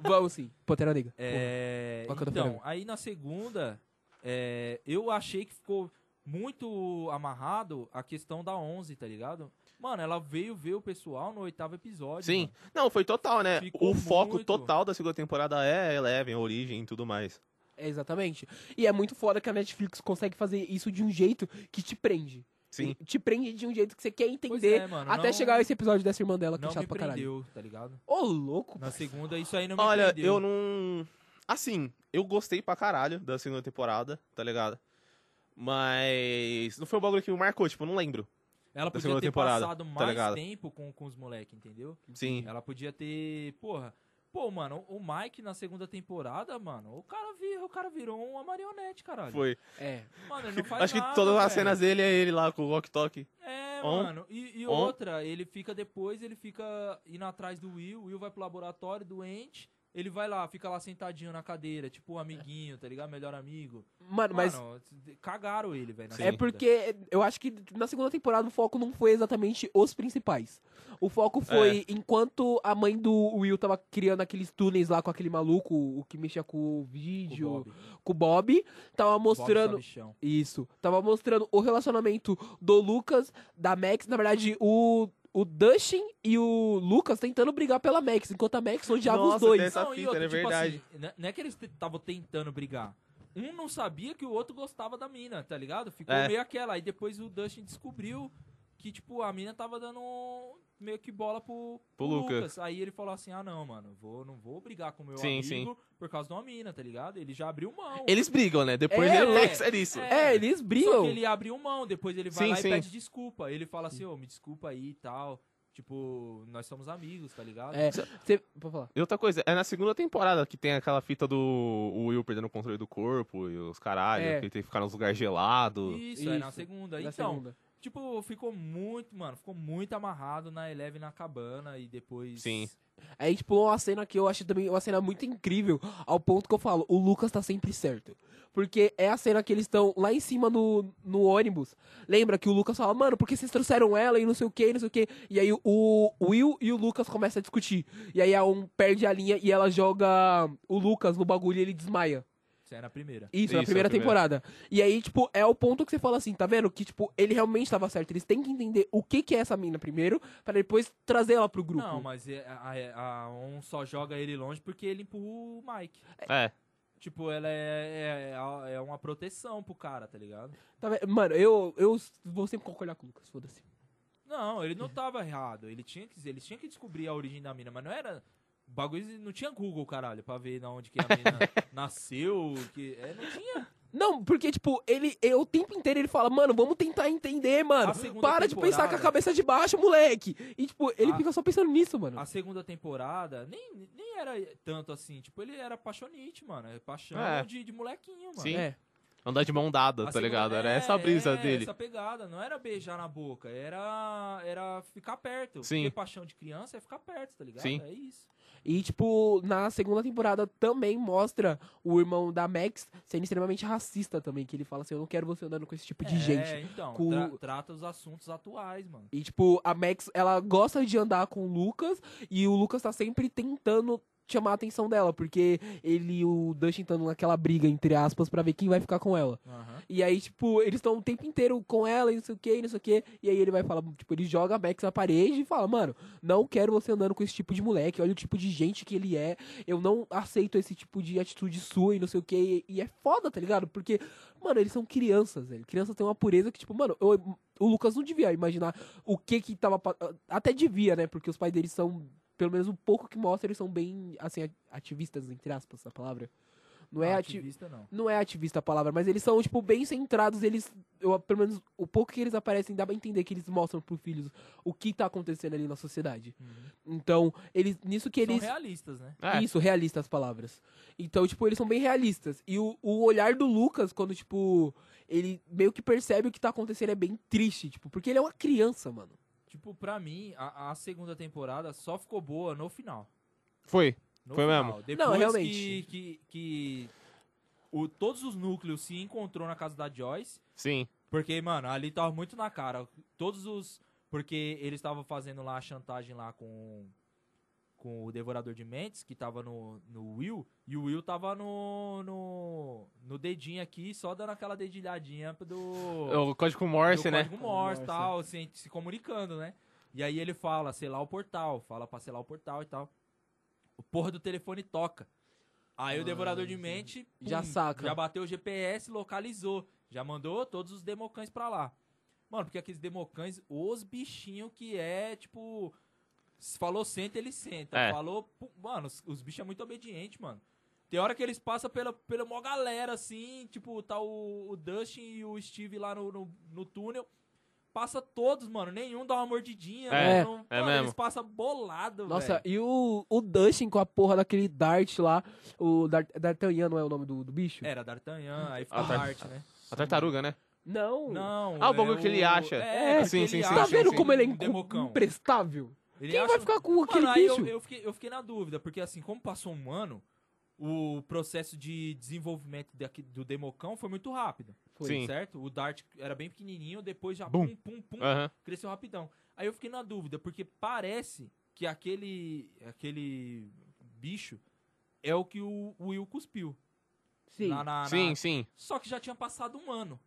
[SPEAKER 2] Vamos sim, Pantera Negra.
[SPEAKER 1] É,
[SPEAKER 2] Qual que é o do
[SPEAKER 1] então,
[SPEAKER 2] Flamengo?
[SPEAKER 1] aí na segunda, é, eu achei que ficou muito amarrado a questão da 11, tá ligado? Mano, ela veio ver o pessoal no oitavo episódio.
[SPEAKER 3] Sim.
[SPEAKER 1] mano.
[SPEAKER 3] Não, foi total, né?
[SPEAKER 1] Ficou
[SPEAKER 3] o foco
[SPEAKER 1] muito.
[SPEAKER 3] total da segunda temporada é Eleven, Origem e tudo mais.
[SPEAKER 2] É, exatamente. E é muito foda que a Netflix consegue fazer isso de um jeito que te prende.
[SPEAKER 3] Sim.
[SPEAKER 2] Te prende de um jeito que você quer
[SPEAKER 1] Pois
[SPEAKER 2] entender.
[SPEAKER 1] é, mano,
[SPEAKER 2] até
[SPEAKER 1] não-
[SPEAKER 2] chegar esse episódio dessa irmã dela, que é
[SPEAKER 1] Não
[SPEAKER 2] chato
[SPEAKER 1] me
[SPEAKER 2] pra caralho.
[SPEAKER 1] prendeu, tá ligado?
[SPEAKER 2] Ô, louco.
[SPEAKER 1] Na segunda, isso aí não me
[SPEAKER 3] Olha,
[SPEAKER 1] prendeu.
[SPEAKER 3] eu não. Assim, eu gostei pra caralho da segunda temporada, tá ligado? Mas. Não foi um bagulho que me marcou, tipo, eu não lembro.
[SPEAKER 1] Ela podia
[SPEAKER 3] segunda
[SPEAKER 1] ter
[SPEAKER 3] temporada,
[SPEAKER 1] passado
[SPEAKER 3] tá
[SPEAKER 1] mais
[SPEAKER 3] ligado?
[SPEAKER 1] tempo com, com os moleques, entendeu?
[SPEAKER 3] Sim.
[SPEAKER 1] Ela podia ter, porra... Pô, mano, o Mike na segunda temporada, mano, o cara, vir, o cara virou uma marionete, caralho.
[SPEAKER 3] Foi.
[SPEAKER 2] É.
[SPEAKER 1] Mano, ele não faz
[SPEAKER 3] Acho
[SPEAKER 1] nada,
[SPEAKER 3] que todas as
[SPEAKER 1] velho.
[SPEAKER 3] cenas dele é ele lá com o Walk Talk.
[SPEAKER 1] É,
[SPEAKER 3] On.
[SPEAKER 1] mano. E, e
[SPEAKER 3] On.
[SPEAKER 1] outra, ele fica depois, ele fica indo atrás do Will. O Will vai pro laboratório, doente. Ele vai lá, fica lá sentadinho na cadeira, tipo amiguinho, tá ligado? Melhor amigo.
[SPEAKER 2] Mano, mas
[SPEAKER 1] Mano, cagaram ele, velho. na
[SPEAKER 3] Sim.
[SPEAKER 2] é
[SPEAKER 1] segunda.
[SPEAKER 2] porque eu acho que na segunda temporada o foco não foi exatamente os principais. O foco
[SPEAKER 3] É.
[SPEAKER 2] foi enquanto a mãe do Will tava criando aqueles túneis lá com aquele maluco, o que mexia com o
[SPEAKER 1] Com o
[SPEAKER 2] vídeo,
[SPEAKER 1] Bob. Bob
[SPEAKER 2] com o Bob, tava mostrando
[SPEAKER 1] Sabichão.
[SPEAKER 2] Isso. Tava mostrando o relacionamento do Lucas, da Max. Na verdade, o, o Dustin e o Lucas tentando brigar pela Max, enquanto a Max odiava os
[SPEAKER 3] Nossa, tem
[SPEAKER 2] dois.
[SPEAKER 3] essa
[SPEAKER 1] Não, e
[SPEAKER 3] fita,
[SPEAKER 1] outra,
[SPEAKER 3] é
[SPEAKER 1] tipo
[SPEAKER 3] verdade.
[SPEAKER 1] assim, né- não é que eles estavam tentando brigar. Um não sabia que o outro gostava da mina, tá ligado? Ficou
[SPEAKER 3] É.
[SPEAKER 1] meio aquela. Aí depois o Dustin descobriu que, tipo, a mina tava dando um- meio que bola pro,
[SPEAKER 3] Pro Lucas.
[SPEAKER 1] Aí ele falou assim: ah, não, mano, vou, não vou brigar com o meu
[SPEAKER 3] Sim,
[SPEAKER 1] amigo
[SPEAKER 3] sim.
[SPEAKER 1] por causa de uma mina, tá ligado? Ele já abriu mão.
[SPEAKER 3] Eles brigam, né? Depois
[SPEAKER 2] É,
[SPEAKER 3] ele
[SPEAKER 1] é.
[SPEAKER 3] pensa nisso.
[SPEAKER 1] É.
[SPEAKER 2] É, eles
[SPEAKER 1] Só
[SPEAKER 2] brigam.
[SPEAKER 1] que ele abriu mão, depois ele vai
[SPEAKER 3] Sim,
[SPEAKER 1] lá
[SPEAKER 3] sim.
[SPEAKER 1] e pede desculpa. Ele fala assim: ô, me desculpa aí e tal. Tipo, nós somos amigos, tá ligado?
[SPEAKER 2] É, cê- pode falar.
[SPEAKER 3] E outra coisa, é na segunda temporada que tem aquela fita do o Will perdendo o controle do corpo e os caralho,
[SPEAKER 2] É.
[SPEAKER 3] que ele tem que ficar nos lugares gelados.
[SPEAKER 1] Isso, é na
[SPEAKER 2] Isso.
[SPEAKER 1] segunda.
[SPEAKER 2] Na
[SPEAKER 1] então,
[SPEAKER 2] segunda.
[SPEAKER 1] Tipo, ficou muito, mano, ficou muito amarrado na Eleven na cabana e depois.
[SPEAKER 3] Sim.
[SPEAKER 2] Aí, tipo, uma cena que eu achei também uma cena muito incrível, ao ponto que eu falo, o Lucas tá sempre certo. Porque é a cena que eles estão lá em cima no, no ônibus. Lembra que o Lucas fala, mano, porque vocês trouxeram ela e não sei o que, não sei o que. E aí o- o Will e o Lucas começam a discutir. E aí a um perde a linha e ela joga o Lucas no bagulho e ele desmaia.
[SPEAKER 1] Isso é na primeira.
[SPEAKER 2] Isso, na
[SPEAKER 3] Isso,
[SPEAKER 2] primeira
[SPEAKER 3] na primeira.
[SPEAKER 2] temporada. E aí, tipo, é o ponto que você fala assim, tá vendo? Que, tipo, ele realmente tava certo. Eles têm que entender o que que é essa mina primeiro, pra depois trazer ela pro grupo.
[SPEAKER 1] Não, mas é- a, a- a um só joga ele longe porque ele empurra o Mike.
[SPEAKER 3] É.
[SPEAKER 1] Tipo, ela é, é, é uma proteção pro cara, tá ligado?
[SPEAKER 2] Tá ve- Mano, eu, eu vou sempre concordar com o Lucas, foda-se.
[SPEAKER 1] Não, ele não tava errado. Ele tinha que, ele tinha que descobrir a origem da mina, mas não era. o Bagulho não tinha Google, caralho, pra ver na onde que a mina nasceu. Que, é, não tinha.
[SPEAKER 2] Não, porque, tipo, ele, ele- o tempo inteiro ele fala, mano, vamos tentar entender, mano.
[SPEAKER 1] A segunda
[SPEAKER 2] Para de pensar com a
[SPEAKER 1] temporada- né?" Ah.
[SPEAKER 2] cabeça de baixo, moleque. E, tipo, ele
[SPEAKER 1] A-
[SPEAKER 2] fica só pensando nisso, mano.
[SPEAKER 1] A segunda temporada nem, nem era tanto assim. Tipo, ele era paixonite, mano. É Paixão
[SPEAKER 3] É.
[SPEAKER 1] de, de molequinho, mano.
[SPEAKER 3] Sim.
[SPEAKER 2] É.
[SPEAKER 3] Andar de mão dada,
[SPEAKER 1] A
[SPEAKER 3] tá
[SPEAKER 1] segunda-
[SPEAKER 3] ligado? Era
[SPEAKER 1] é,
[SPEAKER 3] essa a brisa
[SPEAKER 1] é,
[SPEAKER 3] dele.
[SPEAKER 1] Essa pegada, não era beijar na boca, era era ficar perto.
[SPEAKER 3] Sim.
[SPEAKER 1] Porque paixão de criança é ficar perto, tá ligado?
[SPEAKER 3] Sim.
[SPEAKER 1] É isso.
[SPEAKER 2] E, tipo, na segunda temporada também mostra o irmão da Max sendo extremamente racista também, que ele fala assim, eu não quero você andando com esse tipo de
[SPEAKER 1] é,
[SPEAKER 2] gente.
[SPEAKER 1] então,
[SPEAKER 2] com-
[SPEAKER 1] tra- trata os assuntos atuais, mano.
[SPEAKER 2] E, tipo, a Max, ela gosta de andar com o Lucas e o Lucas tá sempre tentando chamar a atenção dela, porque ele e o Dustin estão naquela briga, entre aspas, pra ver quem vai ficar com ela.
[SPEAKER 1] Aham.
[SPEAKER 2] E aí, tipo, eles estão o tempo inteiro com ela e não sei o que, e não sei o que. E aí ele vai falar, tipo, ele joga a Max na parede e fala, mano, não quero você andando com esse tipo de moleque, olha o tipo de gente que ele é, eu não aceito esse tipo de atitude sua e não sei o que. E é foda, tá ligado? Porque, mano, eles são crianças, velho. Criança tem uma pureza que, tipo, mano, eu- o Lucas não devia imaginar o que que tava. pa- Até devia, né? Porque os pais deles são, pelo menos um pouco que mostra, eles são bem, assim, ativistas, entre aspas, a palavra. Não
[SPEAKER 1] Ah,
[SPEAKER 2] é ati
[SPEAKER 1] ativista, não.
[SPEAKER 2] não é ativista a palavra, mas eles são, tipo, bem centrados, eles, eu, pelo menos o pouco que eles aparecem, dá pra entender que eles mostram pros filhos o que tá acontecendo ali na sociedade. Então, eles, nisso que eles...
[SPEAKER 1] São realistas, né?
[SPEAKER 3] É,
[SPEAKER 2] Isso, realistas as palavras. Então, tipo, eles são bem realistas. E o, o olhar do Lucas, quando, tipo, ele meio que percebe o que tá acontecendo, é bem triste, tipo, porque ele é uma criança, mano.
[SPEAKER 1] Tipo, pra mim, a, a segunda temporada só ficou boa no final.
[SPEAKER 3] Foi.
[SPEAKER 1] No
[SPEAKER 3] Foi
[SPEAKER 1] final.
[SPEAKER 3] mesmo?
[SPEAKER 1] Depois
[SPEAKER 2] Não, realmente.
[SPEAKER 1] Que, que, que o, todos os núcleos se encontrou na casa da Joyce.
[SPEAKER 3] Sim.
[SPEAKER 1] Porque, mano, ali tava muito na cara. Todos os. Porque eles estavam fazendo lá a chantagem lá com. Com o Devorador de Mentes, que tava no, no Will. E o Will tava no. No, no dedinho aqui, só dando aquela dedilhadinha do.
[SPEAKER 3] O código
[SPEAKER 1] do
[SPEAKER 3] Morse, né?
[SPEAKER 1] Código Morse
[SPEAKER 2] Morse. é.
[SPEAKER 1] tal, se, se comunicando, né? E aí ele fala, selar o portal, fala pra selar o portal e tal. O porra do telefone toca. Aí o
[SPEAKER 2] Ah,
[SPEAKER 1] devorador de
[SPEAKER 2] entendi.
[SPEAKER 1] mente
[SPEAKER 2] Já saca.
[SPEAKER 1] já bateu o GPS, localizou, já mandou todos os democães pra lá. Mano, porque aqueles democães, os bichinhos que é tipo se falou senta, ele senta.
[SPEAKER 3] É.
[SPEAKER 1] Falou, pu- mano, os, os bichos é muito obediente, mano. Tem hora que eles passam pela, pela mó galera, assim, tipo, tá o, o Dustin e o Steve lá no, no, no túnel. Passa todos, mano. Nenhum dá uma mordidinha.
[SPEAKER 3] É,
[SPEAKER 1] mano.
[SPEAKER 3] é
[SPEAKER 1] Mano,
[SPEAKER 3] mesmo.
[SPEAKER 1] Eles passam bolado,
[SPEAKER 2] Nossa,
[SPEAKER 1] velho.
[SPEAKER 2] e o, o Dustin com a porra daquele Dart lá, o Dar- D'Artagnan não é o nome do, do bicho?
[SPEAKER 1] Era
[SPEAKER 2] Hum.
[SPEAKER 1] D'Artagnan, aí ficou
[SPEAKER 3] Ah, tá.
[SPEAKER 1] Dart, né?
[SPEAKER 3] A tartaruga, né?
[SPEAKER 2] Não.
[SPEAKER 1] Não.
[SPEAKER 3] Ah, o
[SPEAKER 1] é
[SPEAKER 3] bagulho que ele acha.
[SPEAKER 1] É,
[SPEAKER 2] É,
[SPEAKER 1] porque
[SPEAKER 3] sim,
[SPEAKER 1] ele
[SPEAKER 3] sim, sim,
[SPEAKER 2] Você
[SPEAKER 1] acha
[SPEAKER 2] tá
[SPEAKER 3] sim,
[SPEAKER 2] vendo
[SPEAKER 3] sim.
[SPEAKER 2] como ele é
[SPEAKER 1] um
[SPEAKER 2] inco-
[SPEAKER 1] democão.
[SPEAKER 2] imprestável?
[SPEAKER 1] Ele
[SPEAKER 2] Quem
[SPEAKER 1] acha
[SPEAKER 2] vai
[SPEAKER 1] um-
[SPEAKER 2] ficar com aquele
[SPEAKER 1] Mano, aí eu,
[SPEAKER 2] bicho?
[SPEAKER 1] eu fiquei, eu fiquei na dúvida, porque assim, como passou um ano, o processo de desenvolvimento daqui- do Democão foi muito rápido.
[SPEAKER 2] Foi.
[SPEAKER 3] Sim.
[SPEAKER 1] Certo? O Dart era bem pequenininho, depois já
[SPEAKER 3] Bum. É.
[SPEAKER 1] pum, pum, pum,
[SPEAKER 3] Aham.
[SPEAKER 1] cresceu rapidão. Aí eu fiquei na dúvida, porque parece que aquele, aquele bicho é o que o Will cuspiu.
[SPEAKER 2] Sim.
[SPEAKER 1] lá Ah, na- na-
[SPEAKER 3] Sim, sim.
[SPEAKER 1] Só que já tinha passado um ano.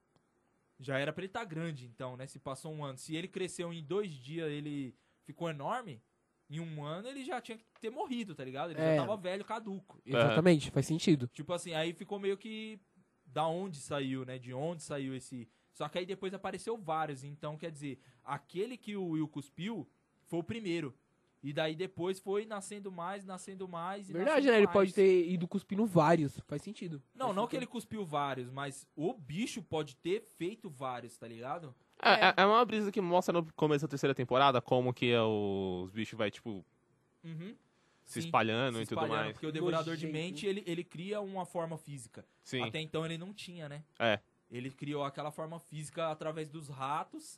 [SPEAKER 1] Já era pra ele estar grande, então, né? Se passou um ano. Se ele cresceu em dois dias, ele ficou enorme. Em um ano, ele já tinha que ter morrido, tá ligado? Ele
[SPEAKER 2] É.
[SPEAKER 1] já tava velho, caduco.
[SPEAKER 2] Exatamente, faz sentido.
[SPEAKER 1] Tipo assim, aí ficou meio que. Da onde saiu, né? De onde saiu esse. Só que aí depois apareceu vários. Então, quer dizer, aquele que o Will cuspiu foi o primeiro. E daí depois foi nascendo mais, nascendo mais. E
[SPEAKER 2] Verdade,
[SPEAKER 1] nascendo
[SPEAKER 2] né? Ele
[SPEAKER 1] mais.
[SPEAKER 2] pode ter ido cuspindo vários. Faz sentido.
[SPEAKER 1] Não,
[SPEAKER 2] Faz
[SPEAKER 1] não
[SPEAKER 2] sentido.
[SPEAKER 1] que ele cuspiu vários, mas o bicho pode ter feito vários, tá ligado?
[SPEAKER 3] É, é- é uma brisa que mostra no começo da terceira temporada como que é o- os bichos vai, tipo,
[SPEAKER 1] Uhum.
[SPEAKER 3] se
[SPEAKER 1] Sim,
[SPEAKER 3] espalhando
[SPEAKER 1] se
[SPEAKER 3] e tudo
[SPEAKER 1] espalhando,
[SPEAKER 3] mais.
[SPEAKER 1] Porque o devorador de
[SPEAKER 2] Nojento.
[SPEAKER 1] mente, ele, ele cria uma forma física.
[SPEAKER 3] Sim.
[SPEAKER 1] Até então ele não tinha, né?
[SPEAKER 3] É.
[SPEAKER 1] Ele criou aquela forma física através dos ratos.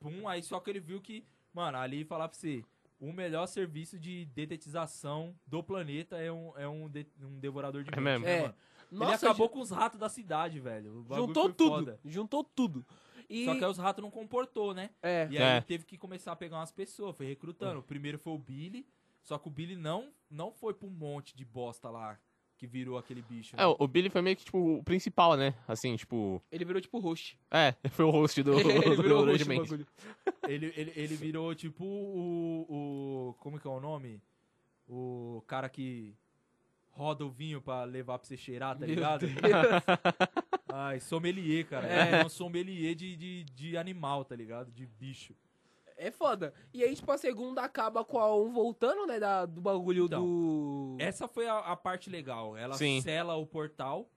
[SPEAKER 1] Pum, aí só que ele viu que, mano, ali falar pra você, o melhor serviço de detetização do planeta é um, é um, de- um devorador de
[SPEAKER 3] É
[SPEAKER 1] mente.
[SPEAKER 3] mesmo.
[SPEAKER 1] né,
[SPEAKER 2] É.
[SPEAKER 1] mano? ele
[SPEAKER 2] Nossa,
[SPEAKER 1] acabou com os ratos da cidade, velho. O
[SPEAKER 2] ju-
[SPEAKER 1] bagulho
[SPEAKER 2] juntou
[SPEAKER 1] foi
[SPEAKER 2] tudo.
[SPEAKER 1] foda.
[SPEAKER 2] Juntou tudo. E...
[SPEAKER 1] Só que aí os ratos não comportou, né?
[SPEAKER 2] É.
[SPEAKER 1] E aí
[SPEAKER 3] É.
[SPEAKER 1] teve que começar a pegar umas pessoas, foi recrutando. O primeiro foi o Billy, só que o Billy não, não foi pra um monte de bosta lá que virou aquele
[SPEAKER 2] Tipo,
[SPEAKER 1] bicho. né?
[SPEAKER 3] É, o o Billy foi meio que, tipo, o principal, né? Assim, tipo...
[SPEAKER 2] Ele virou tipo host.
[SPEAKER 3] É, [LAUGHS] foi o host [LAUGHS] do...
[SPEAKER 2] [LAUGHS] ele
[SPEAKER 3] do
[SPEAKER 2] virou
[SPEAKER 3] do
[SPEAKER 2] host [LAUGHS] o
[SPEAKER 3] Mente.
[SPEAKER 2] bagulho. tá
[SPEAKER 1] Ele, ele, ele virou tipo o, o. Como que é o nome? O cara que roda o vinho pra levar pra você cheirar, tá
[SPEAKER 2] Meu
[SPEAKER 1] ligado?
[SPEAKER 2] Deus.
[SPEAKER 1] Ai, sommelier, cara.
[SPEAKER 2] É.
[SPEAKER 1] Ele É um sommelier de, de, de animal, tá ligado? De bicho.
[SPEAKER 2] [LAUGHS] é foda. E aí, tipo, a segunda acaba com a um voltando, né? Da, do bagulho
[SPEAKER 1] Então,
[SPEAKER 2] do.
[SPEAKER 1] Essa foi a, a parte legal. Ela
[SPEAKER 3] Sim.
[SPEAKER 1] sela o portal.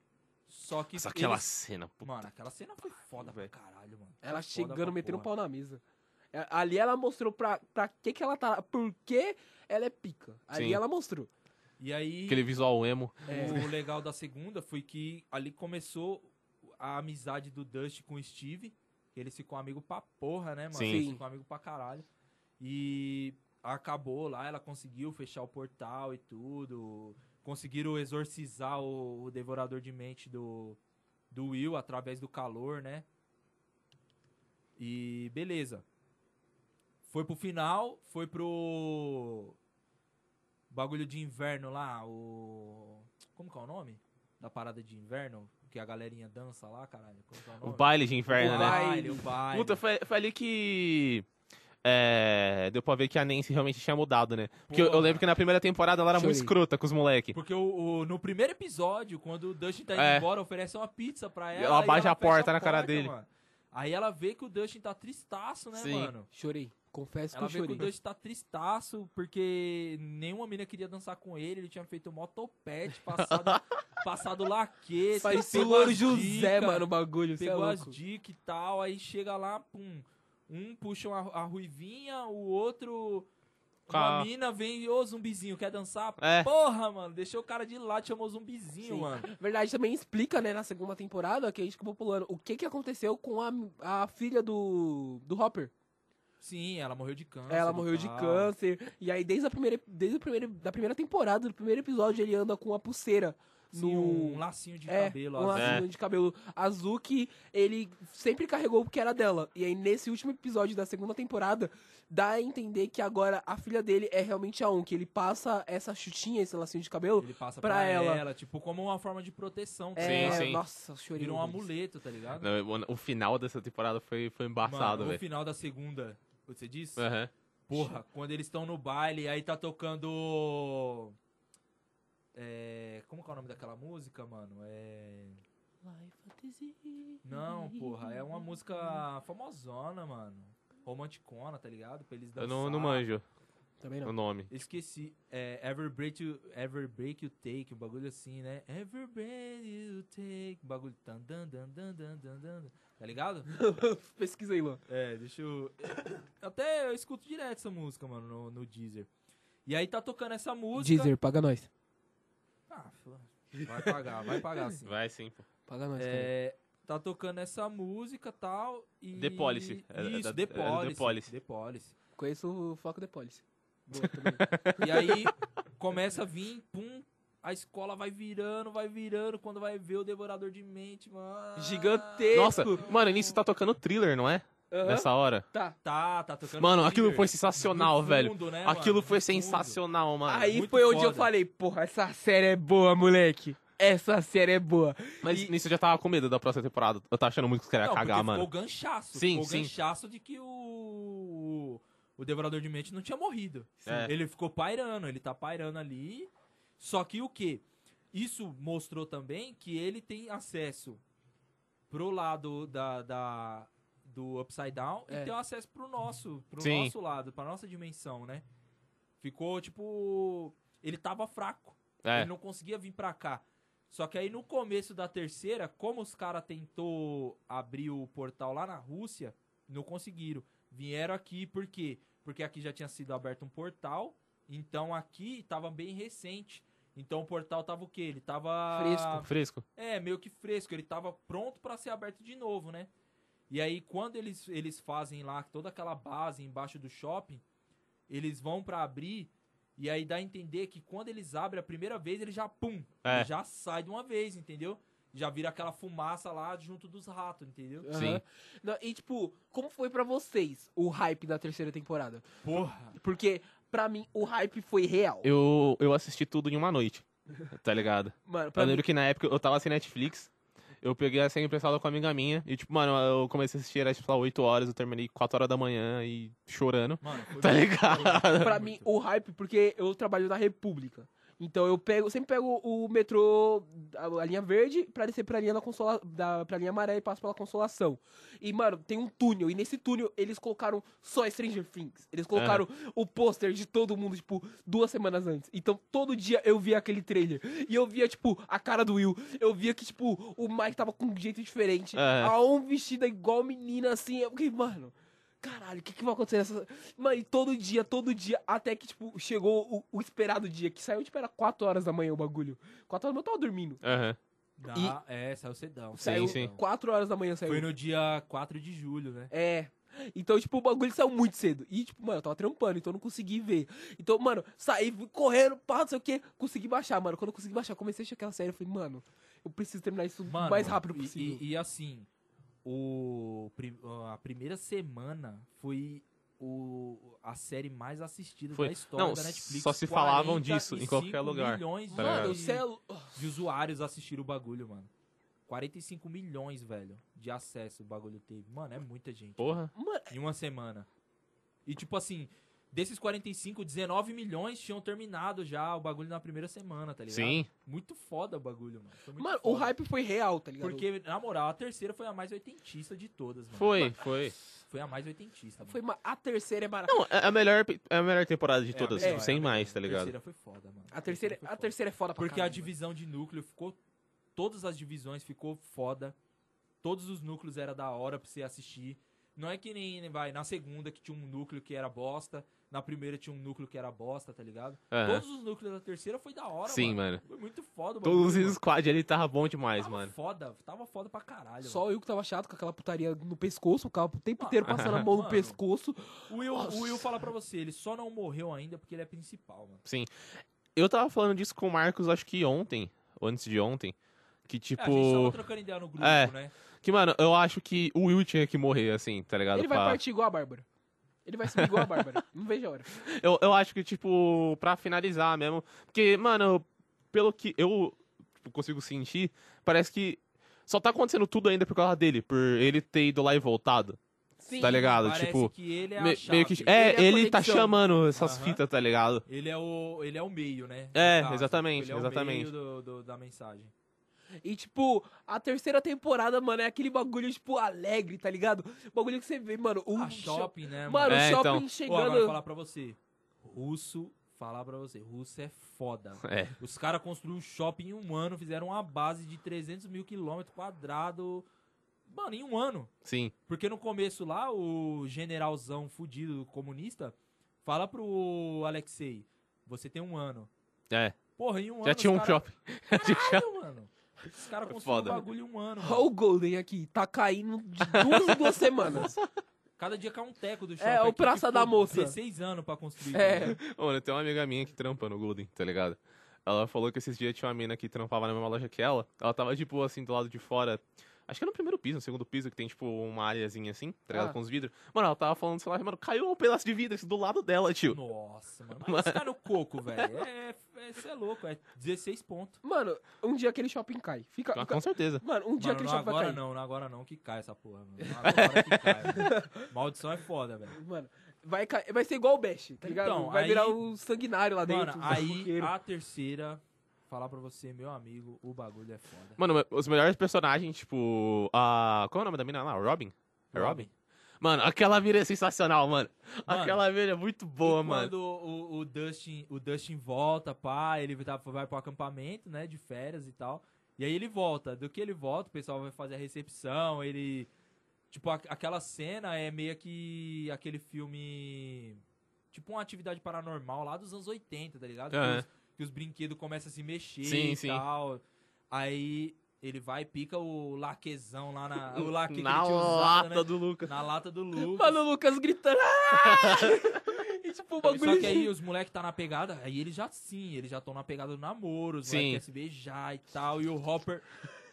[SPEAKER 1] Só que.
[SPEAKER 3] Nossa, aquela
[SPEAKER 1] eles-
[SPEAKER 3] cena, pô.
[SPEAKER 1] Mano, aquela cena foi foda
[SPEAKER 3] velho.
[SPEAKER 1] pra caralho, mano. Foi foda
[SPEAKER 2] Ela chegando,
[SPEAKER 1] pra
[SPEAKER 2] metendo um
[SPEAKER 1] porra.
[SPEAKER 2] pau na mesa. É, Ali ela mostrou pra, pra que que ela tá. Por que ela é pica. Ali
[SPEAKER 3] Sim.
[SPEAKER 2] ela mostrou.
[SPEAKER 1] E aí,
[SPEAKER 3] Aquele visual emo.
[SPEAKER 1] o legal da segunda foi que ali começou a amizade do Dust com o Steve. Que eles ficam amigos pra porra, né, mano?
[SPEAKER 3] Sim.
[SPEAKER 1] Eles ficam amigos pra caralho. E acabou lá, ela conseguiu fechar o portal e tudo. Conseguiram exorcizar o, o devorador de mente do, do Will através do calor, né? E beleza. Foi pro final, foi pro. Bagulho de inverno lá, o. Como que é o nome? Da parada de inverno? Que a galerinha dança lá, caralho. Como que é o
[SPEAKER 3] O
[SPEAKER 1] nome?
[SPEAKER 3] baile de inferno,
[SPEAKER 1] o
[SPEAKER 3] né?
[SPEAKER 1] baile, o baile.
[SPEAKER 3] Puta, foi, foi ali que. É, deu pra ver que a Nancy realmente tinha mudado, né? Porque eu, eu
[SPEAKER 1] Porra.
[SPEAKER 3] lembro que na primeira temporada ela era
[SPEAKER 2] Deixa eu
[SPEAKER 3] muito
[SPEAKER 2] ir.
[SPEAKER 3] escrota com os moleque.
[SPEAKER 1] Porque o, o- no primeiro episódio, quando o Dustin tá indo
[SPEAKER 3] É.
[SPEAKER 1] embora, oferece uma pizza pra
[SPEAKER 3] E
[SPEAKER 1] ela.
[SPEAKER 3] ela
[SPEAKER 1] e
[SPEAKER 3] baixa
[SPEAKER 1] fecha
[SPEAKER 3] a porta na cara dele.
[SPEAKER 1] mano. Aí ela vê que o Dustin tá tristaço, né,
[SPEAKER 3] Sim.
[SPEAKER 1] mano?
[SPEAKER 2] Chorei. Confesso que
[SPEAKER 1] Ela
[SPEAKER 2] eu
[SPEAKER 1] vê que o
[SPEAKER 2] chorei.
[SPEAKER 1] Dustin tá tristaço porque nenhuma mina queria dançar com ele. Ele tinha feito mó topete,
[SPEAKER 2] [LAUGHS]
[SPEAKER 1] passado, passado laquete.
[SPEAKER 2] Parecia é o
[SPEAKER 1] pegou
[SPEAKER 2] Louro
[SPEAKER 1] as
[SPEAKER 2] José,
[SPEAKER 1] dicas,
[SPEAKER 2] mano, o bagulho. Você é
[SPEAKER 1] Pegou as
[SPEAKER 2] louco.
[SPEAKER 1] dicas e tal. Aí chega lá, pum. Um puxa uma- a, ruivinha, o outro.
[SPEAKER 3] Ca-
[SPEAKER 1] Uma mina vem, ô zumbizinho, quer dançar?
[SPEAKER 3] É.
[SPEAKER 1] Porra, mano, deixou o cara de lado, chamou zumbizinho,
[SPEAKER 2] Sim.
[SPEAKER 1] mano.
[SPEAKER 2] Verdade, também explica, né, na segunda temporada, que a gente acabou pulando, o que que aconteceu com a, a filha do, do Hopper.
[SPEAKER 1] Sim, ela morreu de câncer.
[SPEAKER 2] Ela
[SPEAKER 1] e
[SPEAKER 2] morreu de
[SPEAKER 1] tal.
[SPEAKER 2] câncer. E aí, desde a primeira, desde a primeira, da primeira temporada, do primeiro episódio, ele anda com uma pulseira
[SPEAKER 1] Sim,
[SPEAKER 2] no...
[SPEAKER 1] um lacinho de
[SPEAKER 2] é,
[SPEAKER 1] cabelo. assim,
[SPEAKER 2] um
[SPEAKER 1] azul.
[SPEAKER 2] lacinho de cabelo azul que ele sempre carregou porque era dela. E aí, nesse último episódio da segunda temporada, dá a entender que agora a filha dele é realmente a um, que ele passa essa chutinha, esse lacinho de cabelo.
[SPEAKER 1] Ele passa pra,
[SPEAKER 2] pra
[SPEAKER 1] ela.
[SPEAKER 2] ela.
[SPEAKER 1] tipo, como uma forma de proteção. tá
[SPEAKER 2] é,
[SPEAKER 1] ligado?
[SPEAKER 3] sim.
[SPEAKER 2] nossa, chorei.
[SPEAKER 1] Virou um
[SPEAKER 2] horrores.
[SPEAKER 1] amuleto, tá ligado?
[SPEAKER 3] Não, o o final dessa temporada foi, foi É embaçado,
[SPEAKER 1] Mano, no
[SPEAKER 3] velho. É.
[SPEAKER 1] final da segunda, você disse?
[SPEAKER 3] Aham.
[SPEAKER 1] Porra, quando eles estão no baile, aí tá tocando. É. Como que é o nome daquela música, mano? É. Não, porra, é uma música famosona, mano. Romanticona, tá ligado? Pra eles
[SPEAKER 3] Eu
[SPEAKER 1] dançarem.
[SPEAKER 3] não, não manjo
[SPEAKER 2] Também
[SPEAKER 3] o
[SPEAKER 2] [LAUGHS] não.
[SPEAKER 3] nome.
[SPEAKER 1] Esqueci. É, every, break you, every break you take, um bagulho assim, né? Every break you take. Um bagulho. Tan, dan, dan, dan, dan, dan, dan, dan. Tá ligado?
[SPEAKER 2] Pesquisei, Luan.
[SPEAKER 1] É, deixa eu. [COUGHS] Até eu escuto direto essa música, mano, no, no Deezer. E aí tá tocando essa música.
[SPEAKER 2] Deezer, paga nós.
[SPEAKER 1] Ah, foda. vai pagar, vai pagar sim.
[SPEAKER 3] Vai sim, pô.
[SPEAKER 2] Paga nós, cara.
[SPEAKER 1] É, tá tocando essa música tal, e
[SPEAKER 3] The Policy. É- é
[SPEAKER 1] Isso,
[SPEAKER 3] da-
[SPEAKER 1] The
[SPEAKER 3] é do The
[SPEAKER 1] Policy.
[SPEAKER 3] Policy.
[SPEAKER 1] The Policy.
[SPEAKER 2] Conheço o Floco de Police. Boa [LAUGHS] também.
[SPEAKER 1] E aí começa a vir, pum, a escola vai virando, vai virando, quando vai ver o devorador de mente, mano.
[SPEAKER 2] Gigantesco.
[SPEAKER 3] Nossa, mano, nisso tá tocando thriller, não é?
[SPEAKER 2] Aham,
[SPEAKER 3] Nessa hora.
[SPEAKER 2] Tá.
[SPEAKER 1] Tá, tá tocando.
[SPEAKER 3] Mano,
[SPEAKER 1] Thriller.
[SPEAKER 3] aquilo foi
[SPEAKER 1] No
[SPEAKER 3] sensacional, velho.
[SPEAKER 1] fundo, né,
[SPEAKER 3] Aquilo
[SPEAKER 1] mano?
[SPEAKER 3] foi
[SPEAKER 1] No fundo.
[SPEAKER 3] sensacional, mano.
[SPEAKER 2] Aí
[SPEAKER 1] muito
[SPEAKER 2] foi onde eu
[SPEAKER 1] foda.
[SPEAKER 2] falei, porra, essa série é boa, moleque. Essa série é boa.
[SPEAKER 3] Mas
[SPEAKER 2] E-
[SPEAKER 3] nisso eu já tava com medo da próxima temporada. Eu tava achando muito que os caras
[SPEAKER 1] Não,
[SPEAKER 3] iam cagar,
[SPEAKER 1] porque
[SPEAKER 3] mano.
[SPEAKER 1] Ficou o ganchaço.
[SPEAKER 3] Sim,
[SPEAKER 1] ficou o
[SPEAKER 3] sim.
[SPEAKER 1] ganchaço de que o. O Devorador de Mente não tinha morrido.
[SPEAKER 3] É.
[SPEAKER 1] Ele ficou pairando, ele tá pairando ali. Só que o quê? Isso mostrou também que ele tem acesso pro lado da. da- do Upside Down
[SPEAKER 2] É.
[SPEAKER 1] e tem acesso pro nosso, pro
[SPEAKER 3] Sim.
[SPEAKER 1] nosso lado, pra nossa dimensão, né? Ficou tipo. Ele tava fraco.
[SPEAKER 3] É.
[SPEAKER 1] Ele não conseguia vir pra cá. Só que aí no começo da terceira, como os caras tentou abrir o portal lá na Rússia, não conseguiram. Vieram aqui por quê? Porque aqui já tinha sido aberto um portal, então aqui tava bem recente. Então o portal tava o quê? Ele tava
[SPEAKER 2] Fresco.
[SPEAKER 3] Fresco.
[SPEAKER 1] é, meio que fresco. Ele tava pronto pra ser aberto de novo, né? E aí, quando eles, eles fazem lá toda aquela base embaixo do shopping, eles vão pra abrir. E aí dá a entender que quando eles abrem a primeira vez, ele já pum!
[SPEAKER 3] É.
[SPEAKER 1] Ele já sai de uma vez, entendeu? Já vira aquela fumaça lá junto dos ratos, entendeu?
[SPEAKER 2] Aham.
[SPEAKER 3] Sim.
[SPEAKER 2] Não, E tipo, como foi pra vocês o hype da terceira temporada?
[SPEAKER 1] Porra!
[SPEAKER 2] Porque pra mim o hype foi real.
[SPEAKER 3] Eu, eu assisti tudo em uma noite. Tá
[SPEAKER 1] [LAUGHS]
[SPEAKER 3] ligado?
[SPEAKER 2] Mano,
[SPEAKER 3] Eu
[SPEAKER 2] pra mim,
[SPEAKER 3] lembro que na época eu tava sem Netflix. Eu peguei a senha emprestada com uma amiga minha. E, tipo, mano, eu comecei a assistir, era, tipo, lá 8 horas. Eu terminei 4 horas da manhã e chorando. [LAUGHS]
[SPEAKER 1] Mano, foi
[SPEAKER 3] Tá
[SPEAKER 1] muito-
[SPEAKER 3] ligado?
[SPEAKER 1] foi muito.
[SPEAKER 2] pra mim o hype porque eu trabalho na República. Então eu pego, sempre pego o metrô, a, a linha verde, pra descer pra linha da consola, da, pra linha amarela e passo pela consolação. E, mano, tem um túnel, e nesse túnel eles colocaram só Stranger Things. Eles colocaram o pôster de todo mundo, tipo, duas semanas antes. Então todo dia eu via aquele trailer. [LAUGHS] E eu via, tipo, a cara do Will. Eu via que, tipo, o Mike tava com um jeito diferente.
[SPEAKER 3] É.
[SPEAKER 2] A um vestida igual menina, assim. Eu fiquei, mano. Caralho, o que, que vai acontecer nessa. Mano, e todo dia, todo dia, até que, tipo, chegou o, o esperado dia, que saiu, tipo, era 4 horas da manhã o bagulho. 4 horas da manhã eu tava dormindo.
[SPEAKER 3] Aham.
[SPEAKER 1] Dá, É, saiu cedão.
[SPEAKER 3] Sim,
[SPEAKER 2] Saiu
[SPEAKER 3] sim.
[SPEAKER 2] 4 horas da manhã, saiu.
[SPEAKER 1] Foi no dia 4 de julho, né?
[SPEAKER 2] É. Então, tipo, o bagulho saiu muito cedo. E, tipo, mano, eu tava trampando, então eu não consegui ver. Então, mano, saí fui correndo, pá, não sei o quê. Consegui baixar, mano. Quando eu consegui baixar, eu comecei a achar aquela série. Eu falei, mano, eu preciso terminar isso o
[SPEAKER 1] Mano,
[SPEAKER 2] mais rápido
[SPEAKER 1] e-
[SPEAKER 2] possível.
[SPEAKER 1] E, e assim, o, pri- a primeira semana foi o, a série mais assistida
[SPEAKER 3] Foi.
[SPEAKER 1] da história
[SPEAKER 3] Não,
[SPEAKER 1] da Netflix.
[SPEAKER 3] só se falavam
[SPEAKER 1] 45
[SPEAKER 3] disso em qualquer lugar,
[SPEAKER 1] milhões
[SPEAKER 3] tá
[SPEAKER 2] mano,
[SPEAKER 3] ligado?
[SPEAKER 2] o
[SPEAKER 1] de,
[SPEAKER 2] céu.
[SPEAKER 1] de usuários assistiram o bagulho, mano. 45 milhões, velho, de acesso o bagulho teve. Mano, é muita gente.
[SPEAKER 3] Porra.
[SPEAKER 2] Mano,
[SPEAKER 1] Em uma semana. E tipo assim, desses 45, 19 milhões tinham terminado já o bagulho na primeira semana, tá ligado?
[SPEAKER 3] Sim.
[SPEAKER 1] Muito foda o bagulho, mano. Foi muito
[SPEAKER 2] mano o
[SPEAKER 1] foda.
[SPEAKER 2] hype foi real, tá ligado?
[SPEAKER 1] Porque, na moral, a terceira foi a mais oitentista de todas, mano.
[SPEAKER 3] Foi, foi.
[SPEAKER 1] Foi a mais oitentista. mano.
[SPEAKER 2] Foi uma- a terceira é maravilhosa.
[SPEAKER 3] Não, é a melhor, é a melhor temporada de
[SPEAKER 1] É,
[SPEAKER 3] todas,
[SPEAKER 1] a
[SPEAKER 3] tipo,
[SPEAKER 1] melhor,
[SPEAKER 3] sem
[SPEAKER 1] a melhor.
[SPEAKER 3] mais, tá
[SPEAKER 1] A
[SPEAKER 3] ligado?
[SPEAKER 1] terceira foi foda, mano.
[SPEAKER 2] A terceira,
[SPEAKER 1] foi
[SPEAKER 2] a
[SPEAKER 1] foda.
[SPEAKER 2] terceira é foda pra
[SPEAKER 1] Porque a
[SPEAKER 2] caralho,
[SPEAKER 1] divisão de núcleo ficou. Todas as divisões ficou foda. Todos os núcleos era da hora pra você assistir. Não é que nem, vai, na segunda que tinha um núcleo que era bosta. Na primeira tinha um núcleo que era bosta, tá ligado?
[SPEAKER 3] Aham.
[SPEAKER 1] Todos os núcleos da terceira foi da hora,
[SPEAKER 3] É. Sim,
[SPEAKER 1] mano.
[SPEAKER 3] mano.
[SPEAKER 1] Foi muito foda, mano.
[SPEAKER 3] Todos os squad ali tava bom demais,
[SPEAKER 1] Tava
[SPEAKER 3] mano.
[SPEAKER 1] foda, tava foda pra caralho.
[SPEAKER 2] mano. Só eu que tava chato com aquela putaria no pescoço, o cara o tempo inteiro
[SPEAKER 1] Ah,
[SPEAKER 2] passando a mão no
[SPEAKER 1] [LAUGHS] mano.
[SPEAKER 2] pescoço.
[SPEAKER 1] O Will,
[SPEAKER 2] Nossa.
[SPEAKER 1] o Will fala pra você, ele só não morreu ainda porque ele é principal, mano.
[SPEAKER 3] Eu tava falando disso com o Marcos, acho que ontem, ou antes de ontem, que
[SPEAKER 1] É, a gente tava
[SPEAKER 3] tipo...
[SPEAKER 1] trocando ideia no grupo,
[SPEAKER 3] É.
[SPEAKER 1] né?
[SPEAKER 3] Que, mano, eu acho que o Will tinha que morrer, assim, tá ligado?
[SPEAKER 2] Ele vai
[SPEAKER 3] Pra-
[SPEAKER 2] partir igual a Bárbara. Ele vai subir igual a Bárbara. Não vejo a hora.
[SPEAKER 3] Eu, eu acho que, tipo, pra finalizar mesmo. Porque, mano, pelo que eu tipo, consigo sentir, parece que só tá acontecendo tudo ainda por causa dele, por ele ter ido lá e voltado.
[SPEAKER 2] Sim,
[SPEAKER 3] tá ligado?
[SPEAKER 1] Parece
[SPEAKER 3] Tipo,
[SPEAKER 1] que ele é a
[SPEAKER 3] me-
[SPEAKER 1] chave.
[SPEAKER 3] meio que.
[SPEAKER 2] é
[SPEAKER 3] É,
[SPEAKER 2] a
[SPEAKER 3] ele tá
[SPEAKER 2] conexão.
[SPEAKER 3] chamando essas
[SPEAKER 1] Aham.
[SPEAKER 3] fitas, tá ligado?
[SPEAKER 1] Ele é o, ele é o meio, né?
[SPEAKER 3] É,
[SPEAKER 1] No caso,
[SPEAKER 3] exatamente,
[SPEAKER 1] ele é
[SPEAKER 3] exatamente.
[SPEAKER 1] O meio do- do- da mensagem.
[SPEAKER 2] E, tipo, a terceira temporada, mano, é aquele bagulho, tipo, alegre, tá ligado? Bagulho que você vê, mano. O
[SPEAKER 1] ah, shopping, né,
[SPEAKER 2] Mano,
[SPEAKER 1] mano?
[SPEAKER 2] o
[SPEAKER 3] É,
[SPEAKER 1] Pô,
[SPEAKER 2] shopping
[SPEAKER 3] então.
[SPEAKER 1] agora eu vou
[SPEAKER 2] chegando.
[SPEAKER 1] falar pra você. Russo, falar pra você. Russo é foda.
[SPEAKER 3] É.
[SPEAKER 1] Os caras construíram um shopping em um ano, fizeram uma base de 300 mil quilômetros quadrados. Mano, em um ano.
[SPEAKER 3] Sim.
[SPEAKER 1] Porque no começo lá, o generalzão fudido comunista fala pro Alexei, você tem um ano.
[SPEAKER 3] É.
[SPEAKER 1] Porra, em um ano.
[SPEAKER 3] Já
[SPEAKER 1] os
[SPEAKER 3] tinha um
[SPEAKER 1] cara-
[SPEAKER 3] shopping.
[SPEAKER 1] [LAUGHS] Caralho, mano. Os caras
[SPEAKER 3] [LAUGHS] É
[SPEAKER 1] construíram o
[SPEAKER 3] foda.
[SPEAKER 1] bagulho em um
[SPEAKER 2] [LAUGHS]
[SPEAKER 1] ano.
[SPEAKER 2] Olha
[SPEAKER 1] Mano.
[SPEAKER 2] o Golden aqui, tá caindo de duas em
[SPEAKER 1] [LAUGHS]
[SPEAKER 2] duas semanas.
[SPEAKER 1] Cada dia cai um teco do shopping.
[SPEAKER 2] É, o
[SPEAKER 1] aqui,
[SPEAKER 2] Praça
[SPEAKER 1] que
[SPEAKER 2] da
[SPEAKER 1] ficou
[SPEAKER 2] Moça.
[SPEAKER 1] 16 anos pra construir.
[SPEAKER 2] É. [LAUGHS]
[SPEAKER 1] mano.
[SPEAKER 3] Mano, tem uma amiga minha que trampa no Golden, tá ligado? Ela falou que esses dias tinha uma mina que trampava na mesma loja que ela. Ela tava, tipo, assim, do lado de fora. Acho que era no primeiro piso, no segundo piso, que tem, tipo, uma áreazinha assim, tá ligado?
[SPEAKER 2] Ah.
[SPEAKER 3] Com os vidros. Mano, ela tava falando, sei lá, mano, caiu um pedaço de vidro assim, do lado dela, tio.
[SPEAKER 1] Nossa, mano. Mas esse cara é o coco, velho. É, é, isso é louco. É 16 pontos.
[SPEAKER 2] Mano, um dia aquele shopping cai. Fica.
[SPEAKER 3] Ah,
[SPEAKER 2] fica-
[SPEAKER 3] com certeza.
[SPEAKER 2] Mano, um dia
[SPEAKER 1] Tá Mano,
[SPEAKER 2] aquele
[SPEAKER 1] não
[SPEAKER 2] shopping vai
[SPEAKER 1] agora
[SPEAKER 2] cair.
[SPEAKER 1] não, não agora não que cai essa porra, mano. Não agora que cai.
[SPEAKER 2] [LAUGHS]
[SPEAKER 1] velho. Maldição é foda, velho.
[SPEAKER 2] Mano, vai, cair, vai ser igual o Bash, tá ligado?
[SPEAKER 1] Então,
[SPEAKER 2] vai
[SPEAKER 1] aí-
[SPEAKER 2] virar o sanguinário lá dentro. tá
[SPEAKER 1] Mano,
[SPEAKER 2] o
[SPEAKER 1] aí
[SPEAKER 2] fofoqueiro.
[SPEAKER 1] a terceira, falar pra você, meu amigo, o bagulho é foda.
[SPEAKER 3] Mano, mas os melhores personagens, tipo. A... Qual é o nome da mina lá? Robin? É Robin? Mano, aquela mina é sensacional, mano.
[SPEAKER 1] Mano.
[SPEAKER 3] Aquela mina é muito boa,
[SPEAKER 1] e
[SPEAKER 3] mano.
[SPEAKER 1] Quando o, o Dustin, o Dustin volta, pá, ele tá, vai pro acampamento, né, de férias e tal. E aí ele volta. Do que ele volta, o pessoal vai fazer a recepção, ele... Tipo, a- aquela cena é meio que aquele filme... Tipo uma atividade paranormal lá dos anos 80, tá ligado?
[SPEAKER 3] É.
[SPEAKER 1] Que, os, que os brinquedos começam a se mexer
[SPEAKER 3] Sim,
[SPEAKER 1] e
[SPEAKER 3] sim.
[SPEAKER 1] tal. Aí ele vai e pica o laquezão lá na...
[SPEAKER 3] [LAUGHS]
[SPEAKER 1] O laque que
[SPEAKER 3] Na
[SPEAKER 1] ele tinha usado,
[SPEAKER 3] lata
[SPEAKER 1] né?
[SPEAKER 3] do Lucas.
[SPEAKER 1] Na lata
[SPEAKER 3] [LAUGHS]
[SPEAKER 1] do Lucas.
[SPEAKER 2] Mano, o Lucas gritando.
[SPEAKER 1] [LAUGHS]
[SPEAKER 2] "Ah!" e tipo, o bagulho.
[SPEAKER 1] Só que aí os moleques tá na pegada, aí eles já sim, eles já estão na pegada do namoro, os
[SPEAKER 3] Sim.
[SPEAKER 1] moleques querem se beijar e tal, e o Hopper,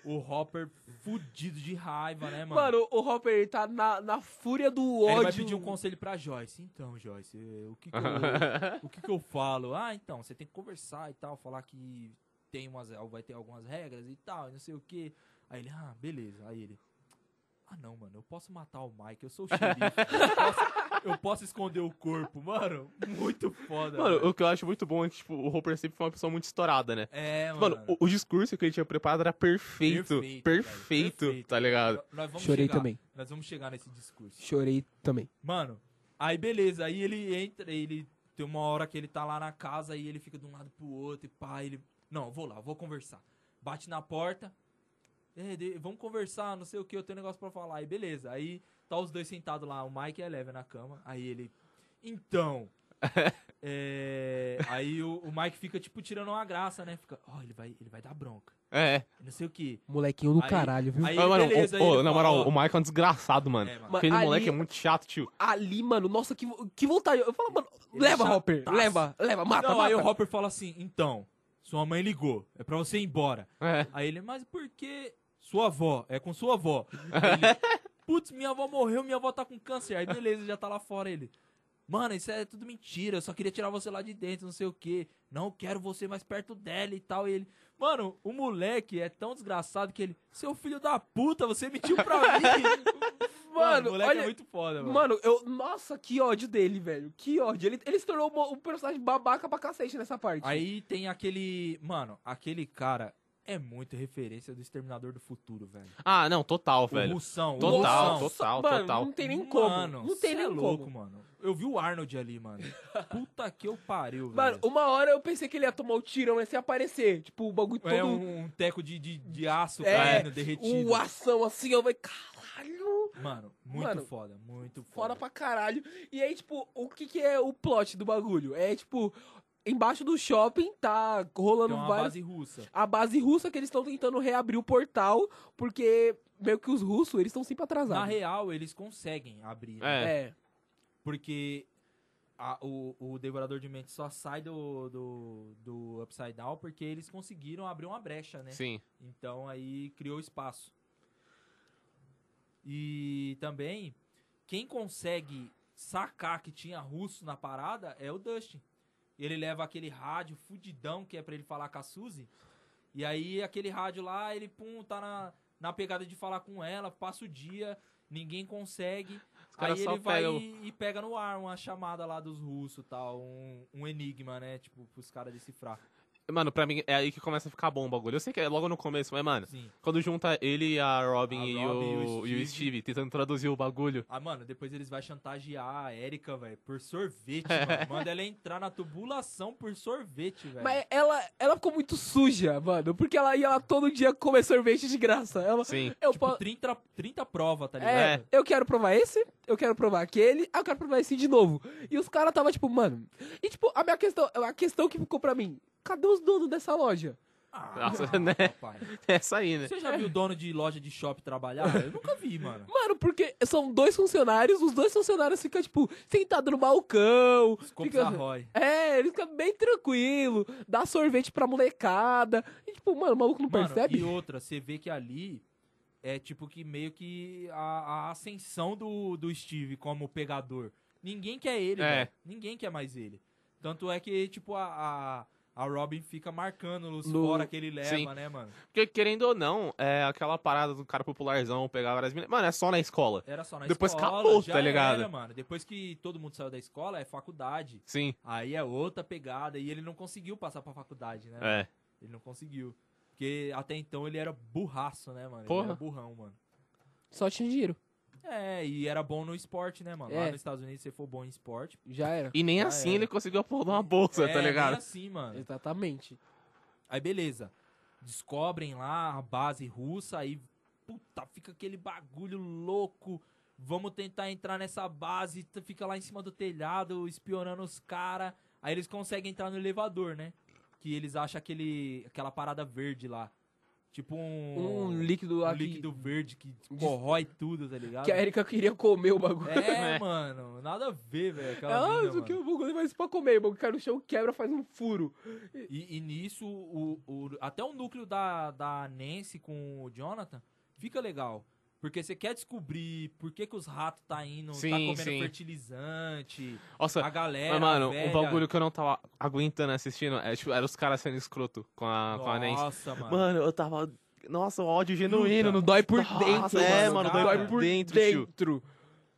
[SPEAKER 1] o Hopper fudido de raiva, né, mano?
[SPEAKER 2] Mano, o Hopper ele tá na, na fúria do
[SPEAKER 1] Aí
[SPEAKER 2] ódio.
[SPEAKER 1] ele vai pedir um conselho pra Joyce. Então, Joyce, eh, o que que eu, o que que eu falo? Ah, então, você tem que conversar e tal, falar que tem umas, vai ter algumas regras e tal, e não sei o que. Aí ele, ah, beleza. Aí ele, ah, não, mano, eu posso matar o Mike, eu sou o xerife. eu, posso, eu posso esconder o corpo, mano. Muito foda.
[SPEAKER 3] Mano,
[SPEAKER 1] velho.
[SPEAKER 3] o que eu acho muito bom é que, tipo, o Hopper sempre foi uma pessoa muito estourada, né?
[SPEAKER 1] É, mano.
[SPEAKER 3] Mano, o, o discurso que ele tinha preparado era perfeito. Perfeito,
[SPEAKER 1] Perfeito, velho,
[SPEAKER 3] tá ligado?
[SPEAKER 1] Nós vamos
[SPEAKER 2] Chorei
[SPEAKER 1] chegar-
[SPEAKER 2] também.
[SPEAKER 1] Nós vamos chegar nesse discurso.
[SPEAKER 2] Chorei também.
[SPEAKER 1] Mano, aí beleza, aí ele entra, ele tem uma hora que ele tá lá na casa e ele fica de um lado pro outro e pá, ele. Não, vou lá, vou conversar. Bate na porta. "É, de- vamos conversar, não sei o que, eu tenho um negócio pra falar. Aí beleza,
[SPEAKER 3] [LAUGHS]
[SPEAKER 1] aí tá os dois sentados lá, o Mike e a Eleven na cama. Aí ele. Então. É, aí o, o Mike fica, tipo, tirando uma graça, né? Fica, ó, ele, vai, ele vai dar bronca.
[SPEAKER 3] É.
[SPEAKER 1] Não sei o quê.
[SPEAKER 2] Molequinho do
[SPEAKER 1] Aí-
[SPEAKER 2] caralho, viu?
[SPEAKER 1] Aí,
[SPEAKER 3] Ô, mano,
[SPEAKER 1] beleza, aí
[SPEAKER 3] ô, ô,
[SPEAKER 1] ele
[SPEAKER 3] na
[SPEAKER 1] fala,
[SPEAKER 3] moral,
[SPEAKER 1] ó,
[SPEAKER 3] o Michael é um desgraçado, mano.
[SPEAKER 1] É, mano.
[SPEAKER 2] Mas
[SPEAKER 3] Aquele
[SPEAKER 2] ali-
[SPEAKER 3] moleque é muito chato, tio.
[SPEAKER 2] Ali, mano, nossa, que, vo- que vontade. Eu falo, mano, leva,
[SPEAKER 1] chataço.
[SPEAKER 2] Hopper. Leva, leva, mata,
[SPEAKER 1] é Não,
[SPEAKER 2] mata.
[SPEAKER 1] aí o Hopper fala assim, então, sua mãe ligou, é pra você ir embora.
[SPEAKER 3] É.
[SPEAKER 1] Aí ele, mas por que sua avó? É com sua avó. Ele, Putz, minha avó morreu, minha avó tá com câncer. Aí beleza, já tá lá fora ele. Mano, isso é tudo mentira, eu só queria tirar você lá de dentro, não sei o que. Não quero você mais perto dela e tal. E ele, mano, o moleque é tão desgraçado que ele, seu filho da puta, você mentiu pra mim.
[SPEAKER 2] [LAUGHS] Mano,
[SPEAKER 1] o moleque
[SPEAKER 2] olha-
[SPEAKER 1] é muito foda, mano.
[SPEAKER 2] Mano, eu. Nossa, que ódio dele, velho. Que ódio. Ele, ele se tornou uma- um personagem babaca pra cacete nessa parte.
[SPEAKER 1] Aí tem aquele. Mano, aquele cara é muito referência do Exterminador do Futuro, velho.
[SPEAKER 3] Ah, não, total,
[SPEAKER 1] O
[SPEAKER 3] velho.
[SPEAKER 1] Russão.
[SPEAKER 3] Total,
[SPEAKER 1] o Russão.
[SPEAKER 2] Nossa,
[SPEAKER 3] total,
[SPEAKER 2] mano,
[SPEAKER 3] total.
[SPEAKER 2] Não tem nem como.
[SPEAKER 1] Mano,
[SPEAKER 2] não tem
[SPEAKER 1] cê
[SPEAKER 2] nem
[SPEAKER 1] é louco,
[SPEAKER 2] como.
[SPEAKER 1] mano. Eu vi o Arnold ali, mano.
[SPEAKER 2] [LAUGHS]
[SPEAKER 1] Puta que eu pariu,
[SPEAKER 2] Mano,
[SPEAKER 1] velho.
[SPEAKER 2] uma hora eu pensei que ele ia tomar o tirão e se aparecer. Tipo, o bagulho todo.
[SPEAKER 1] É um, um teco de, de, de aço
[SPEAKER 2] É,
[SPEAKER 1] caindo, derretido.
[SPEAKER 2] O ação assim, eu falei, caralho.
[SPEAKER 1] Mano, muito
[SPEAKER 2] Mano,
[SPEAKER 1] foda, muito foda.
[SPEAKER 2] Foda pra caralho. E aí, tipo, o que que é o plot do bagulho? É, tipo, embaixo do shopping tá rolando
[SPEAKER 1] Tem uma
[SPEAKER 2] vários...
[SPEAKER 1] base russa.
[SPEAKER 2] A base russa que eles estão tentando reabrir o portal, porque meio que os russos, eles estão sempre
[SPEAKER 1] Na
[SPEAKER 2] atrasados.
[SPEAKER 1] real, eles conseguem abrir. né?
[SPEAKER 3] É.
[SPEAKER 2] É.
[SPEAKER 1] Porque a- o, o Devorador de Mentes só sai do, do, do Upside Down porque eles conseguiram abrir uma brecha, né?
[SPEAKER 3] Sim.
[SPEAKER 1] Então aí criou espaço. E também, quem consegue sacar que tinha russo na parada é o Dustin. Ele leva aquele rádio fudidão que é pra ele falar com a Suzy. E aí aquele rádio lá, ele pum, tá na, na pegada de falar com ela, passa o dia, ninguém consegue.
[SPEAKER 3] Os
[SPEAKER 1] Aí
[SPEAKER 3] caras só
[SPEAKER 1] ele vai
[SPEAKER 3] pegam.
[SPEAKER 1] e, e pega no ar uma chamada lá dos russos e tal, um, um enigma, né? Tipo, pros caras decifrar.
[SPEAKER 3] Mano, pra mim é aí que começa a ficar bom o bagulho. Eu sei que é logo no começo, mas, mano,
[SPEAKER 1] Sim.
[SPEAKER 3] quando junta ele, a Robin,
[SPEAKER 1] A
[SPEAKER 3] e,
[SPEAKER 1] Robin e
[SPEAKER 3] o,
[SPEAKER 1] o
[SPEAKER 3] e o
[SPEAKER 1] Steve.
[SPEAKER 3] Steve tentando traduzir o bagulho.
[SPEAKER 1] Ah, mano, depois eles vão chantagear a Erika, velho, por sorvete,
[SPEAKER 3] [LAUGHS]
[SPEAKER 1] mano. Manda ela entrar na tubulação por sorvete, velho.
[SPEAKER 2] Mas ela, ela ficou muito suja, mano, porque ela ia lá todo dia comer sorvete de graça. Ela,
[SPEAKER 1] [LAUGHS]
[SPEAKER 3] Sim.
[SPEAKER 2] eu,
[SPEAKER 1] Tipo,
[SPEAKER 2] po-
[SPEAKER 1] 30, 30 prova, tá ligado?
[SPEAKER 2] É, eu quero provar esse, eu quero provar aquele, ah, eu quero provar esse de novo. E os caras tava tipo, mano. E tipo, a minha questão, a questão que ficou pra mim, cadê os donos dessa loja?
[SPEAKER 1] Ah,
[SPEAKER 3] Nossa, né?
[SPEAKER 1] papai.
[SPEAKER 3] É essa aí, né?
[SPEAKER 1] Você já viu o dono de loja de shopping trabalhar? Eu nunca vi, mano.
[SPEAKER 2] Mano, porque são dois funcionários, os dois funcionários ficam, tipo, sentados no balcão.
[SPEAKER 1] Scopes
[SPEAKER 2] fica-
[SPEAKER 1] Arroy.
[SPEAKER 2] É, ele fica bem tranquilo, dá sorvete pra molecada. E tipo, mano, o maluco não
[SPEAKER 1] Mano,
[SPEAKER 2] percebe?
[SPEAKER 1] e outra, você vê que ali é tipo que meio que a, a ascensão do, do Steve como pegador. Ninguém quer ele,
[SPEAKER 3] É.
[SPEAKER 1] velho. Ninguém quer mais ele. Tanto é que, tipo, a, a, a Robin fica marcando os
[SPEAKER 2] No-
[SPEAKER 1] fora que ele leva,
[SPEAKER 3] Sim.
[SPEAKER 1] né, mano?
[SPEAKER 3] Porque, querendo ou não, é aquela parada do cara popularzão pegar várias meninas. Mano, é só na escola.
[SPEAKER 1] Era só na
[SPEAKER 3] Depois
[SPEAKER 1] escola.
[SPEAKER 3] acabou,
[SPEAKER 1] já
[SPEAKER 3] tá ligado?
[SPEAKER 1] Era, mano. Depois que todo mundo saiu da escola, é faculdade.
[SPEAKER 3] Sim.
[SPEAKER 1] Aí é outra pegada. E ele não conseguiu passar pra faculdade, né?
[SPEAKER 3] É.
[SPEAKER 1] Ele não conseguiu. Porque até então ele era burraço, né, mano?
[SPEAKER 3] Porra.
[SPEAKER 1] Ele era burrão, mano.
[SPEAKER 2] Só tinha dinheiro.
[SPEAKER 1] É, e era bom no esporte, né, mano?
[SPEAKER 2] É.
[SPEAKER 1] Lá nos Estados Unidos, se você for bom em esporte.
[SPEAKER 2] Já era.
[SPEAKER 3] E nem
[SPEAKER 1] Já
[SPEAKER 3] assim
[SPEAKER 1] era.
[SPEAKER 3] ele conseguiu apontar uma bolsa,
[SPEAKER 1] Ah, é,
[SPEAKER 3] tá
[SPEAKER 1] nem
[SPEAKER 3] ligado?
[SPEAKER 1] assim, mano.
[SPEAKER 2] Exatamente.
[SPEAKER 1] Aí, beleza. Descobrem lá a base russa, aí, puta, fica aquele bagulho louco. Vamos tentar entrar nessa base, t- fica lá em cima do telhado, espionando os caras. Aí eles conseguem entrar no elevador, né? Que eles acham aquele, aquela parada verde lá. Tipo um,
[SPEAKER 2] Um líquido
[SPEAKER 1] um
[SPEAKER 2] lá que-
[SPEAKER 1] líquido verde que corrói tudo, tá ligado?
[SPEAKER 2] que é a Erika queria comer o bagulho. [LAUGHS]
[SPEAKER 1] É, mano, nada a ver, velho. aquela
[SPEAKER 2] Ah,
[SPEAKER 1] mina,
[SPEAKER 2] isso aqui
[SPEAKER 1] mano.
[SPEAKER 2] eu vou levar isso pra comer, mano. Cai no chão, quebra, faz um furo.
[SPEAKER 1] E, e nisso, o, o- até o núcleo da, da Nancy com o Jonathan fica legal. Porque você quer descobrir por que, que os ratos tá indo, tá
[SPEAKER 3] Sim,
[SPEAKER 1] comendo
[SPEAKER 3] sim.
[SPEAKER 1] fertilizante,
[SPEAKER 3] Nossa,
[SPEAKER 1] a galera.
[SPEAKER 3] mas, mano,
[SPEAKER 1] a
[SPEAKER 3] o
[SPEAKER 1] velha.
[SPEAKER 3] bagulho que eu não tava aguentando assistindo é, tipo, era os caras sendo escroto com a, com a Nancy.
[SPEAKER 1] Nossa, mano.
[SPEAKER 3] né? Mano, eu tava. Nossa, o ódio genuíno. Não
[SPEAKER 2] Dói por
[SPEAKER 3] Nossa,
[SPEAKER 2] dentro,
[SPEAKER 3] é,
[SPEAKER 1] mano,
[SPEAKER 2] Dói,
[SPEAKER 1] dói
[SPEAKER 2] por
[SPEAKER 3] por
[SPEAKER 2] dentro,
[SPEAKER 3] dentro,
[SPEAKER 2] dentro.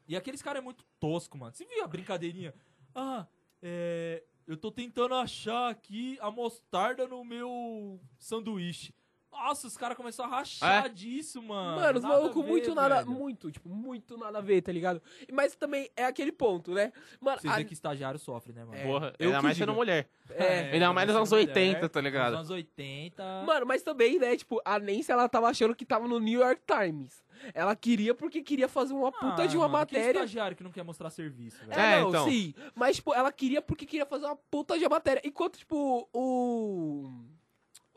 [SPEAKER 1] E aqueles caras é muito tosco, mano. Você viu a brincadeirinha? Ah, é. Eu tô tentando achar aqui a mostarda no meu sanduíche. Ah, Nossa, os caras começaram a rachar
[SPEAKER 3] É?
[SPEAKER 1] disso, mano.
[SPEAKER 2] Mano, os
[SPEAKER 1] Nada a
[SPEAKER 2] malucos
[SPEAKER 1] ver,
[SPEAKER 2] muito nada.
[SPEAKER 1] velho.
[SPEAKER 2] Muito, tipo, muito nada a ver, tá ligado? Mas também é aquele ponto, né? Mano,
[SPEAKER 1] Você
[SPEAKER 2] a-
[SPEAKER 1] vê que estagiário sofre, né, mano?
[SPEAKER 3] Porra,
[SPEAKER 2] eu
[SPEAKER 3] ainda
[SPEAKER 2] que
[SPEAKER 3] mais
[SPEAKER 2] digo.
[SPEAKER 3] sendo mulher.
[SPEAKER 2] é.
[SPEAKER 3] Ainda mais nos anos
[SPEAKER 1] sendo mulher,
[SPEAKER 3] 80, tá ligado?
[SPEAKER 1] Nos anos 80.
[SPEAKER 2] [LAUGHS] Mano, mas também, né? Tipo, a Nancy, ela tava achando que tava no New York Times. Ela queria porque queria fazer uma puta
[SPEAKER 1] Ah,
[SPEAKER 2] de uma
[SPEAKER 1] mano, Que tá
[SPEAKER 2] matéria.
[SPEAKER 1] estagiário que não quer mostrar serviço, velho.
[SPEAKER 2] É,
[SPEAKER 3] É,
[SPEAKER 2] não,
[SPEAKER 3] então.
[SPEAKER 2] sim. Mas, tipo, ela queria porque queria fazer uma puta de uma matéria. Enquanto, tipo, o.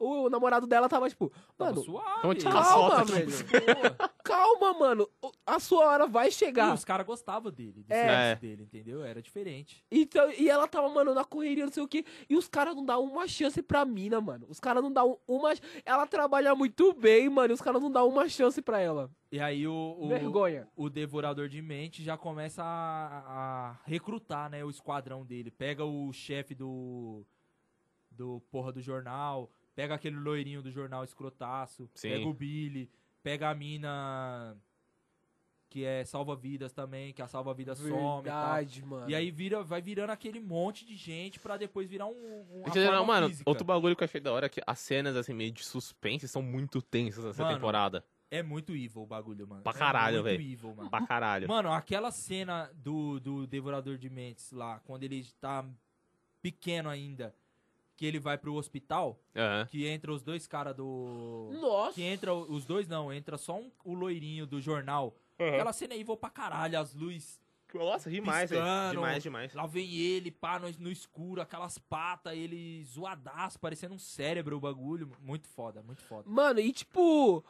[SPEAKER 2] O namorado dela tava, tipo,
[SPEAKER 1] Tava
[SPEAKER 2] mano,
[SPEAKER 1] suave.
[SPEAKER 3] Então, tira a
[SPEAKER 2] calma,
[SPEAKER 3] foto aqui.
[SPEAKER 2] velho. calma, mano. o- A sua hora vai
[SPEAKER 1] E
[SPEAKER 2] chegar.
[SPEAKER 1] os caras gostavam dele, do
[SPEAKER 2] É.
[SPEAKER 1] serviço dele, entendeu? Era diferente.
[SPEAKER 2] Então, e ela tava, mano, na correria, não sei o quê. E os caras não dão uma chance pra mina, mano. Os caras não dão uma. Ela trabalha muito bem, mano. E os caras não dão uma chance pra ela.
[SPEAKER 1] E aí o, o-
[SPEAKER 2] Vergonha.
[SPEAKER 1] o devorador de mente já começa a, a recrutar, né, o esquadrão dele. Pega o chefe do do porra do jornal, pega aquele loirinho do jornal escrotaço,
[SPEAKER 3] Sim.
[SPEAKER 1] pega o Billy, pega a mina que é salva-vidas também, que a salva-vidas some e tal.
[SPEAKER 2] Verdade, mano.
[SPEAKER 1] E aí vira, vai virando aquele monte de gente pra depois virar um, um uma
[SPEAKER 3] Em geral,
[SPEAKER 1] forma
[SPEAKER 3] mano,
[SPEAKER 1] física.
[SPEAKER 3] outro bagulho que eu achei da hora é que as cenas, assim, meio de suspense são muito tensas nessa
[SPEAKER 1] Mano.
[SPEAKER 3] temporada.
[SPEAKER 1] É muito evil o bagulho, mano.
[SPEAKER 3] Pra caralho,
[SPEAKER 1] é
[SPEAKER 3] velho.
[SPEAKER 1] Muito evil, mano.
[SPEAKER 3] Pra caralho.
[SPEAKER 1] Mano, aquela cena do, do Devorador de Mentes lá, quando ele tá pequeno ainda, que ele vai pro hospital,
[SPEAKER 3] Aham.
[SPEAKER 1] que entra os dois caras do.
[SPEAKER 2] Nossa.
[SPEAKER 1] Que entra o- os dois, não, entra só um, o loirinho do jornal.
[SPEAKER 2] É.
[SPEAKER 1] Aquela cena aí, vou pra caralho, as luzes.
[SPEAKER 3] Nossa, demais, velho.
[SPEAKER 1] Piscando.
[SPEAKER 3] Demais, demais.
[SPEAKER 1] Lá vem ele, pá, no, no escuro, aquelas patas, ele zoadaço, parecendo um cérebro o bagulho. Muito foda, muito foda.
[SPEAKER 2] Mano, e tipo,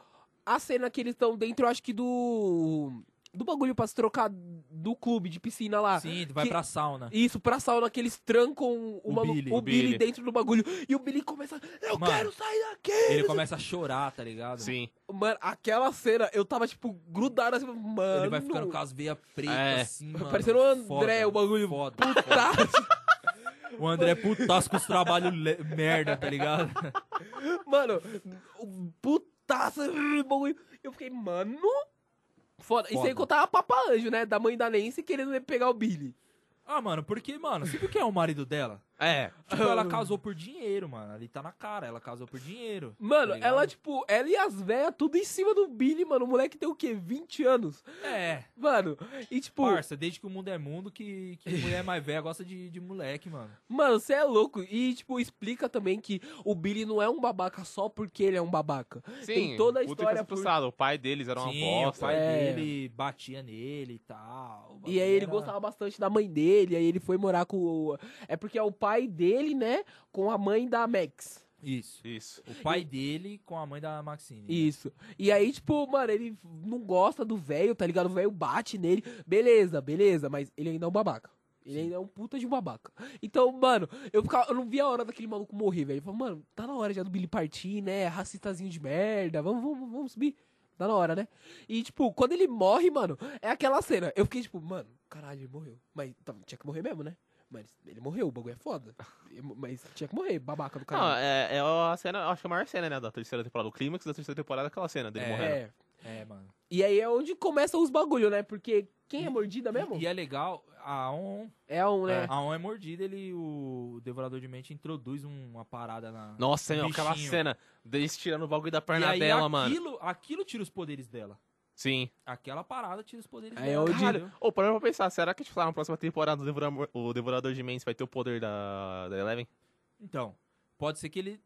[SPEAKER 2] a cena que eles estão dentro, eu acho que do. Do bagulho pra se trocar do clube de piscina lá.
[SPEAKER 1] Sim, vai
[SPEAKER 2] Ah, que-
[SPEAKER 1] pra sauna.
[SPEAKER 2] Isso, pra sauna que eles trancam o,
[SPEAKER 1] O
[SPEAKER 2] malu-
[SPEAKER 1] Billy,
[SPEAKER 2] o
[SPEAKER 1] o
[SPEAKER 2] Billy
[SPEAKER 3] Billy.
[SPEAKER 2] dentro do bagulho. E o Billy começa. Eu
[SPEAKER 1] Mano,
[SPEAKER 2] quero sair daqui!
[SPEAKER 1] Ele começa a chorar, tá ligado?
[SPEAKER 3] Sim.
[SPEAKER 2] Mano, aquela cena, eu tava, tipo, grudado assim, mano.
[SPEAKER 1] Ele vai ficando com as veias pretas,
[SPEAKER 3] É.
[SPEAKER 1] assim, mano.
[SPEAKER 2] Parecendo o André,
[SPEAKER 1] Foda,
[SPEAKER 2] o bagulho.
[SPEAKER 1] Foda.
[SPEAKER 2] Tá?
[SPEAKER 1] O André é putaço com os trabalhos le- merda, tá ligado?
[SPEAKER 2] [LAUGHS]
[SPEAKER 1] [LAUGHS]
[SPEAKER 2] mano, o putaça, o bagulho. Eu fiquei, mano. Foda. E sem
[SPEAKER 1] Foda.
[SPEAKER 2] contar a Papa Anjo, né? Da mãe da Nancy querendo pegar o Billy.
[SPEAKER 1] Ah, mano, porque, mano, você viu quem é o marido dela?
[SPEAKER 3] É.
[SPEAKER 1] Tipo, ela casou por dinheiro, mano. Ali tá na cara, ela casou por dinheiro.
[SPEAKER 2] Mano,
[SPEAKER 1] tá ligado?
[SPEAKER 2] ela, tipo, ela e as velhas tudo em cima do Billy, mano. O moleque tem o quê? 20 anos?
[SPEAKER 1] É,
[SPEAKER 2] Mano, e tipo,
[SPEAKER 1] parça, desde que o mundo é mundo, que, que mulher mais velha gosta de, de moleque, mano.
[SPEAKER 2] mano, você é louco. E, tipo, explica também que o Billy não é um babaca só porque ele é um babaca.
[SPEAKER 3] Sim.
[SPEAKER 2] Tem toda a
[SPEAKER 3] o Tuca
[SPEAKER 2] história
[SPEAKER 3] foi
[SPEAKER 2] por-
[SPEAKER 3] expulsado. O pai deles era uma
[SPEAKER 1] Sim, o
[SPEAKER 3] bosta.
[SPEAKER 1] pai
[SPEAKER 2] É.
[SPEAKER 1] dele batia nele e tal. O
[SPEAKER 2] E aí ele
[SPEAKER 1] bagulho era-
[SPEAKER 2] gostava bastante da mãe dele, aí ele foi morar com. o- É porque é o pai dele, né? Com a mãe da Max.
[SPEAKER 1] Isso.
[SPEAKER 3] Isso.
[SPEAKER 1] O pai dele com a mãe da Maxine.
[SPEAKER 2] Isso. E aí, tipo, mano, ele não gosta do velho, tá ligado? O velho bate nele. Beleza, beleza, mas ele ainda é um babaca. Ele ainda é um puta de um babaca. Então, mano, eu, ficava, eu não via a hora daquele maluco morrer, velho. Eu falava, mano, tá na hora já do Billy partir, né? Racistazinho de merda. Vamos, vamos, vamos subir. Tá na hora, né? E, tipo, quando ele morre, mano, é aquela cena. Eu fiquei, tipo, mano, caralho, ele morreu. Mas tá, tinha que morrer mesmo, né? Mas ele morreu, o bagulho é foda. Mas tinha que morrer, babaca do
[SPEAKER 3] Não,
[SPEAKER 2] caralho.
[SPEAKER 3] é, é a cena, acho que a maior cena, né, da terceira temporada. O clímax da terceira temporada é aquela cena dele
[SPEAKER 1] É.
[SPEAKER 3] morrendo.
[SPEAKER 2] é.
[SPEAKER 1] É, mano.
[SPEAKER 2] E aí é onde começam os bagulho, né? Porque quem é mordida mesmo?
[SPEAKER 1] E é legal, a On,
[SPEAKER 2] É um, né?
[SPEAKER 1] a On é mordida, ele, o Devorador de Mente, introduz um- uma parada na.
[SPEAKER 3] Nossa, meu,
[SPEAKER 1] Bichinho.
[SPEAKER 3] aquela cena deles tirando o bagulho da
[SPEAKER 1] e
[SPEAKER 3] perna
[SPEAKER 1] aí
[SPEAKER 3] dela, mano.
[SPEAKER 1] aquilo, aquilo tira os poderes dela.
[SPEAKER 3] Sim.
[SPEAKER 1] Aquela parada tira os poderes
[SPEAKER 2] Aí é
[SPEAKER 1] dela.
[SPEAKER 2] onde-
[SPEAKER 1] Caralho.
[SPEAKER 3] Ô, parando pra pensar, será que, tipo, lá na próxima temporada o Devorador, o Devorador de Mentes vai ter o poder da, da Eleven?
[SPEAKER 1] Então, pode ser que ele,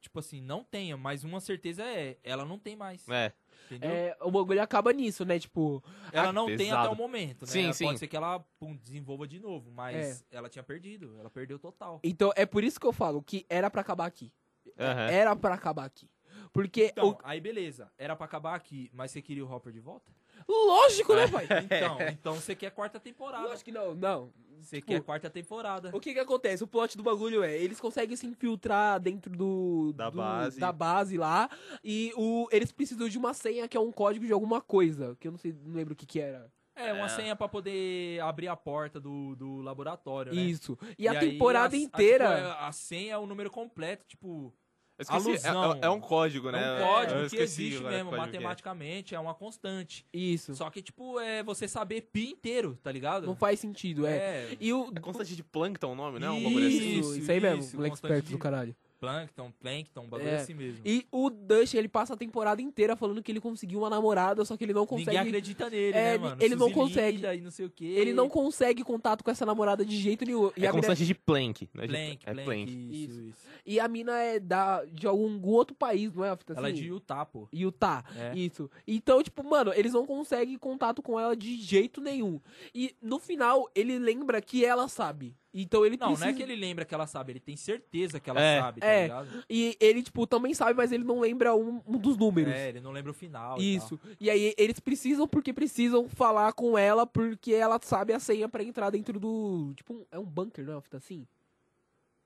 [SPEAKER 1] tipo assim, não tenha, mas uma certeza é, ela não tem mais.
[SPEAKER 3] É.
[SPEAKER 1] Entendeu?
[SPEAKER 2] É, o bagulho acaba nisso, né? Tipo,
[SPEAKER 1] ela não tem
[SPEAKER 3] Ah, pesado.
[SPEAKER 1] até o momento, né?
[SPEAKER 3] Sim,
[SPEAKER 1] Ela
[SPEAKER 3] sim.
[SPEAKER 1] Pode ser que ela pum, desenvolva de novo, mas
[SPEAKER 2] É.
[SPEAKER 1] ela tinha perdido, ela perdeu total.
[SPEAKER 2] então é por isso que eu falo que era pra acabar aqui.
[SPEAKER 3] Aham.
[SPEAKER 2] Era pra acabar aqui. Porque
[SPEAKER 1] É. Então,
[SPEAKER 2] o-
[SPEAKER 1] aí beleza, era pra acabar aqui, mas você queria o Hopper de
[SPEAKER 3] [LAUGHS]
[SPEAKER 1] volta?
[SPEAKER 2] lógico, né,
[SPEAKER 1] [LAUGHS]
[SPEAKER 2] pai?
[SPEAKER 3] É.
[SPEAKER 1] Então, então você quer a quarta temporada.
[SPEAKER 2] lógico que não, não.
[SPEAKER 1] Você
[SPEAKER 2] Tipo,
[SPEAKER 1] quer a quarta temporada.
[SPEAKER 2] O que que acontece? O plot do bagulho é, eles conseguem se infiltrar dentro do...
[SPEAKER 3] Da
[SPEAKER 2] do-
[SPEAKER 3] base.
[SPEAKER 2] Da base lá, e o, eles precisam de uma senha que é um código de alguma coisa, que eu não sei, não lembro o que que era.
[SPEAKER 1] É, uma
[SPEAKER 3] É.
[SPEAKER 1] senha pra poder abrir a porta do, do laboratório, né?
[SPEAKER 2] Isso. E, a
[SPEAKER 1] aí,
[SPEAKER 2] temporada
[SPEAKER 1] a- a-
[SPEAKER 2] inteira...
[SPEAKER 1] tipo, é- A, senha é o número completo, tipo,
[SPEAKER 3] Eu esqueci,
[SPEAKER 1] Alusão.
[SPEAKER 3] é- É, é um código,
[SPEAKER 1] é
[SPEAKER 3] né?
[SPEAKER 1] um
[SPEAKER 3] Eu
[SPEAKER 1] código que
[SPEAKER 3] esqueci
[SPEAKER 1] existe
[SPEAKER 3] agora
[SPEAKER 1] mesmo,
[SPEAKER 3] o código que é.
[SPEAKER 1] matematicamente, é uma constante.
[SPEAKER 2] Isso.
[SPEAKER 1] Só que, tipo, é você saber pi inteiro, tá ligado?
[SPEAKER 2] Não faz sentido, é.
[SPEAKER 1] é.
[SPEAKER 2] E o.
[SPEAKER 3] É constante de Plankton o nome, né? Um bagulho
[SPEAKER 1] Isso,
[SPEAKER 3] assim.
[SPEAKER 2] Isso, isso, aí mesmo,
[SPEAKER 1] isso,
[SPEAKER 2] moleque
[SPEAKER 1] constante
[SPEAKER 2] esperto
[SPEAKER 1] de-
[SPEAKER 2] do caralho.
[SPEAKER 1] Plankton, Plankton, um bagulho
[SPEAKER 2] É.
[SPEAKER 1] assim mesmo.
[SPEAKER 2] E o Dustin, ele passa a temporada inteira falando que ele conseguiu uma namorada, só que ele não
[SPEAKER 1] Ninguém
[SPEAKER 2] consegue.
[SPEAKER 1] acredita nele,
[SPEAKER 2] É,
[SPEAKER 1] né, mano?
[SPEAKER 2] ele não
[SPEAKER 1] Suzy
[SPEAKER 2] consegue.
[SPEAKER 1] Linda E não sei o quê.
[SPEAKER 2] Ele não consegue contato com essa namorada de jeito nenhum. E,
[SPEAKER 3] É
[SPEAKER 2] a,
[SPEAKER 3] como se
[SPEAKER 2] mina,
[SPEAKER 3] fosse de plank. Né?
[SPEAKER 1] Plank,
[SPEAKER 3] é
[SPEAKER 1] Plank,
[SPEAKER 3] plank.
[SPEAKER 1] Isso, isso.
[SPEAKER 2] e a mina é da, de algum outro país, não é? Uma fita
[SPEAKER 1] Ela é
[SPEAKER 2] assim?
[SPEAKER 1] de Utah, pô.
[SPEAKER 2] Utah.
[SPEAKER 1] É.
[SPEAKER 2] Isso. Então, tipo, mano, eles não conseguem contato com ela de jeito nenhum. E no final, ele lembra que ela sabe. Então ele
[SPEAKER 1] Não,
[SPEAKER 2] precisa...
[SPEAKER 1] não é que ele lembra que ela sabe, ele tem certeza que ela
[SPEAKER 3] É.
[SPEAKER 1] sabe, tá
[SPEAKER 2] É.
[SPEAKER 1] ligado?
[SPEAKER 2] E ele, tipo, também sabe, mas ele não lembra um, um dos números.
[SPEAKER 1] É, ele não lembra o final. e tal.
[SPEAKER 2] Isso. E aí eles precisam porque precisam falar com ela porque ela sabe a senha pra entrar dentro do, tipo, um- é um bunker, não é? uma fita Assim.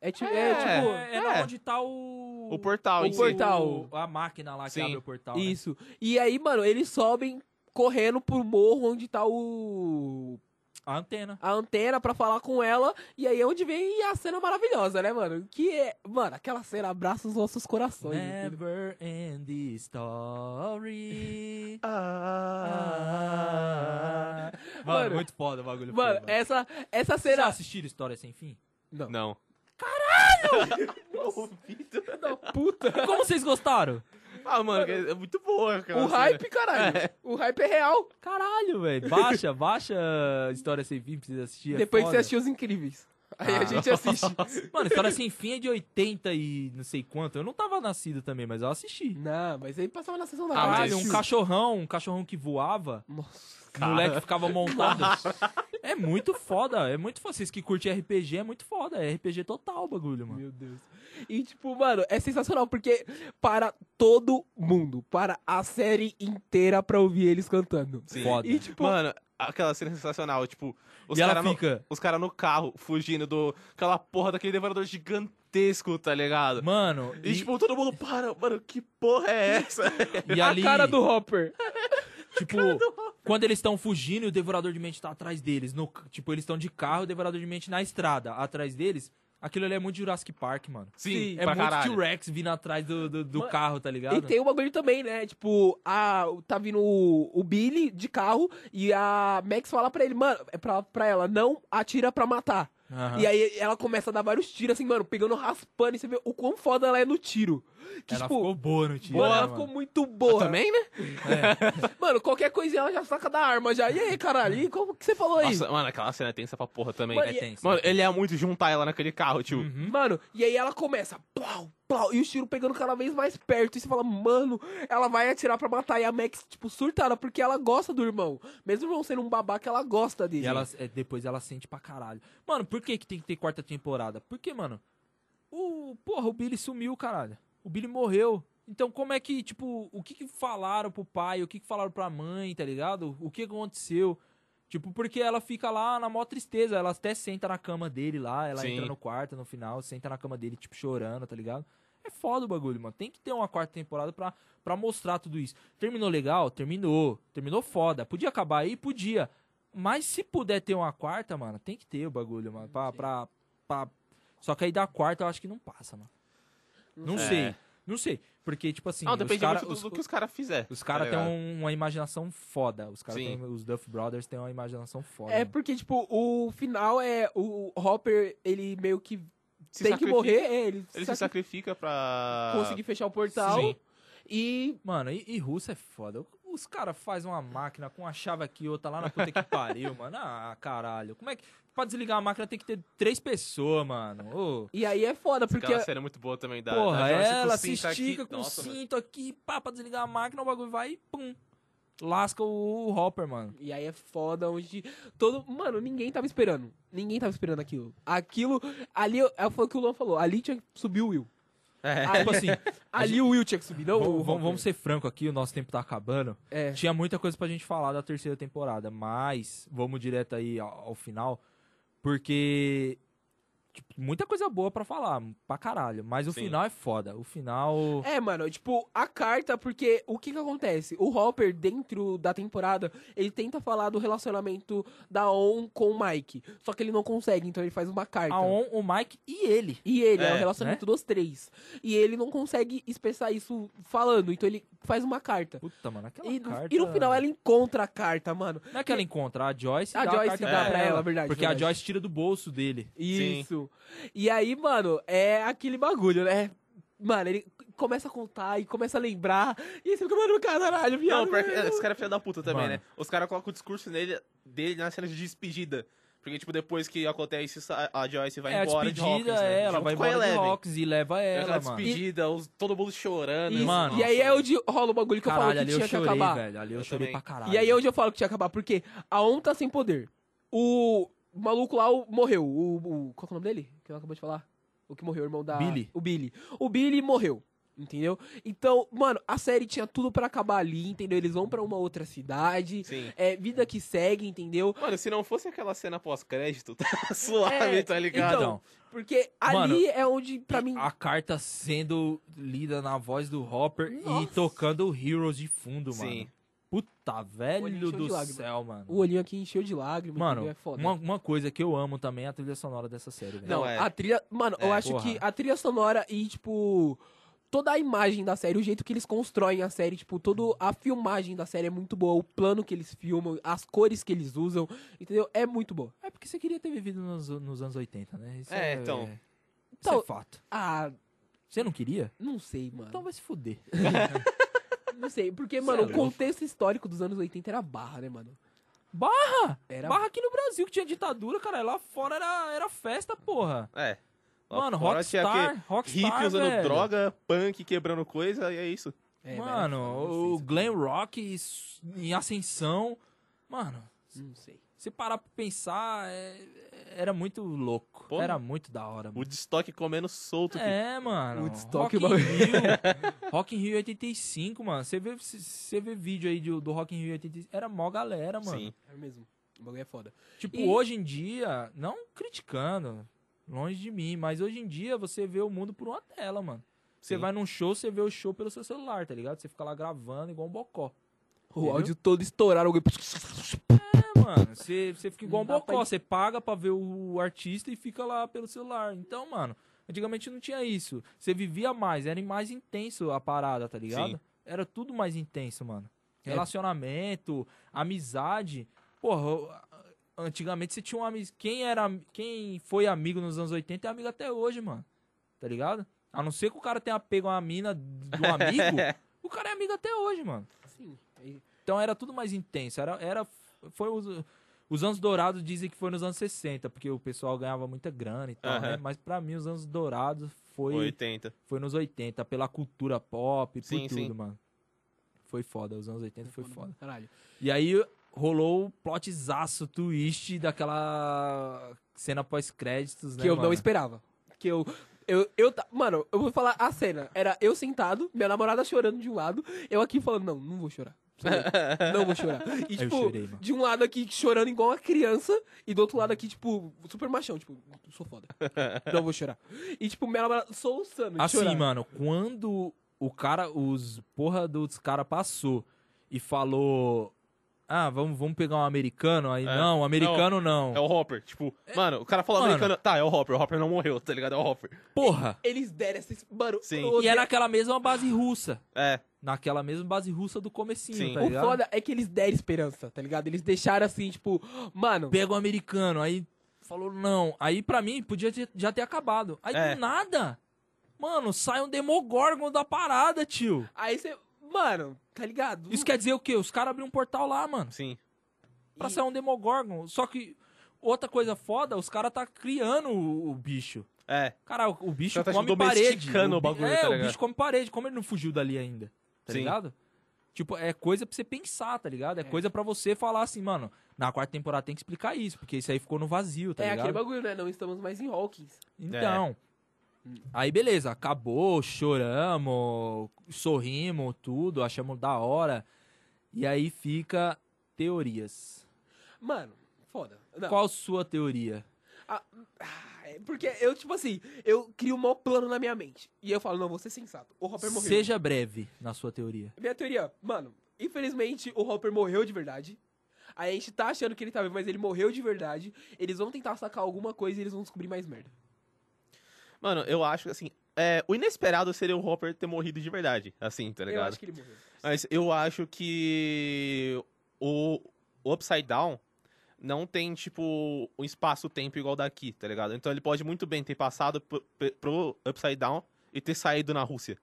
[SPEAKER 2] É tipo, é,
[SPEAKER 3] É.
[SPEAKER 2] tipo,
[SPEAKER 1] É, é na
[SPEAKER 3] é.
[SPEAKER 1] onde tá o.
[SPEAKER 3] O portal em
[SPEAKER 2] o
[SPEAKER 3] si.
[SPEAKER 2] portal.
[SPEAKER 1] o- a máquina lá que
[SPEAKER 3] Sim.
[SPEAKER 1] abre o portal. né?
[SPEAKER 2] isso. E aí, mano, eles sobem correndo pro morro onde tá o
[SPEAKER 1] A antena.
[SPEAKER 2] a antena pra falar com ela e aí é onde vem a cena maravilhosa, né, mano? Que é, mano, aquela cena abraça os nossos corações.
[SPEAKER 1] Never end
[SPEAKER 2] [LAUGHS]
[SPEAKER 1] story.
[SPEAKER 3] Ah,
[SPEAKER 1] mano,
[SPEAKER 2] Mano,
[SPEAKER 1] muito foda o bagulho.
[SPEAKER 2] Mano, é
[SPEAKER 1] foi,
[SPEAKER 2] essa essa
[SPEAKER 1] Vocês já [LAUGHS]
[SPEAKER 2] cena
[SPEAKER 1] assistiram História Sem Fim?
[SPEAKER 2] não,
[SPEAKER 3] Não. [LAUGHS]
[SPEAKER 2] da puta.
[SPEAKER 1] Como vocês gostaram?
[SPEAKER 3] Ah, mano, é muito boa, cara.
[SPEAKER 2] O
[SPEAKER 3] assim, né?
[SPEAKER 2] hype, caralho. O hype é real.
[SPEAKER 1] Caralho, velho.
[SPEAKER 2] [LAUGHS]
[SPEAKER 1] Baixa, baixa História Sem Fim pra vocês assistirem. é
[SPEAKER 2] Depois que
[SPEAKER 1] foda.
[SPEAKER 2] você assistiu Os Incríveis. Aí a
[SPEAKER 1] Ah.
[SPEAKER 2] gente assiste.
[SPEAKER 1] Mano, História Sem Fim é de 80 e não sei quanto. Eu não tava nascido também, mas eu assisti.
[SPEAKER 2] [LAUGHS] Não, mas aí passava na sessão da
[SPEAKER 3] Ah,
[SPEAKER 2] tarde.
[SPEAKER 1] Caralho, um cachorrão, um cachorrão que voava.
[SPEAKER 2] Nossa.
[SPEAKER 1] O moleque ficava
[SPEAKER 2] [LAUGHS]
[SPEAKER 1] montado. é muito foda, é muito foda. Vocês que curtem RPG, é muito foda. É RPG total o bagulho, mano.
[SPEAKER 2] Meu Deus. E, tipo, mano, é sensacional, porque para todo mundo, para a série inteira pra ouvir eles cantando.
[SPEAKER 3] Sim.
[SPEAKER 1] Foda.
[SPEAKER 2] E, tipo,
[SPEAKER 3] Mano, aquela cena é sensacional. Tipo, os
[SPEAKER 1] e ela
[SPEAKER 3] caras no,
[SPEAKER 1] fica...
[SPEAKER 3] os cara no carro fugindo do. Aquela porra daquele devorador gigantesco, tá ligado?
[SPEAKER 1] Mano,
[SPEAKER 3] E, tipo, todo mundo para, mano, que porra é essa?
[SPEAKER 1] e
[SPEAKER 2] [LAUGHS] a
[SPEAKER 1] ali,
[SPEAKER 2] cara do Hopper.
[SPEAKER 1] tipo, quando eles estão fugindo e o Devorador de Mente tá atrás deles. No, tipo, eles estão de carro e o Devorador de Mente na estrada, atrás deles. Aquilo ali é muito Jurassic Park, mano.
[SPEAKER 2] Sim,
[SPEAKER 1] É muito T-Rex vindo atrás do, do, do
[SPEAKER 2] Mano,
[SPEAKER 1] carro, tá ligado?
[SPEAKER 2] E tem o bagulho também, né? Tipo, a, tá vindo o, o Billy de carro e a Max fala pra ele, mano, é pra, pra ela, não atira pra matar.
[SPEAKER 1] Aham.
[SPEAKER 2] E aí ela começa a dar vários tiros, assim, mano, pegando, raspando, e você vê o quão foda ela é no tiro. Que,
[SPEAKER 1] ela
[SPEAKER 2] tipo,
[SPEAKER 1] ficou boa no tiro.
[SPEAKER 2] mano,
[SPEAKER 1] né,
[SPEAKER 2] ela ficou muito boa.
[SPEAKER 3] também, né?
[SPEAKER 2] Mano, qualquer coisinha ela já saca da arma já. E aí, caralho,
[SPEAKER 1] Uhum.
[SPEAKER 2] e como que você falou aí?
[SPEAKER 3] Nossa, mano, aquela cena é tensa pra porra também.
[SPEAKER 2] Mano,
[SPEAKER 3] né?
[SPEAKER 1] É tenso.
[SPEAKER 3] Mano, ele é muito juntar ela naquele carro, tipo. tio.
[SPEAKER 1] Uhum.
[SPEAKER 2] Mano, e aí ela começa, plau, plau, e o tiro pegando cada vez mais perto. E você fala, mano, ela vai atirar pra matar. E a Max, tipo, surtada, porque ela gosta do irmão. Mesmo o irmão sendo um babaca, ela gosta dele.
[SPEAKER 1] E ela, é, depois ela sente pra caralho. Mano, por que, que tem que ter quarta temporada? Porque, mano, o. Porra, o Billy sumiu, caralho. O Billy morreu. Então, como é que, tipo, o que, que falaram pro pai, o que, que falaram pra mãe, tá ligado? O que aconteceu? Tipo, porque ela fica lá na maior tristeza. Ela até senta na cama dele lá, ela
[SPEAKER 3] Sim.
[SPEAKER 1] entra no quarto no final, senta na cama dele, tipo, chorando, tá ligado? É foda o bagulho, mano. Tem que ter uma quarta temporada pra, pra mostrar tudo isso. Terminou legal? Terminou. Terminou foda. Podia acabar aí? Podia. Mas se puder ter uma quarta, mano, tem que ter o bagulho, mano. Pra, pra, pra- Só que aí da quarta eu acho que não passa, mano. Não
[SPEAKER 3] sei.
[SPEAKER 1] sei.
[SPEAKER 3] É.
[SPEAKER 1] Não sei. Porque, tipo assim,
[SPEAKER 3] Não,
[SPEAKER 1] os
[SPEAKER 3] depende
[SPEAKER 1] caras
[SPEAKER 3] muito do,
[SPEAKER 1] os,
[SPEAKER 3] do que os caras fizerem.
[SPEAKER 1] os cara
[SPEAKER 3] tá
[SPEAKER 1] têm
[SPEAKER 3] ligado?
[SPEAKER 1] um- uma imaginação foda. Os, cara
[SPEAKER 3] Sim.
[SPEAKER 1] têm- os Duff Brothers têm uma imaginação foda. né?
[SPEAKER 2] É
[SPEAKER 1] mano.
[SPEAKER 2] porque, tipo, o final é. O Hopper, ele meio que
[SPEAKER 3] Se
[SPEAKER 2] tem que
[SPEAKER 3] sacrifica-
[SPEAKER 2] morrer, é, ele,
[SPEAKER 3] Ele se
[SPEAKER 2] sacri-
[SPEAKER 3] sacrifica pra.
[SPEAKER 2] conseguir fechar o portal.
[SPEAKER 1] Ah, Sim.
[SPEAKER 2] E
[SPEAKER 1] Mano, e, e russo é foda. Os caras fazem uma máquina com uma chave aqui e outra lá na puta que pariu, [LAUGHS] mano. Ah, caralho. Como é que. Pra desligar a máquina tem que ter três pessoas, mano. Ô.
[SPEAKER 2] E aí é foda, porque.
[SPEAKER 3] Aquela série muito boa também da.
[SPEAKER 1] Porra,
[SPEAKER 3] da Joyce com
[SPEAKER 1] ela
[SPEAKER 3] o
[SPEAKER 1] se
[SPEAKER 3] cinto aqui.
[SPEAKER 1] estica com o
[SPEAKER 3] Nossa, mano.
[SPEAKER 1] cinto aqui, pá, pra desligar a máquina, o bagulho vai e pum. Lasca o, o Hopper, mano.
[SPEAKER 2] E aí é foda onde todo. Mano, ninguém tava esperando. Ninguém tava esperando aquilo. Aquilo. Ali eu- é, foi o que o Luan falou. Ali tinha que subir o Will. Ali,
[SPEAKER 3] É.
[SPEAKER 1] [LAUGHS] Tipo assim,
[SPEAKER 2] [LAUGHS] ali o Will tinha que subir, não? o
[SPEAKER 1] vamos,
[SPEAKER 2] Hopper.
[SPEAKER 1] vamos- vamos ser franco aqui, o nosso tempo tá acabando.
[SPEAKER 2] É.
[SPEAKER 1] Tinha muita coisa pra gente falar da terceira temporada, mas vamos direto aí ao, ao final, porque tipo, muita coisa boa pra falar, pra caralho, mas o
[SPEAKER 3] Sim.
[SPEAKER 1] final é foda. O final
[SPEAKER 2] É, mano, tipo, a carta, porque o que que acontece? O Hopper, dentro da temporada, ele tenta falar do relacionamento da On com o Mike. Só que ele não consegue, então ele faz uma carta.
[SPEAKER 1] a On, o Mike e ele.
[SPEAKER 2] E ele, é,
[SPEAKER 3] É,
[SPEAKER 2] o relacionamento
[SPEAKER 1] né?
[SPEAKER 2] dos três. E ele não consegue expressar isso falando, então ele faz uma carta.
[SPEAKER 1] Puta, mano, aquela
[SPEAKER 2] E,
[SPEAKER 1] carta.
[SPEAKER 2] e no final ela encontra a carta, mano.
[SPEAKER 1] não é que ela encontra a Joyce,
[SPEAKER 2] A
[SPEAKER 1] dá
[SPEAKER 2] Joyce
[SPEAKER 1] carta
[SPEAKER 2] dá
[SPEAKER 1] pra,
[SPEAKER 2] pra
[SPEAKER 1] ela,
[SPEAKER 2] ela, verdade,
[SPEAKER 1] porque
[SPEAKER 2] verdade.
[SPEAKER 1] a Joyce tira do bolso dele.
[SPEAKER 2] Isso. E aí, mano, é aquele bagulho, né? Mano, ele começa a contar e começa a lembrar. E aí você fica, mano, caralho, viado.
[SPEAKER 3] Não, pior que-
[SPEAKER 2] mano.
[SPEAKER 3] esse cara é filho da puta também,
[SPEAKER 1] Mano.
[SPEAKER 3] né? Os caras colocam o discurso nele, dele na cena de despedida. Porque, tipo, depois que acontece isso, a- a Joyce vai
[SPEAKER 1] é,
[SPEAKER 3] embora
[SPEAKER 1] a
[SPEAKER 3] de
[SPEAKER 1] despedida,
[SPEAKER 3] Hawkins, né?
[SPEAKER 1] é, ela
[SPEAKER 3] Junto
[SPEAKER 1] vai
[SPEAKER 3] com a
[SPEAKER 1] embora de
[SPEAKER 3] Eleven.
[SPEAKER 1] Hawkins e leva
[SPEAKER 3] É
[SPEAKER 1] ela,
[SPEAKER 3] aquela
[SPEAKER 1] mano.
[SPEAKER 3] despedida, os- todo mundo chorando.
[SPEAKER 2] Isso.
[SPEAKER 1] Mano.
[SPEAKER 2] E aí é onde rola o bagulho que eu
[SPEAKER 1] Caralho,
[SPEAKER 2] falo que
[SPEAKER 1] ali eu
[SPEAKER 2] tinha que
[SPEAKER 1] chorei,
[SPEAKER 2] acabar.
[SPEAKER 1] velho. Ali eu,
[SPEAKER 3] Eu
[SPEAKER 1] chorei
[SPEAKER 3] também.
[SPEAKER 1] pra caralho.
[SPEAKER 2] E aí é onde eu falo que tinha que acabar, porque a ON tá sem poder. O maluco lá o- morreu. O, o- qual que é o nome dele? Que ela acabou de falar? O que morreu, o irmão da.
[SPEAKER 1] Billy.
[SPEAKER 2] O Billy. O Billy morreu. Entendeu? Então, mano, a série tinha tudo pra acabar ali, entendeu? Eles vão pra uma outra
[SPEAKER 1] [LAUGHS]
[SPEAKER 2] cidade.
[SPEAKER 3] Sim.
[SPEAKER 2] É vida que segue, entendeu?
[SPEAKER 3] Mano, se não fosse aquela cena pós-crédito, [LAUGHS] tá suave,
[SPEAKER 2] É,
[SPEAKER 3] tá ligado?
[SPEAKER 1] Então,
[SPEAKER 2] Porque ali
[SPEAKER 1] Mano,
[SPEAKER 2] é onde, pra mim.
[SPEAKER 1] a carta sendo lida na voz do Hopper
[SPEAKER 2] Nossa.
[SPEAKER 1] e tocando o Heroes de fundo, mano.
[SPEAKER 3] Sim.
[SPEAKER 1] Puta,
[SPEAKER 2] Olhinho
[SPEAKER 1] velho
[SPEAKER 2] cheio de
[SPEAKER 1] do
[SPEAKER 2] lágrima.
[SPEAKER 1] céu, mano.
[SPEAKER 2] O olhinho aqui encheu de lágrimas.
[SPEAKER 1] Mano,
[SPEAKER 2] entendeu? é foda.
[SPEAKER 1] uma, uma coisa que eu amo também é a trilha sonora dessa série, velho.
[SPEAKER 2] Não,
[SPEAKER 3] Não, é.
[SPEAKER 2] a trilha. Mano, eu
[SPEAKER 3] É,
[SPEAKER 2] acho
[SPEAKER 1] porra.
[SPEAKER 2] que a trilha sonora e, tipo. Toda a imagem da série, o jeito que eles constroem a série, tipo, toda a filmagem da série é muito boa, o plano que eles filmam, as cores que eles usam, entendeu? É muito boa.
[SPEAKER 1] É porque você queria ter vivido nos, nos anos 80, né? Isso
[SPEAKER 3] É, então.
[SPEAKER 1] Isso
[SPEAKER 2] Então-
[SPEAKER 1] é fato.
[SPEAKER 2] Ah,
[SPEAKER 1] Você não queria?
[SPEAKER 2] não sei, mano.
[SPEAKER 1] Então vai se fuder.
[SPEAKER 2] Não sei, porque,
[SPEAKER 1] Cê
[SPEAKER 2] mano,
[SPEAKER 1] é
[SPEAKER 2] o
[SPEAKER 1] louco.
[SPEAKER 2] contexto histórico dos anos 80 era barra, né, mano?
[SPEAKER 1] Barra!
[SPEAKER 2] Era
[SPEAKER 1] Barra aqui no Brasil, que tinha ditadura, cara. Lá fora era, era festa, porora
[SPEAKER 3] É. Lá
[SPEAKER 1] Mano,
[SPEAKER 3] fora tinha
[SPEAKER 1] Rockstar,
[SPEAKER 3] aquele
[SPEAKER 1] Rockstar,
[SPEAKER 3] Hippie usando
[SPEAKER 1] velho.
[SPEAKER 3] droga, punk quebrando coisa, e é isso.
[SPEAKER 2] É, mas era foda, não sei
[SPEAKER 1] Mano, o
[SPEAKER 2] se-
[SPEAKER 1] glam rock is- em ascensão. Mano,
[SPEAKER 2] Não sei.
[SPEAKER 1] se parar pra pensar, é- era muito louco.
[SPEAKER 3] Pô,
[SPEAKER 1] era muito da hora,
[SPEAKER 3] O
[SPEAKER 1] mano.
[SPEAKER 3] destoque comendo solto. que-
[SPEAKER 1] É, mano.
[SPEAKER 2] Woodstock,
[SPEAKER 1] Rock in
[SPEAKER 2] bagulho. [LAUGHS]
[SPEAKER 1] Rio. Rock in Rio 85, mano. Você vê, você vê vídeo aí do, do Rock in Rio 85. Era mó galera, mano.
[SPEAKER 3] Sim.
[SPEAKER 2] É mesmo. O bagulho é foda.
[SPEAKER 1] Tipo,
[SPEAKER 2] E-
[SPEAKER 1] hoje em dia, não criticando, longe de mim, mas hoje em dia você vê o mundo por uma tela, mano. Você
[SPEAKER 3] Sim.
[SPEAKER 1] vai num show, você vê o show pelo seu celular, tá ligado? Você fica lá gravando igual um bocó.
[SPEAKER 2] O
[SPEAKER 1] Entendeu?
[SPEAKER 2] áudio todo estourado, alguém.
[SPEAKER 1] É, mano, você, você fica igual um
[SPEAKER 2] Não dá
[SPEAKER 1] bocó,
[SPEAKER 2] pra-
[SPEAKER 1] você paga pra ver o artista e fica lá pelo celular. Então, mano, antigamente não tinha isso. Você vivia mais, era mais intenso a parada, tá ligado?
[SPEAKER 3] Sim.
[SPEAKER 1] Era tudo mais intenso, mano.
[SPEAKER 2] É.
[SPEAKER 1] Relacionamento, amizade. Porra, eu- antigamente você tinha um amigo. Quem, era, am- quem foi amigo nos anos 80 é amigo até hoje, mano. Tá ligado? A não ser que o cara tenha pego uma mina do amigo,
[SPEAKER 2] [LAUGHS]
[SPEAKER 1] o cara é amigo até hoje, mano.
[SPEAKER 2] Sim. aí-
[SPEAKER 1] Então era tudo mais intenso. Era, era foi os, os anos dourados dizem que foi nos anos 60, porque o pessoal ganhava muita grana e tal,
[SPEAKER 3] Aham.
[SPEAKER 1] né? Mas pra mim os anos dourados foi
[SPEAKER 3] 80.
[SPEAKER 1] foi nos 80, pela cultura pop, por
[SPEAKER 3] Sim,
[SPEAKER 1] tudo,
[SPEAKER 3] sim.
[SPEAKER 1] mano. Foi foda, os anos 80 foi foda.
[SPEAKER 2] Caralho.
[SPEAKER 1] E aí rolou o plotzaço, twist daquela cena pós-créditos, né,
[SPEAKER 2] que eu um
[SPEAKER 1] mano?
[SPEAKER 2] não esperava. Que eu. Eu, eu, ta- mano, eu vou falar a cena. Era eu sentado, minha namorada chorando de um lado, eu aqui falando, não, não vou chorar. Sou eu, Não vou chorar. E,
[SPEAKER 1] Eu
[SPEAKER 2] tipo,
[SPEAKER 1] chorei, mano.
[SPEAKER 2] de um lado aqui chorando igual uma criança, e do outro lado aqui, tipo, super machão, tipo, sou foda. Não vou chorar. E, tipo, minha namorada soluçando. de
[SPEAKER 1] Assim,
[SPEAKER 2] chorar.
[SPEAKER 1] mano, quando o cara, os porra dos cara passou e falou: Ah, vamos, vamos pegar um americano? Aí,
[SPEAKER 3] É.
[SPEAKER 1] não, americano não.
[SPEAKER 3] É o Hopper. Tipo, mano, o cara falou
[SPEAKER 1] Mano.
[SPEAKER 3] americano. Tá, é o Hopper. O Hopper não morreu, tá ligado? É o Hopper.
[SPEAKER 1] Porra!
[SPEAKER 2] Eles deram essa. Mano,
[SPEAKER 3] Sim.
[SPEAKER 2] eu
[SPEAKER 1] E
[SPEAKER 2] odeio-
[SPEAKER 1] era naquela mesma base russa.
[SPEAKER 3] É.
[SPEAKER 1] Naquela mesma base russa do comecinho,
[SPEAKER 3] Sim.
[SPEAKER 1] tá
[SPEAKER 2] o
[SPEAKER 1] ligado?
[SPEAKER 2] foda é que eles deram esperança, tá ligado? Eles deixaram assim, tipo, mano.
[SPEAKER 1] Pega um americano, aí falou não. Aí pra mim podia ter- já ter acabado. Aí
[SPEAKER 3] É.
[SPEAKER 1] do nada, mano, sai um Demogorgon da parada, tio.
[SPEAKER 2] Aí você. Mano, tá ligado?
[SPEAKER 1] Isso quer dizer o quê? Os caras abriram um portal lá, mano.
[SPEAKER 3] Sim.
[SPEAKER 1] pra
[SPEAKER 2] E-
[SPEAKER 1] sair um Demogorgon. Só que outra coisa foda, os caras tá criando o, o bicho.
[SPEAKER 3] É.
[SPEAKER 1] Cara, o, o bicho
[SPEAKER 3] Cara tá, tipo,
[SPEAKER 1] come parede.
[SPEAKER 3] domesticando o
[SPEAKER 1] bi-
[SPEAKER 3] bagulho,
[SPEAKER 1] é,
[SPEAKER 3] tá
[SPEAKER 1] o
[SPEAKER 3] ligado?
[SPEAKER 1] bicho come parede. Como ele não fugiu dali ainda? Tá
[SPEAKER 3] Sim.
[SPEAKER 1] ligado? Tipo, é coisa pra você pensar, tá ligado? É,
[SPEAKER 2] É.
[SPEAKER 1] coisa pra você falar assim, mano, na quarta temporada tem que explicar isso, porque isso aí ficou no vazio, tá
[SPEAKER 2] é
[SPEAKER 1] ligado?
[SPEAKER 2] aquele bagulho, né? Não estamos mais em Hawkins.
[SPEAKER 1] Então.
[SPEAKER 3] É.
[SPEAKER 1] Aí beleza, acabou, choramos, sorrimos, tudo, achamos da hora. E aí fica teorias.
[SPEAKER 2] Mano, foda. Não.
[SPEAKER 1] Qual sua teoria?
[SPEAKER 2] Ah, ah, é porque eu, tipo assim, eu crio o maior plano na minha mente. E eu falo, não, vou ser sensato. O Hopper morreu.
[SPEAKER 1] Seja breve na sua teoria.
[SPEAKER 2] Minha teoria, mano, infelizmente o Hopper morreu de verdade. Aí a gente tá achando que ele tá vivo, mas ele morreu de verdade. Eles vão tentar sacar alguma coisa e eles vão descobrir mais merda.
[SPEAKER 1] Tá
[SPEAKER 3] Mano, eu acho que assim. É, o inesperado seria o Hopper ter morrido de verdade. Assim, tá
[SPEAKER 2] Eu
[SPEAKER 3] ligado?
[SPEAKER 2] acho que ele morreu.
[SPEAKER 1] É.
[SPEAKER 3] Mas eu acho que o o Upside Down não tem, tipo, um espaço-tempo igual daqui, tá ligado? Então ele pode muito bem ter passado pro, pro Upside Down e ter saído na Rússia.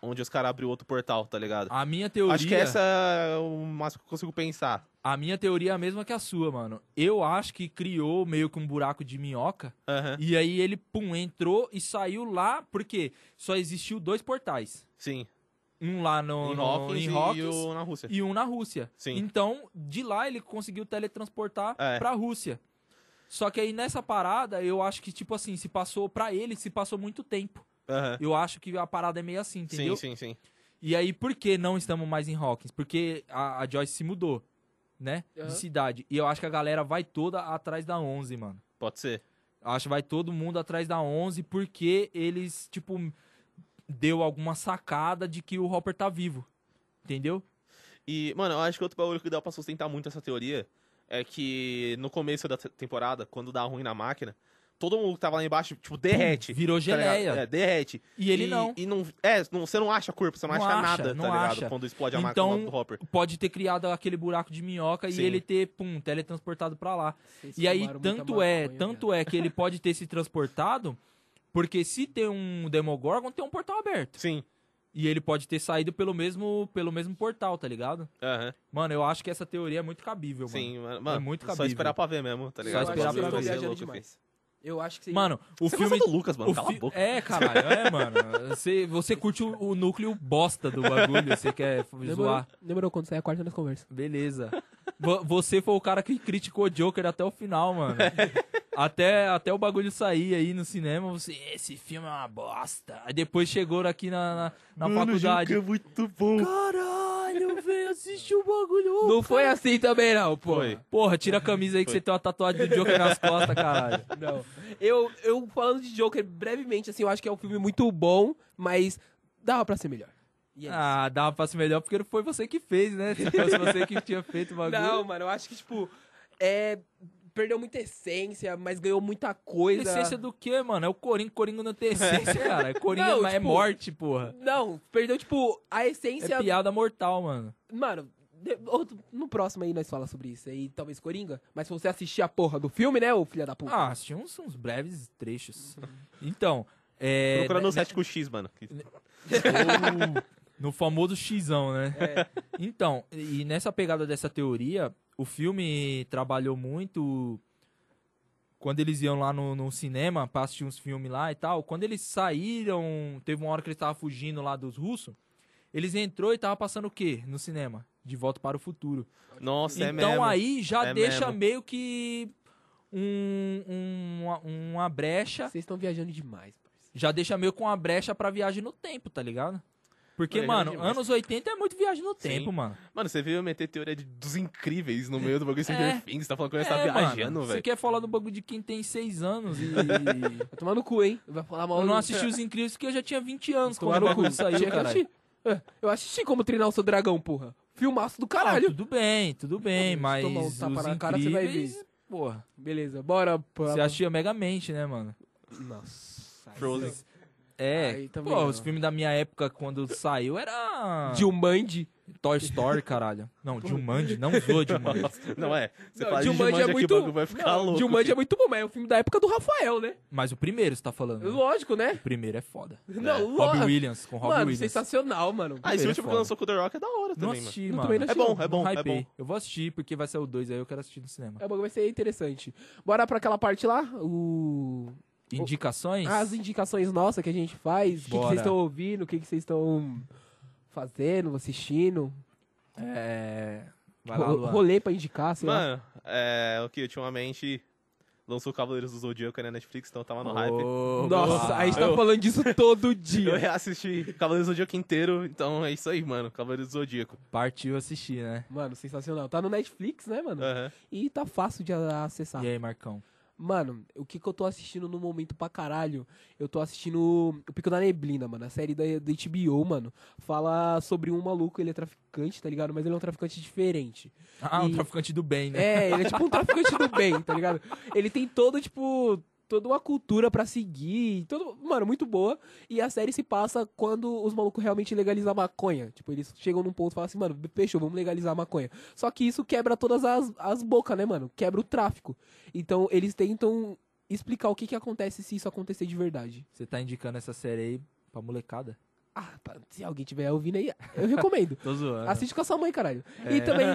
[SPEAKER 3] Onde os caras abriu outro portal, tá ligado?
[SPEAKER 1] A minha teoria.
[SPEAKER 3] Acho que essa é o máximo que eu consigo pensar.
[SPEAKER 1] A minha teoria é a mesma que a sua, mano. Eu acho que criou meio que um buraco de minhoca.
[SPEAKER 3] Aham.
[SPEAKER 1] E aí ele, pum, entrou e saiu lá, porque só existiu dois portais.
[SPEAKER 3] Sim.
[SPEAKER 1] Um lá no,
[SPEAKER 3] Em
[SPEAKER 1] no-
[SPEAKER 3] Hawkins,
[SPEAKER 1] em Hawkins
[SPEAKER 3] e o, na Rússia.
[SPEAKER 1] e um na Rússia.
[SPEAKER 3] Sim.
[SPEAKER 1] Então, de lá ele conseguiu teletransportar
[SPEAKER 3] É.
[SPEAKER 1] pra Rússia. Só que aí nessa parada, eu acho que, tipo assim, se passou pra ele, se passou muito tempo.
[SPEAKER 3] Aham.
[SPEAKER 1] Eu acho que a parada é meio assim, entendeu?
[SPEAKER 3] Sim, sim, sim.
[SPEAKER 1] E aí, por que não estamos mais em Hawkins? Porque a, a Joyce se mudou, né?
[SPEAKER 2] Aham.
[SPEAKER 1] De cidade. E eu acho que a galera vai toda atrás da 11, mano.
[SPEAKER 3] Pode ser.
[SPEAKER 1] Acho que vai todo mundo atrás da 11 porque eles, tipo, deu alguma sacada de que o Hopper tá vivo. Entendeu?
[SPEAKER 3] E, mano, eu acho que outro bagulho que dá pra sustentar muito essa teoria é que no começo da te- temporada, quando dá ruim na máquina, todo mundo que tava lá embaixo, tipo, derrete.
[SPEAKER 1] Virou
[SPEAKER 3] tá ligado?
[SPEAKER 1] geleia.
[SPEAKER 3] é, derrete.
[SPEAKER 1] E ele não.
[SPEAKER 3] E não é, não- você não acha corpo, você não,
[SPEAKER 1] Não
[SPEAKER 3] acha,
[SPEAKER 1] acha,
[SPEAKER 3] nada,
[SPEAKER 1] não
[SPEAKER 3] tá ligado?
[SPEAKER 1] acha.
[SPEAKER 3] Quando explode a
[SPEAKER 1] Então-
[SPEAKER 3] máquina do Hopper.
[SPEAKER 1] Pode ter criado aquele buraco de minhoca
[SPEAKER 3] Sim.
[SPEAKER 1] e ele ter, pum, teletransportado pra lá. E aí, tanto é, tanto é que ele pode ter se transportado, porque se tem um Demogorgon, tem um portal aberto.
[SPEAKER 3] Sim.
[SPEAKER 1] E ele pode ter saído pelo mesmo, pelo mesmo portal, tá ligado?
[SPEAKER 3] Aham.
[SPEAKER 1] Mano, eu acho que essa teoria é muito cabível, mano.
[SPEAKER 3] Sim, mano. mano
[SPEAKER 1] É muito
[SPEAKER 3] só
[SPEAKER 1] cabível.
[SPEAKER 3] esperar pra ver mesmo, tá
[SPEAKER 2] Eu
[SPEAKER 3] ligado?
[SPEAKER 1] Só
[SPEAKER 2] acho
[SPEAKER 1] esperar
[SPEAKER 2] que vocês
[SPEAKER 1] pra
[SPEAKER 2] estão
[SPEAKER 1] ver.
[SPEAKER 2] viajando
[SPEAKER 3] Louco, filho.
[SPEAKER 2] demais. Eu acho que sim.
[SPEAKER 1] Mano, o
[SPEAKER 3] Você é
[SPEAKER 1] filme.
[SPEAKER 3] fã do Lucas, mano.
[SPEAKER 1] o
[SPEAKER 3] Cala a
[SPEAKER 1] fi-
[SPEAKER 3] boca.
[SPEAKER 1] É, caralho, é, mano. Você, você curte o, o núcleo bosta do bagulho, você
[SPEAKER 3] [LAUGHS]
[SPEAKER 1] quer f-
[SPEAKER 2] demorou,
[SPEAKER 1] zoar.
[SPEAKER 2] demorou quando sair a quarta nas conversas.
[SPEAKER 1] Beleza. Vo- Você foi o cara que criticou o Joker até o final, mano.
[SPEAKER 3] [LAUGHS]
[SPEAKER 1] Até, até o bagulho sair aí no cinema, você. Esse filme é uma bosta. Aí depois chegou aqui na, na, na faculdade.
[SPEAKER 3] é muito bom.
[SPEAKER 1] Caralho, velho, assiste o bagulho.
[SPEAKER 2] Não foi assim também, não, pô.
[SPEAKER 3] Foi.
[SPEAKER 1] Porra, tira a camisa aí que você tem uma tatuagem do Joker nas costas, [LAUGHS] caralho.
[SPEAKER 2] Não. Eu, eu, falando de Joker, brevemente, assim, eu acho que é um filme muito bom, mas dava pra ser melhor. E é isso.
[SPEAKER 1] Ah, dava pra ser melhor porque não foi você que fez, né? Se fosse você que tinha feito o bagulho.
[SPEAKER 2] não, mano, eu acho que, tipo, é. Perdeu muita essência, mas ganhou muita coisa.
[SPEAKER 1] Essência do quê, mano? É o Coringa, Coringa [LAUGHS] não tem essência, cara. Coringa
[SPEAKER 2] Não,
[SPEAKER 1] é
[SPEAKER 2] tipo,
[SPEAKER 1] morte, porra.
[SPEAKER 2] Não, perdeu, tipo, a essência.
[SPEAKER 1] É piada mortal, mano.
[SPEAKER 2] Mano, de- outro- no próximo aí nós fala sobre isso aí, talvez Coringa. Mas se você assistir a porra do filme, né, ô filha da puta?
[SPEAKER 1] Ah, tinha uns, uns breves trechos. [LAUGHS] Então, é.
[SPEAKER 3] Procura no
[SPEAKER 1] né-
[SPEAKER 3] site com X, mano. que-
[SPEAKER 1] Ou No famoso xão, né?
[SPEAKER 3] É.
[SPEAKER 1] Então, e nessa pegada dessa teoria, o filme trabalhou muito. Quando eles iam lá no, no cinema pra assistir uns filmes lá e tal, quando eles saíram, teve uma hora que eles estavam fugindo lá dos russos, eles entrou e tava passando o quê no cinema? De Volta para o Futuro.
[SPEAKER 3] Nossa, é mesmo.
[SPEAKER 1] então aí já
[SPEAKER 3] É
[SPEAKER 1] deixa
[SPEAKER 3] mesmo.
[SPEAKER 1] meio que um, um- uma, uma brecha,
[SPEAKER 2] Vocês estão viajando demais, parceiro.
[SPEAKER 1] já deixa meio com uma brecha pra viagem no tempo, tá ligado? Porque,
[SPEAKER 3] Mano, é
[SPEAKER 1] mano,
[SPEAKER 3] demais.
[SPEAKER 1] anos 80 é muito viagem no
[SPEAKER 3] Sim.
[SPEAKER 1] tempo, mano.
[SPEAKER 3] Mano, você veio meter teoria de- dos incríveis no meio do bagulho sem
[SPEAKER 1] É.
[SPEAKER 3] ter fim. Você tá falando que eu ia estar
[SPEAKER 1] É,
[SPEAKER 3] viajando,
[SPEAKER 1] mano, Você
[SPEAKER 3] velho.
[SPEAKER 1] quer falar do bagulho de quem tem 6 anos e.
[SPEAKER 2] [LAUGHS] Vai tomar no cu, hein? Vai falar mal
[SPEAKER 1] eu
[SPEAKER 2] do-
[SPEAKER 1] não assisti os incríveis porque eu já tinha 20 anos quando
[SPEAKER 2] Tomar
[SPEAKER 1] o
[SPEAKER 2] no cu.
[SPEAKER 1] bagulho saiu,
[SPEAKER 2] Tinha que
[SPEAKER 1] cara.
[SPEAKER 2] assistir. É, Eu assisti como treinar o seu dragão, porra. Filmaço do
[SPEAKER 1] Ah,
[SPEAKER 2] caralho.
[SPEAKER 1] tudo bem, tudo bem,
[SPEAKER 2] Se
[SPEAKER 1] mas.
[SPEAKER 2] tomar um
[SPEAKER 1] os
[SPEAKER 2] tapa na cara, você vai ver.
[SPEAKER 1] incríveis, Porra.
[SPEAKER 2] Beleza, bora. pra-
[SPEAKER 1] Você assistia Megamente, né, mano?
[SPEAKER 2] Nossa.
[SPEAKER 1] né?
[SPEAKER 3] Frozen.
[SPEAKER 1] É.
[SPEAKER 2] Aí também
[SPEAKER 1] Pô,
[SPEAKER 2] não.
[SPEAKER 1] os filmes da minha época, quando saiu, era.
[SPEAKER 2] Dilmandi.
[SPEAKER 1] [LAUGHS] Toy Story, caralho. Não, Jumanji, não zoa Jumanji.
[SPEAKER 3] Não é. Você
[SPEAKER 2] Não,
[SPEAKER 3] fala de
[SPEAKER 2] Jumanji
[SPEAKER 3] Jumanji
[SPEAKER 2] é
[SPEAKER 3] aqui,
[SPEAKER 2] muito-
[SPEAKER 3] o bagulho vai ficar
[SPEAKER 2] Não,
[SPEAKER 3] louco.
[SPEAKER 2] Dilmandi é
[SPEAKER 3] filho.
[SPEAKER 2] muito bom, mas é o filme da época do Rafael, né?
[SPEAKER 1] Mas o primeiro, você tá falando. né?
[SPEAKER 2] Lógico,
[SPEAKER 1] O
[SPEAKER 2] né?
[SPEAKER 1] primeiro é foda.
[SPEAKER 2] Não,
[SPEAKER 1] Robbie
[SPEAKER 2] lógico.
[SPEAKER 1] Williams, com Robbie
[SPEAKER 2] Mano,
[SPEAKER 1] Williams.
[SPEAKER 2] sensacional, mano.
[SPEAKER 3] Ah, esse
[SPEAKER 1] Primeiro é
[SPEAKER 3] último que
[SPEAKER 1] foda.
[SPEAKER 3] lançou com o The Rock é da hora
[SPEAKER 1] Não
[SPEAKER 3] também, mano.
[SPEAKER 1] assisti,
[SPEAKER 2] Eu
[SPEAKER 1] mano.
[SPEAKER 2] também não
[SPEAKER 1] É
[SPEAKER 2] assisti,
[SPEAKER 3] bom,
[SPEAKER 2] não.
[SPEAKER 3] é bom, é
[SPEAKER 1] hypei.
[SPEAKER 3] bom.
[SPEAKER 1] Eu vou assistir porque vai sair o 2, aí eu quero assistir no cinema.
[SPEAKER 2] É bom, vai ser interessante. Bora pra aquela parte lá, o...
[SPEAKER 1] Indicações?
[SPEAKER 2] as indicações nossas que a gente faz, o que que
[SPEAKER 1] Bora.
[SPEAKER 2] vocês estão ouvindo, o que que vocês estão fazendo, assistindo,
[SPEAKER 1] É. Vai lá,
[SPEAKER 2] ro-
[SPEAKER 1] Luan.
[SPEAKER 2] rolê pra indicar, sei lá.
[SPEAKER 3] Mano, é, o que ultimamente lançou Cavaleiros do Zodíaco aí na Netflix, então tava no hype.
[SPEAKER 1] Ô,
[SPEAKER 2] Nossa,
[SPEAKER 1] boa.
[SPEAKER 2] a gente tá
[SPEAKER 3] Eu-
[SPEAKER 2] falando disso todo
[SPEAKER 1] [LAUGHS]
[SPEAKER 3] Eu
[SPEAKER 2] dia.
[SPEAKER 3] reassisti Cavaleiros do Zodíaco inteiro, então é isso aí, mano. Cavaleiros do Zodíaco.
[SPEAKER 1] Partiu assistir, né?
[SPEAKER 2] Mano, sensacional. Tá no Netflix, né, mano?
[SPEAKER 1] É.
[SPEAKER 3] Aham.
[SPEAKER 2] E tá fácil de a- acessar.
[SPEAKER 1] E aí, Marcão?
[SPEAKER 2] Mano, o que que eu tô assistindo no momento pra caralho? Eu tô assistindo O Pico da Neblina, mano. A série da, da HBO, mano. Fala sobre um maluco, ele é traficante, tá ligado? Mas ele é um traficante diferente.
[SPEAKER 1] Ah, um
[SPEAKER 2] E-
[SPEAKER 1] traficante do bem, né?
[SPEAKER 2] É, ele é tipo um traficante do bem, tá ligado? Ele tem todo, tipo, toda uma cultura pra seguir, todo, mano, muito boa. E a série se passa quando os malucos realmente legalizam a maconha. Tipo, eles chegam num ponto e falam assim, mano, fechou, vamos legalizar a maconha. Só que isso quebra todas as, as bocas, né, mano? Quebra o tráfico. Então, eles tentam explicar o que que acontece se isso acontecer de verdade.
[SPEAKER 1] Você tá indicando essa série aí Pra molecada.
[SPEAKER 2] Ah, pra- se alguém tiver ouvindo aí, eu recomendo.
[SPEAKER 1] Tô zoando.
[SPEAKER 2] Assiste com a sua mãe, caralho. E também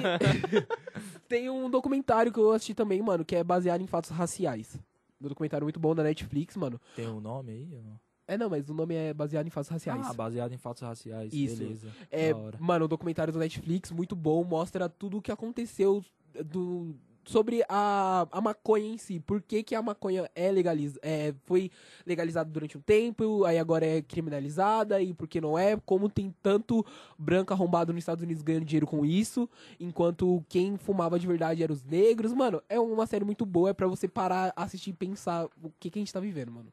[SPEAKER 2] tem um documentário que eu assisti também, mano, que é baseado em fatos raciais. Um documentário muito bom da Netflix, mano.
[SPEAKER 1] Tem um nome aí? ou não?
[SPEAKER 2] É, não, mas o nome é baseado em fatos raciais.
[SPEAKER 1] Ah, baseado em fatos raciais.
[SPEAKER 2] Isso.
[SPEAKER 1] Beleza.
[SPEAKER 2] É,
[SPEAKER 1] Da hora.
[SPEAKER 2] mano, o documentário do Netflix, muito bom, mostra tudo o que aconteceu eh, do, sobre a, a maconha em si. Por que, que a maconha é legaliz, é, foi legalizada durante um tempo, aí agora é criminalizada, e por que não é? Como tem tanto branco arrombado nos Estados Unidos ganhando dinheiro com isso, enquanto quem fumava de verdade eram os negros. Mano, é uma série muito boa, é pra você parar, assistir e pensar o que, que a gente tá vivendo, mano.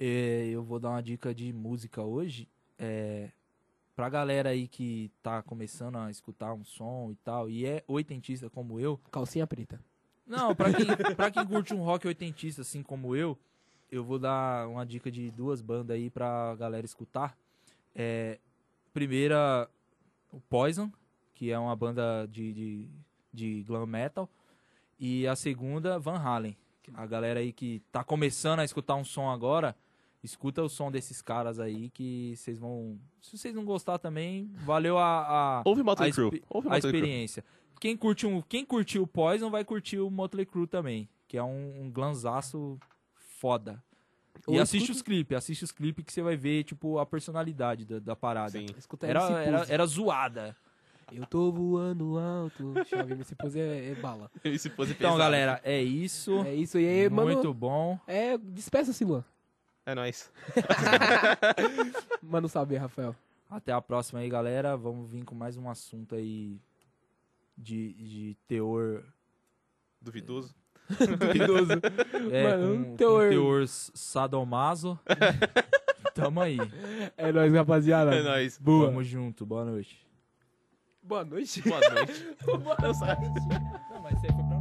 [SPEAKER 1] É, eu vou dar uma dica de música hoje. É, pra galera aí que tá começando a escutar um som e tal, e é oitentista como eu.
[SPEAKER 2] Calcinha preta.
[SPEAKER 1] Não, pra quem, pra quem curte um rock oitentista assim como eu, eu vou dar uma dica de duas bandas aí pra galera escutar. É, primeira, o Poison, que é uma banda de, de, de glam metal. E a segunda, Van Halen. A galera aí que tá começando a escutar um som agora, escuta o som desses caras aí que vocês vão... Se vocês não gostar também, valeu a... a
[SPEAKER 3] Ouve Motley
[SPEAKER 1] a
[SPEAKER 3] Crue.
[SPEAKER 1] expe-
[SPEAKER 3] Ouve
[SPEAKER 1] a
[SPEAKER 3] Motley Crue.
[SPEAKER 1] experiência. Quem curtiu um, quem curtiu o Poison vai curtir o Motley Crue também, que é um, um glanzaço foda. E
[SPEAKER 2] Ou
[SPEAKER 1] assiste
[SPEAKER 2] escuta-
[SPEAKER 1] os clipes, assiste os clipes que você vai ver, tipo, a personalidade da, da parada.
[SPEAKER 3] Sim. [LAUGHS]
[SPEAKER 2] Escuta
[SPEAKER 1] Era,
[SPEAKER 2] MC
[SPEAKER 1] era,
[SPEAKER 2] Pose.
[SPEAKER 1] era zoada.
[SPEAKER 2] Eu tô voando alto. Chave, esse pose é, é bala.
[SPEAKER 3] E se fosse
[SPEAKER 1] Então,
[SPEAKER 3] pesado.
[SPEAKER 1] galera, é isso.
[SPEAKER 2] É isso aí, é, mano.
[SPEAKER 1] Muito bom.
[SPEAKER 2] É, despeça-se, Luan.
[SPEAKER 3] É nóis.
[SPEAKER 2] Mano, saber, [LAUGHS] Rafael.
[SPEAKER 1] Até a próxima aí, galera. Vamos vir com mais um assunto aí de, de teor.
[SPEAKER 3] Duvidoso.
[SPEAKER 2] Duvidoso.
[SPEAKER 1] É,
[SPEAKER 2] Mano, um
[SPEAKER 1] com, teor...
[SPEAKER 2] teor-
[SPEAKER 1] com teor
[SPEAKER 3] [LAUGHS]
[SPEAKER 1] sadomaso. Tamo aí.
[SPEAKER 2] É nóis, rapaziada.
[SPEAKER 3] É nóis.
[SPEAKER 1] Tamo junto. Boa noite.
[SPEAKER 2] Boa noite. [LAUGHS]
[SPEAKER 3] Boa noite.
[SPEAKER 2] Boa noite. Ah, tá.
[SPEAKER 1] Não, mas você foi pra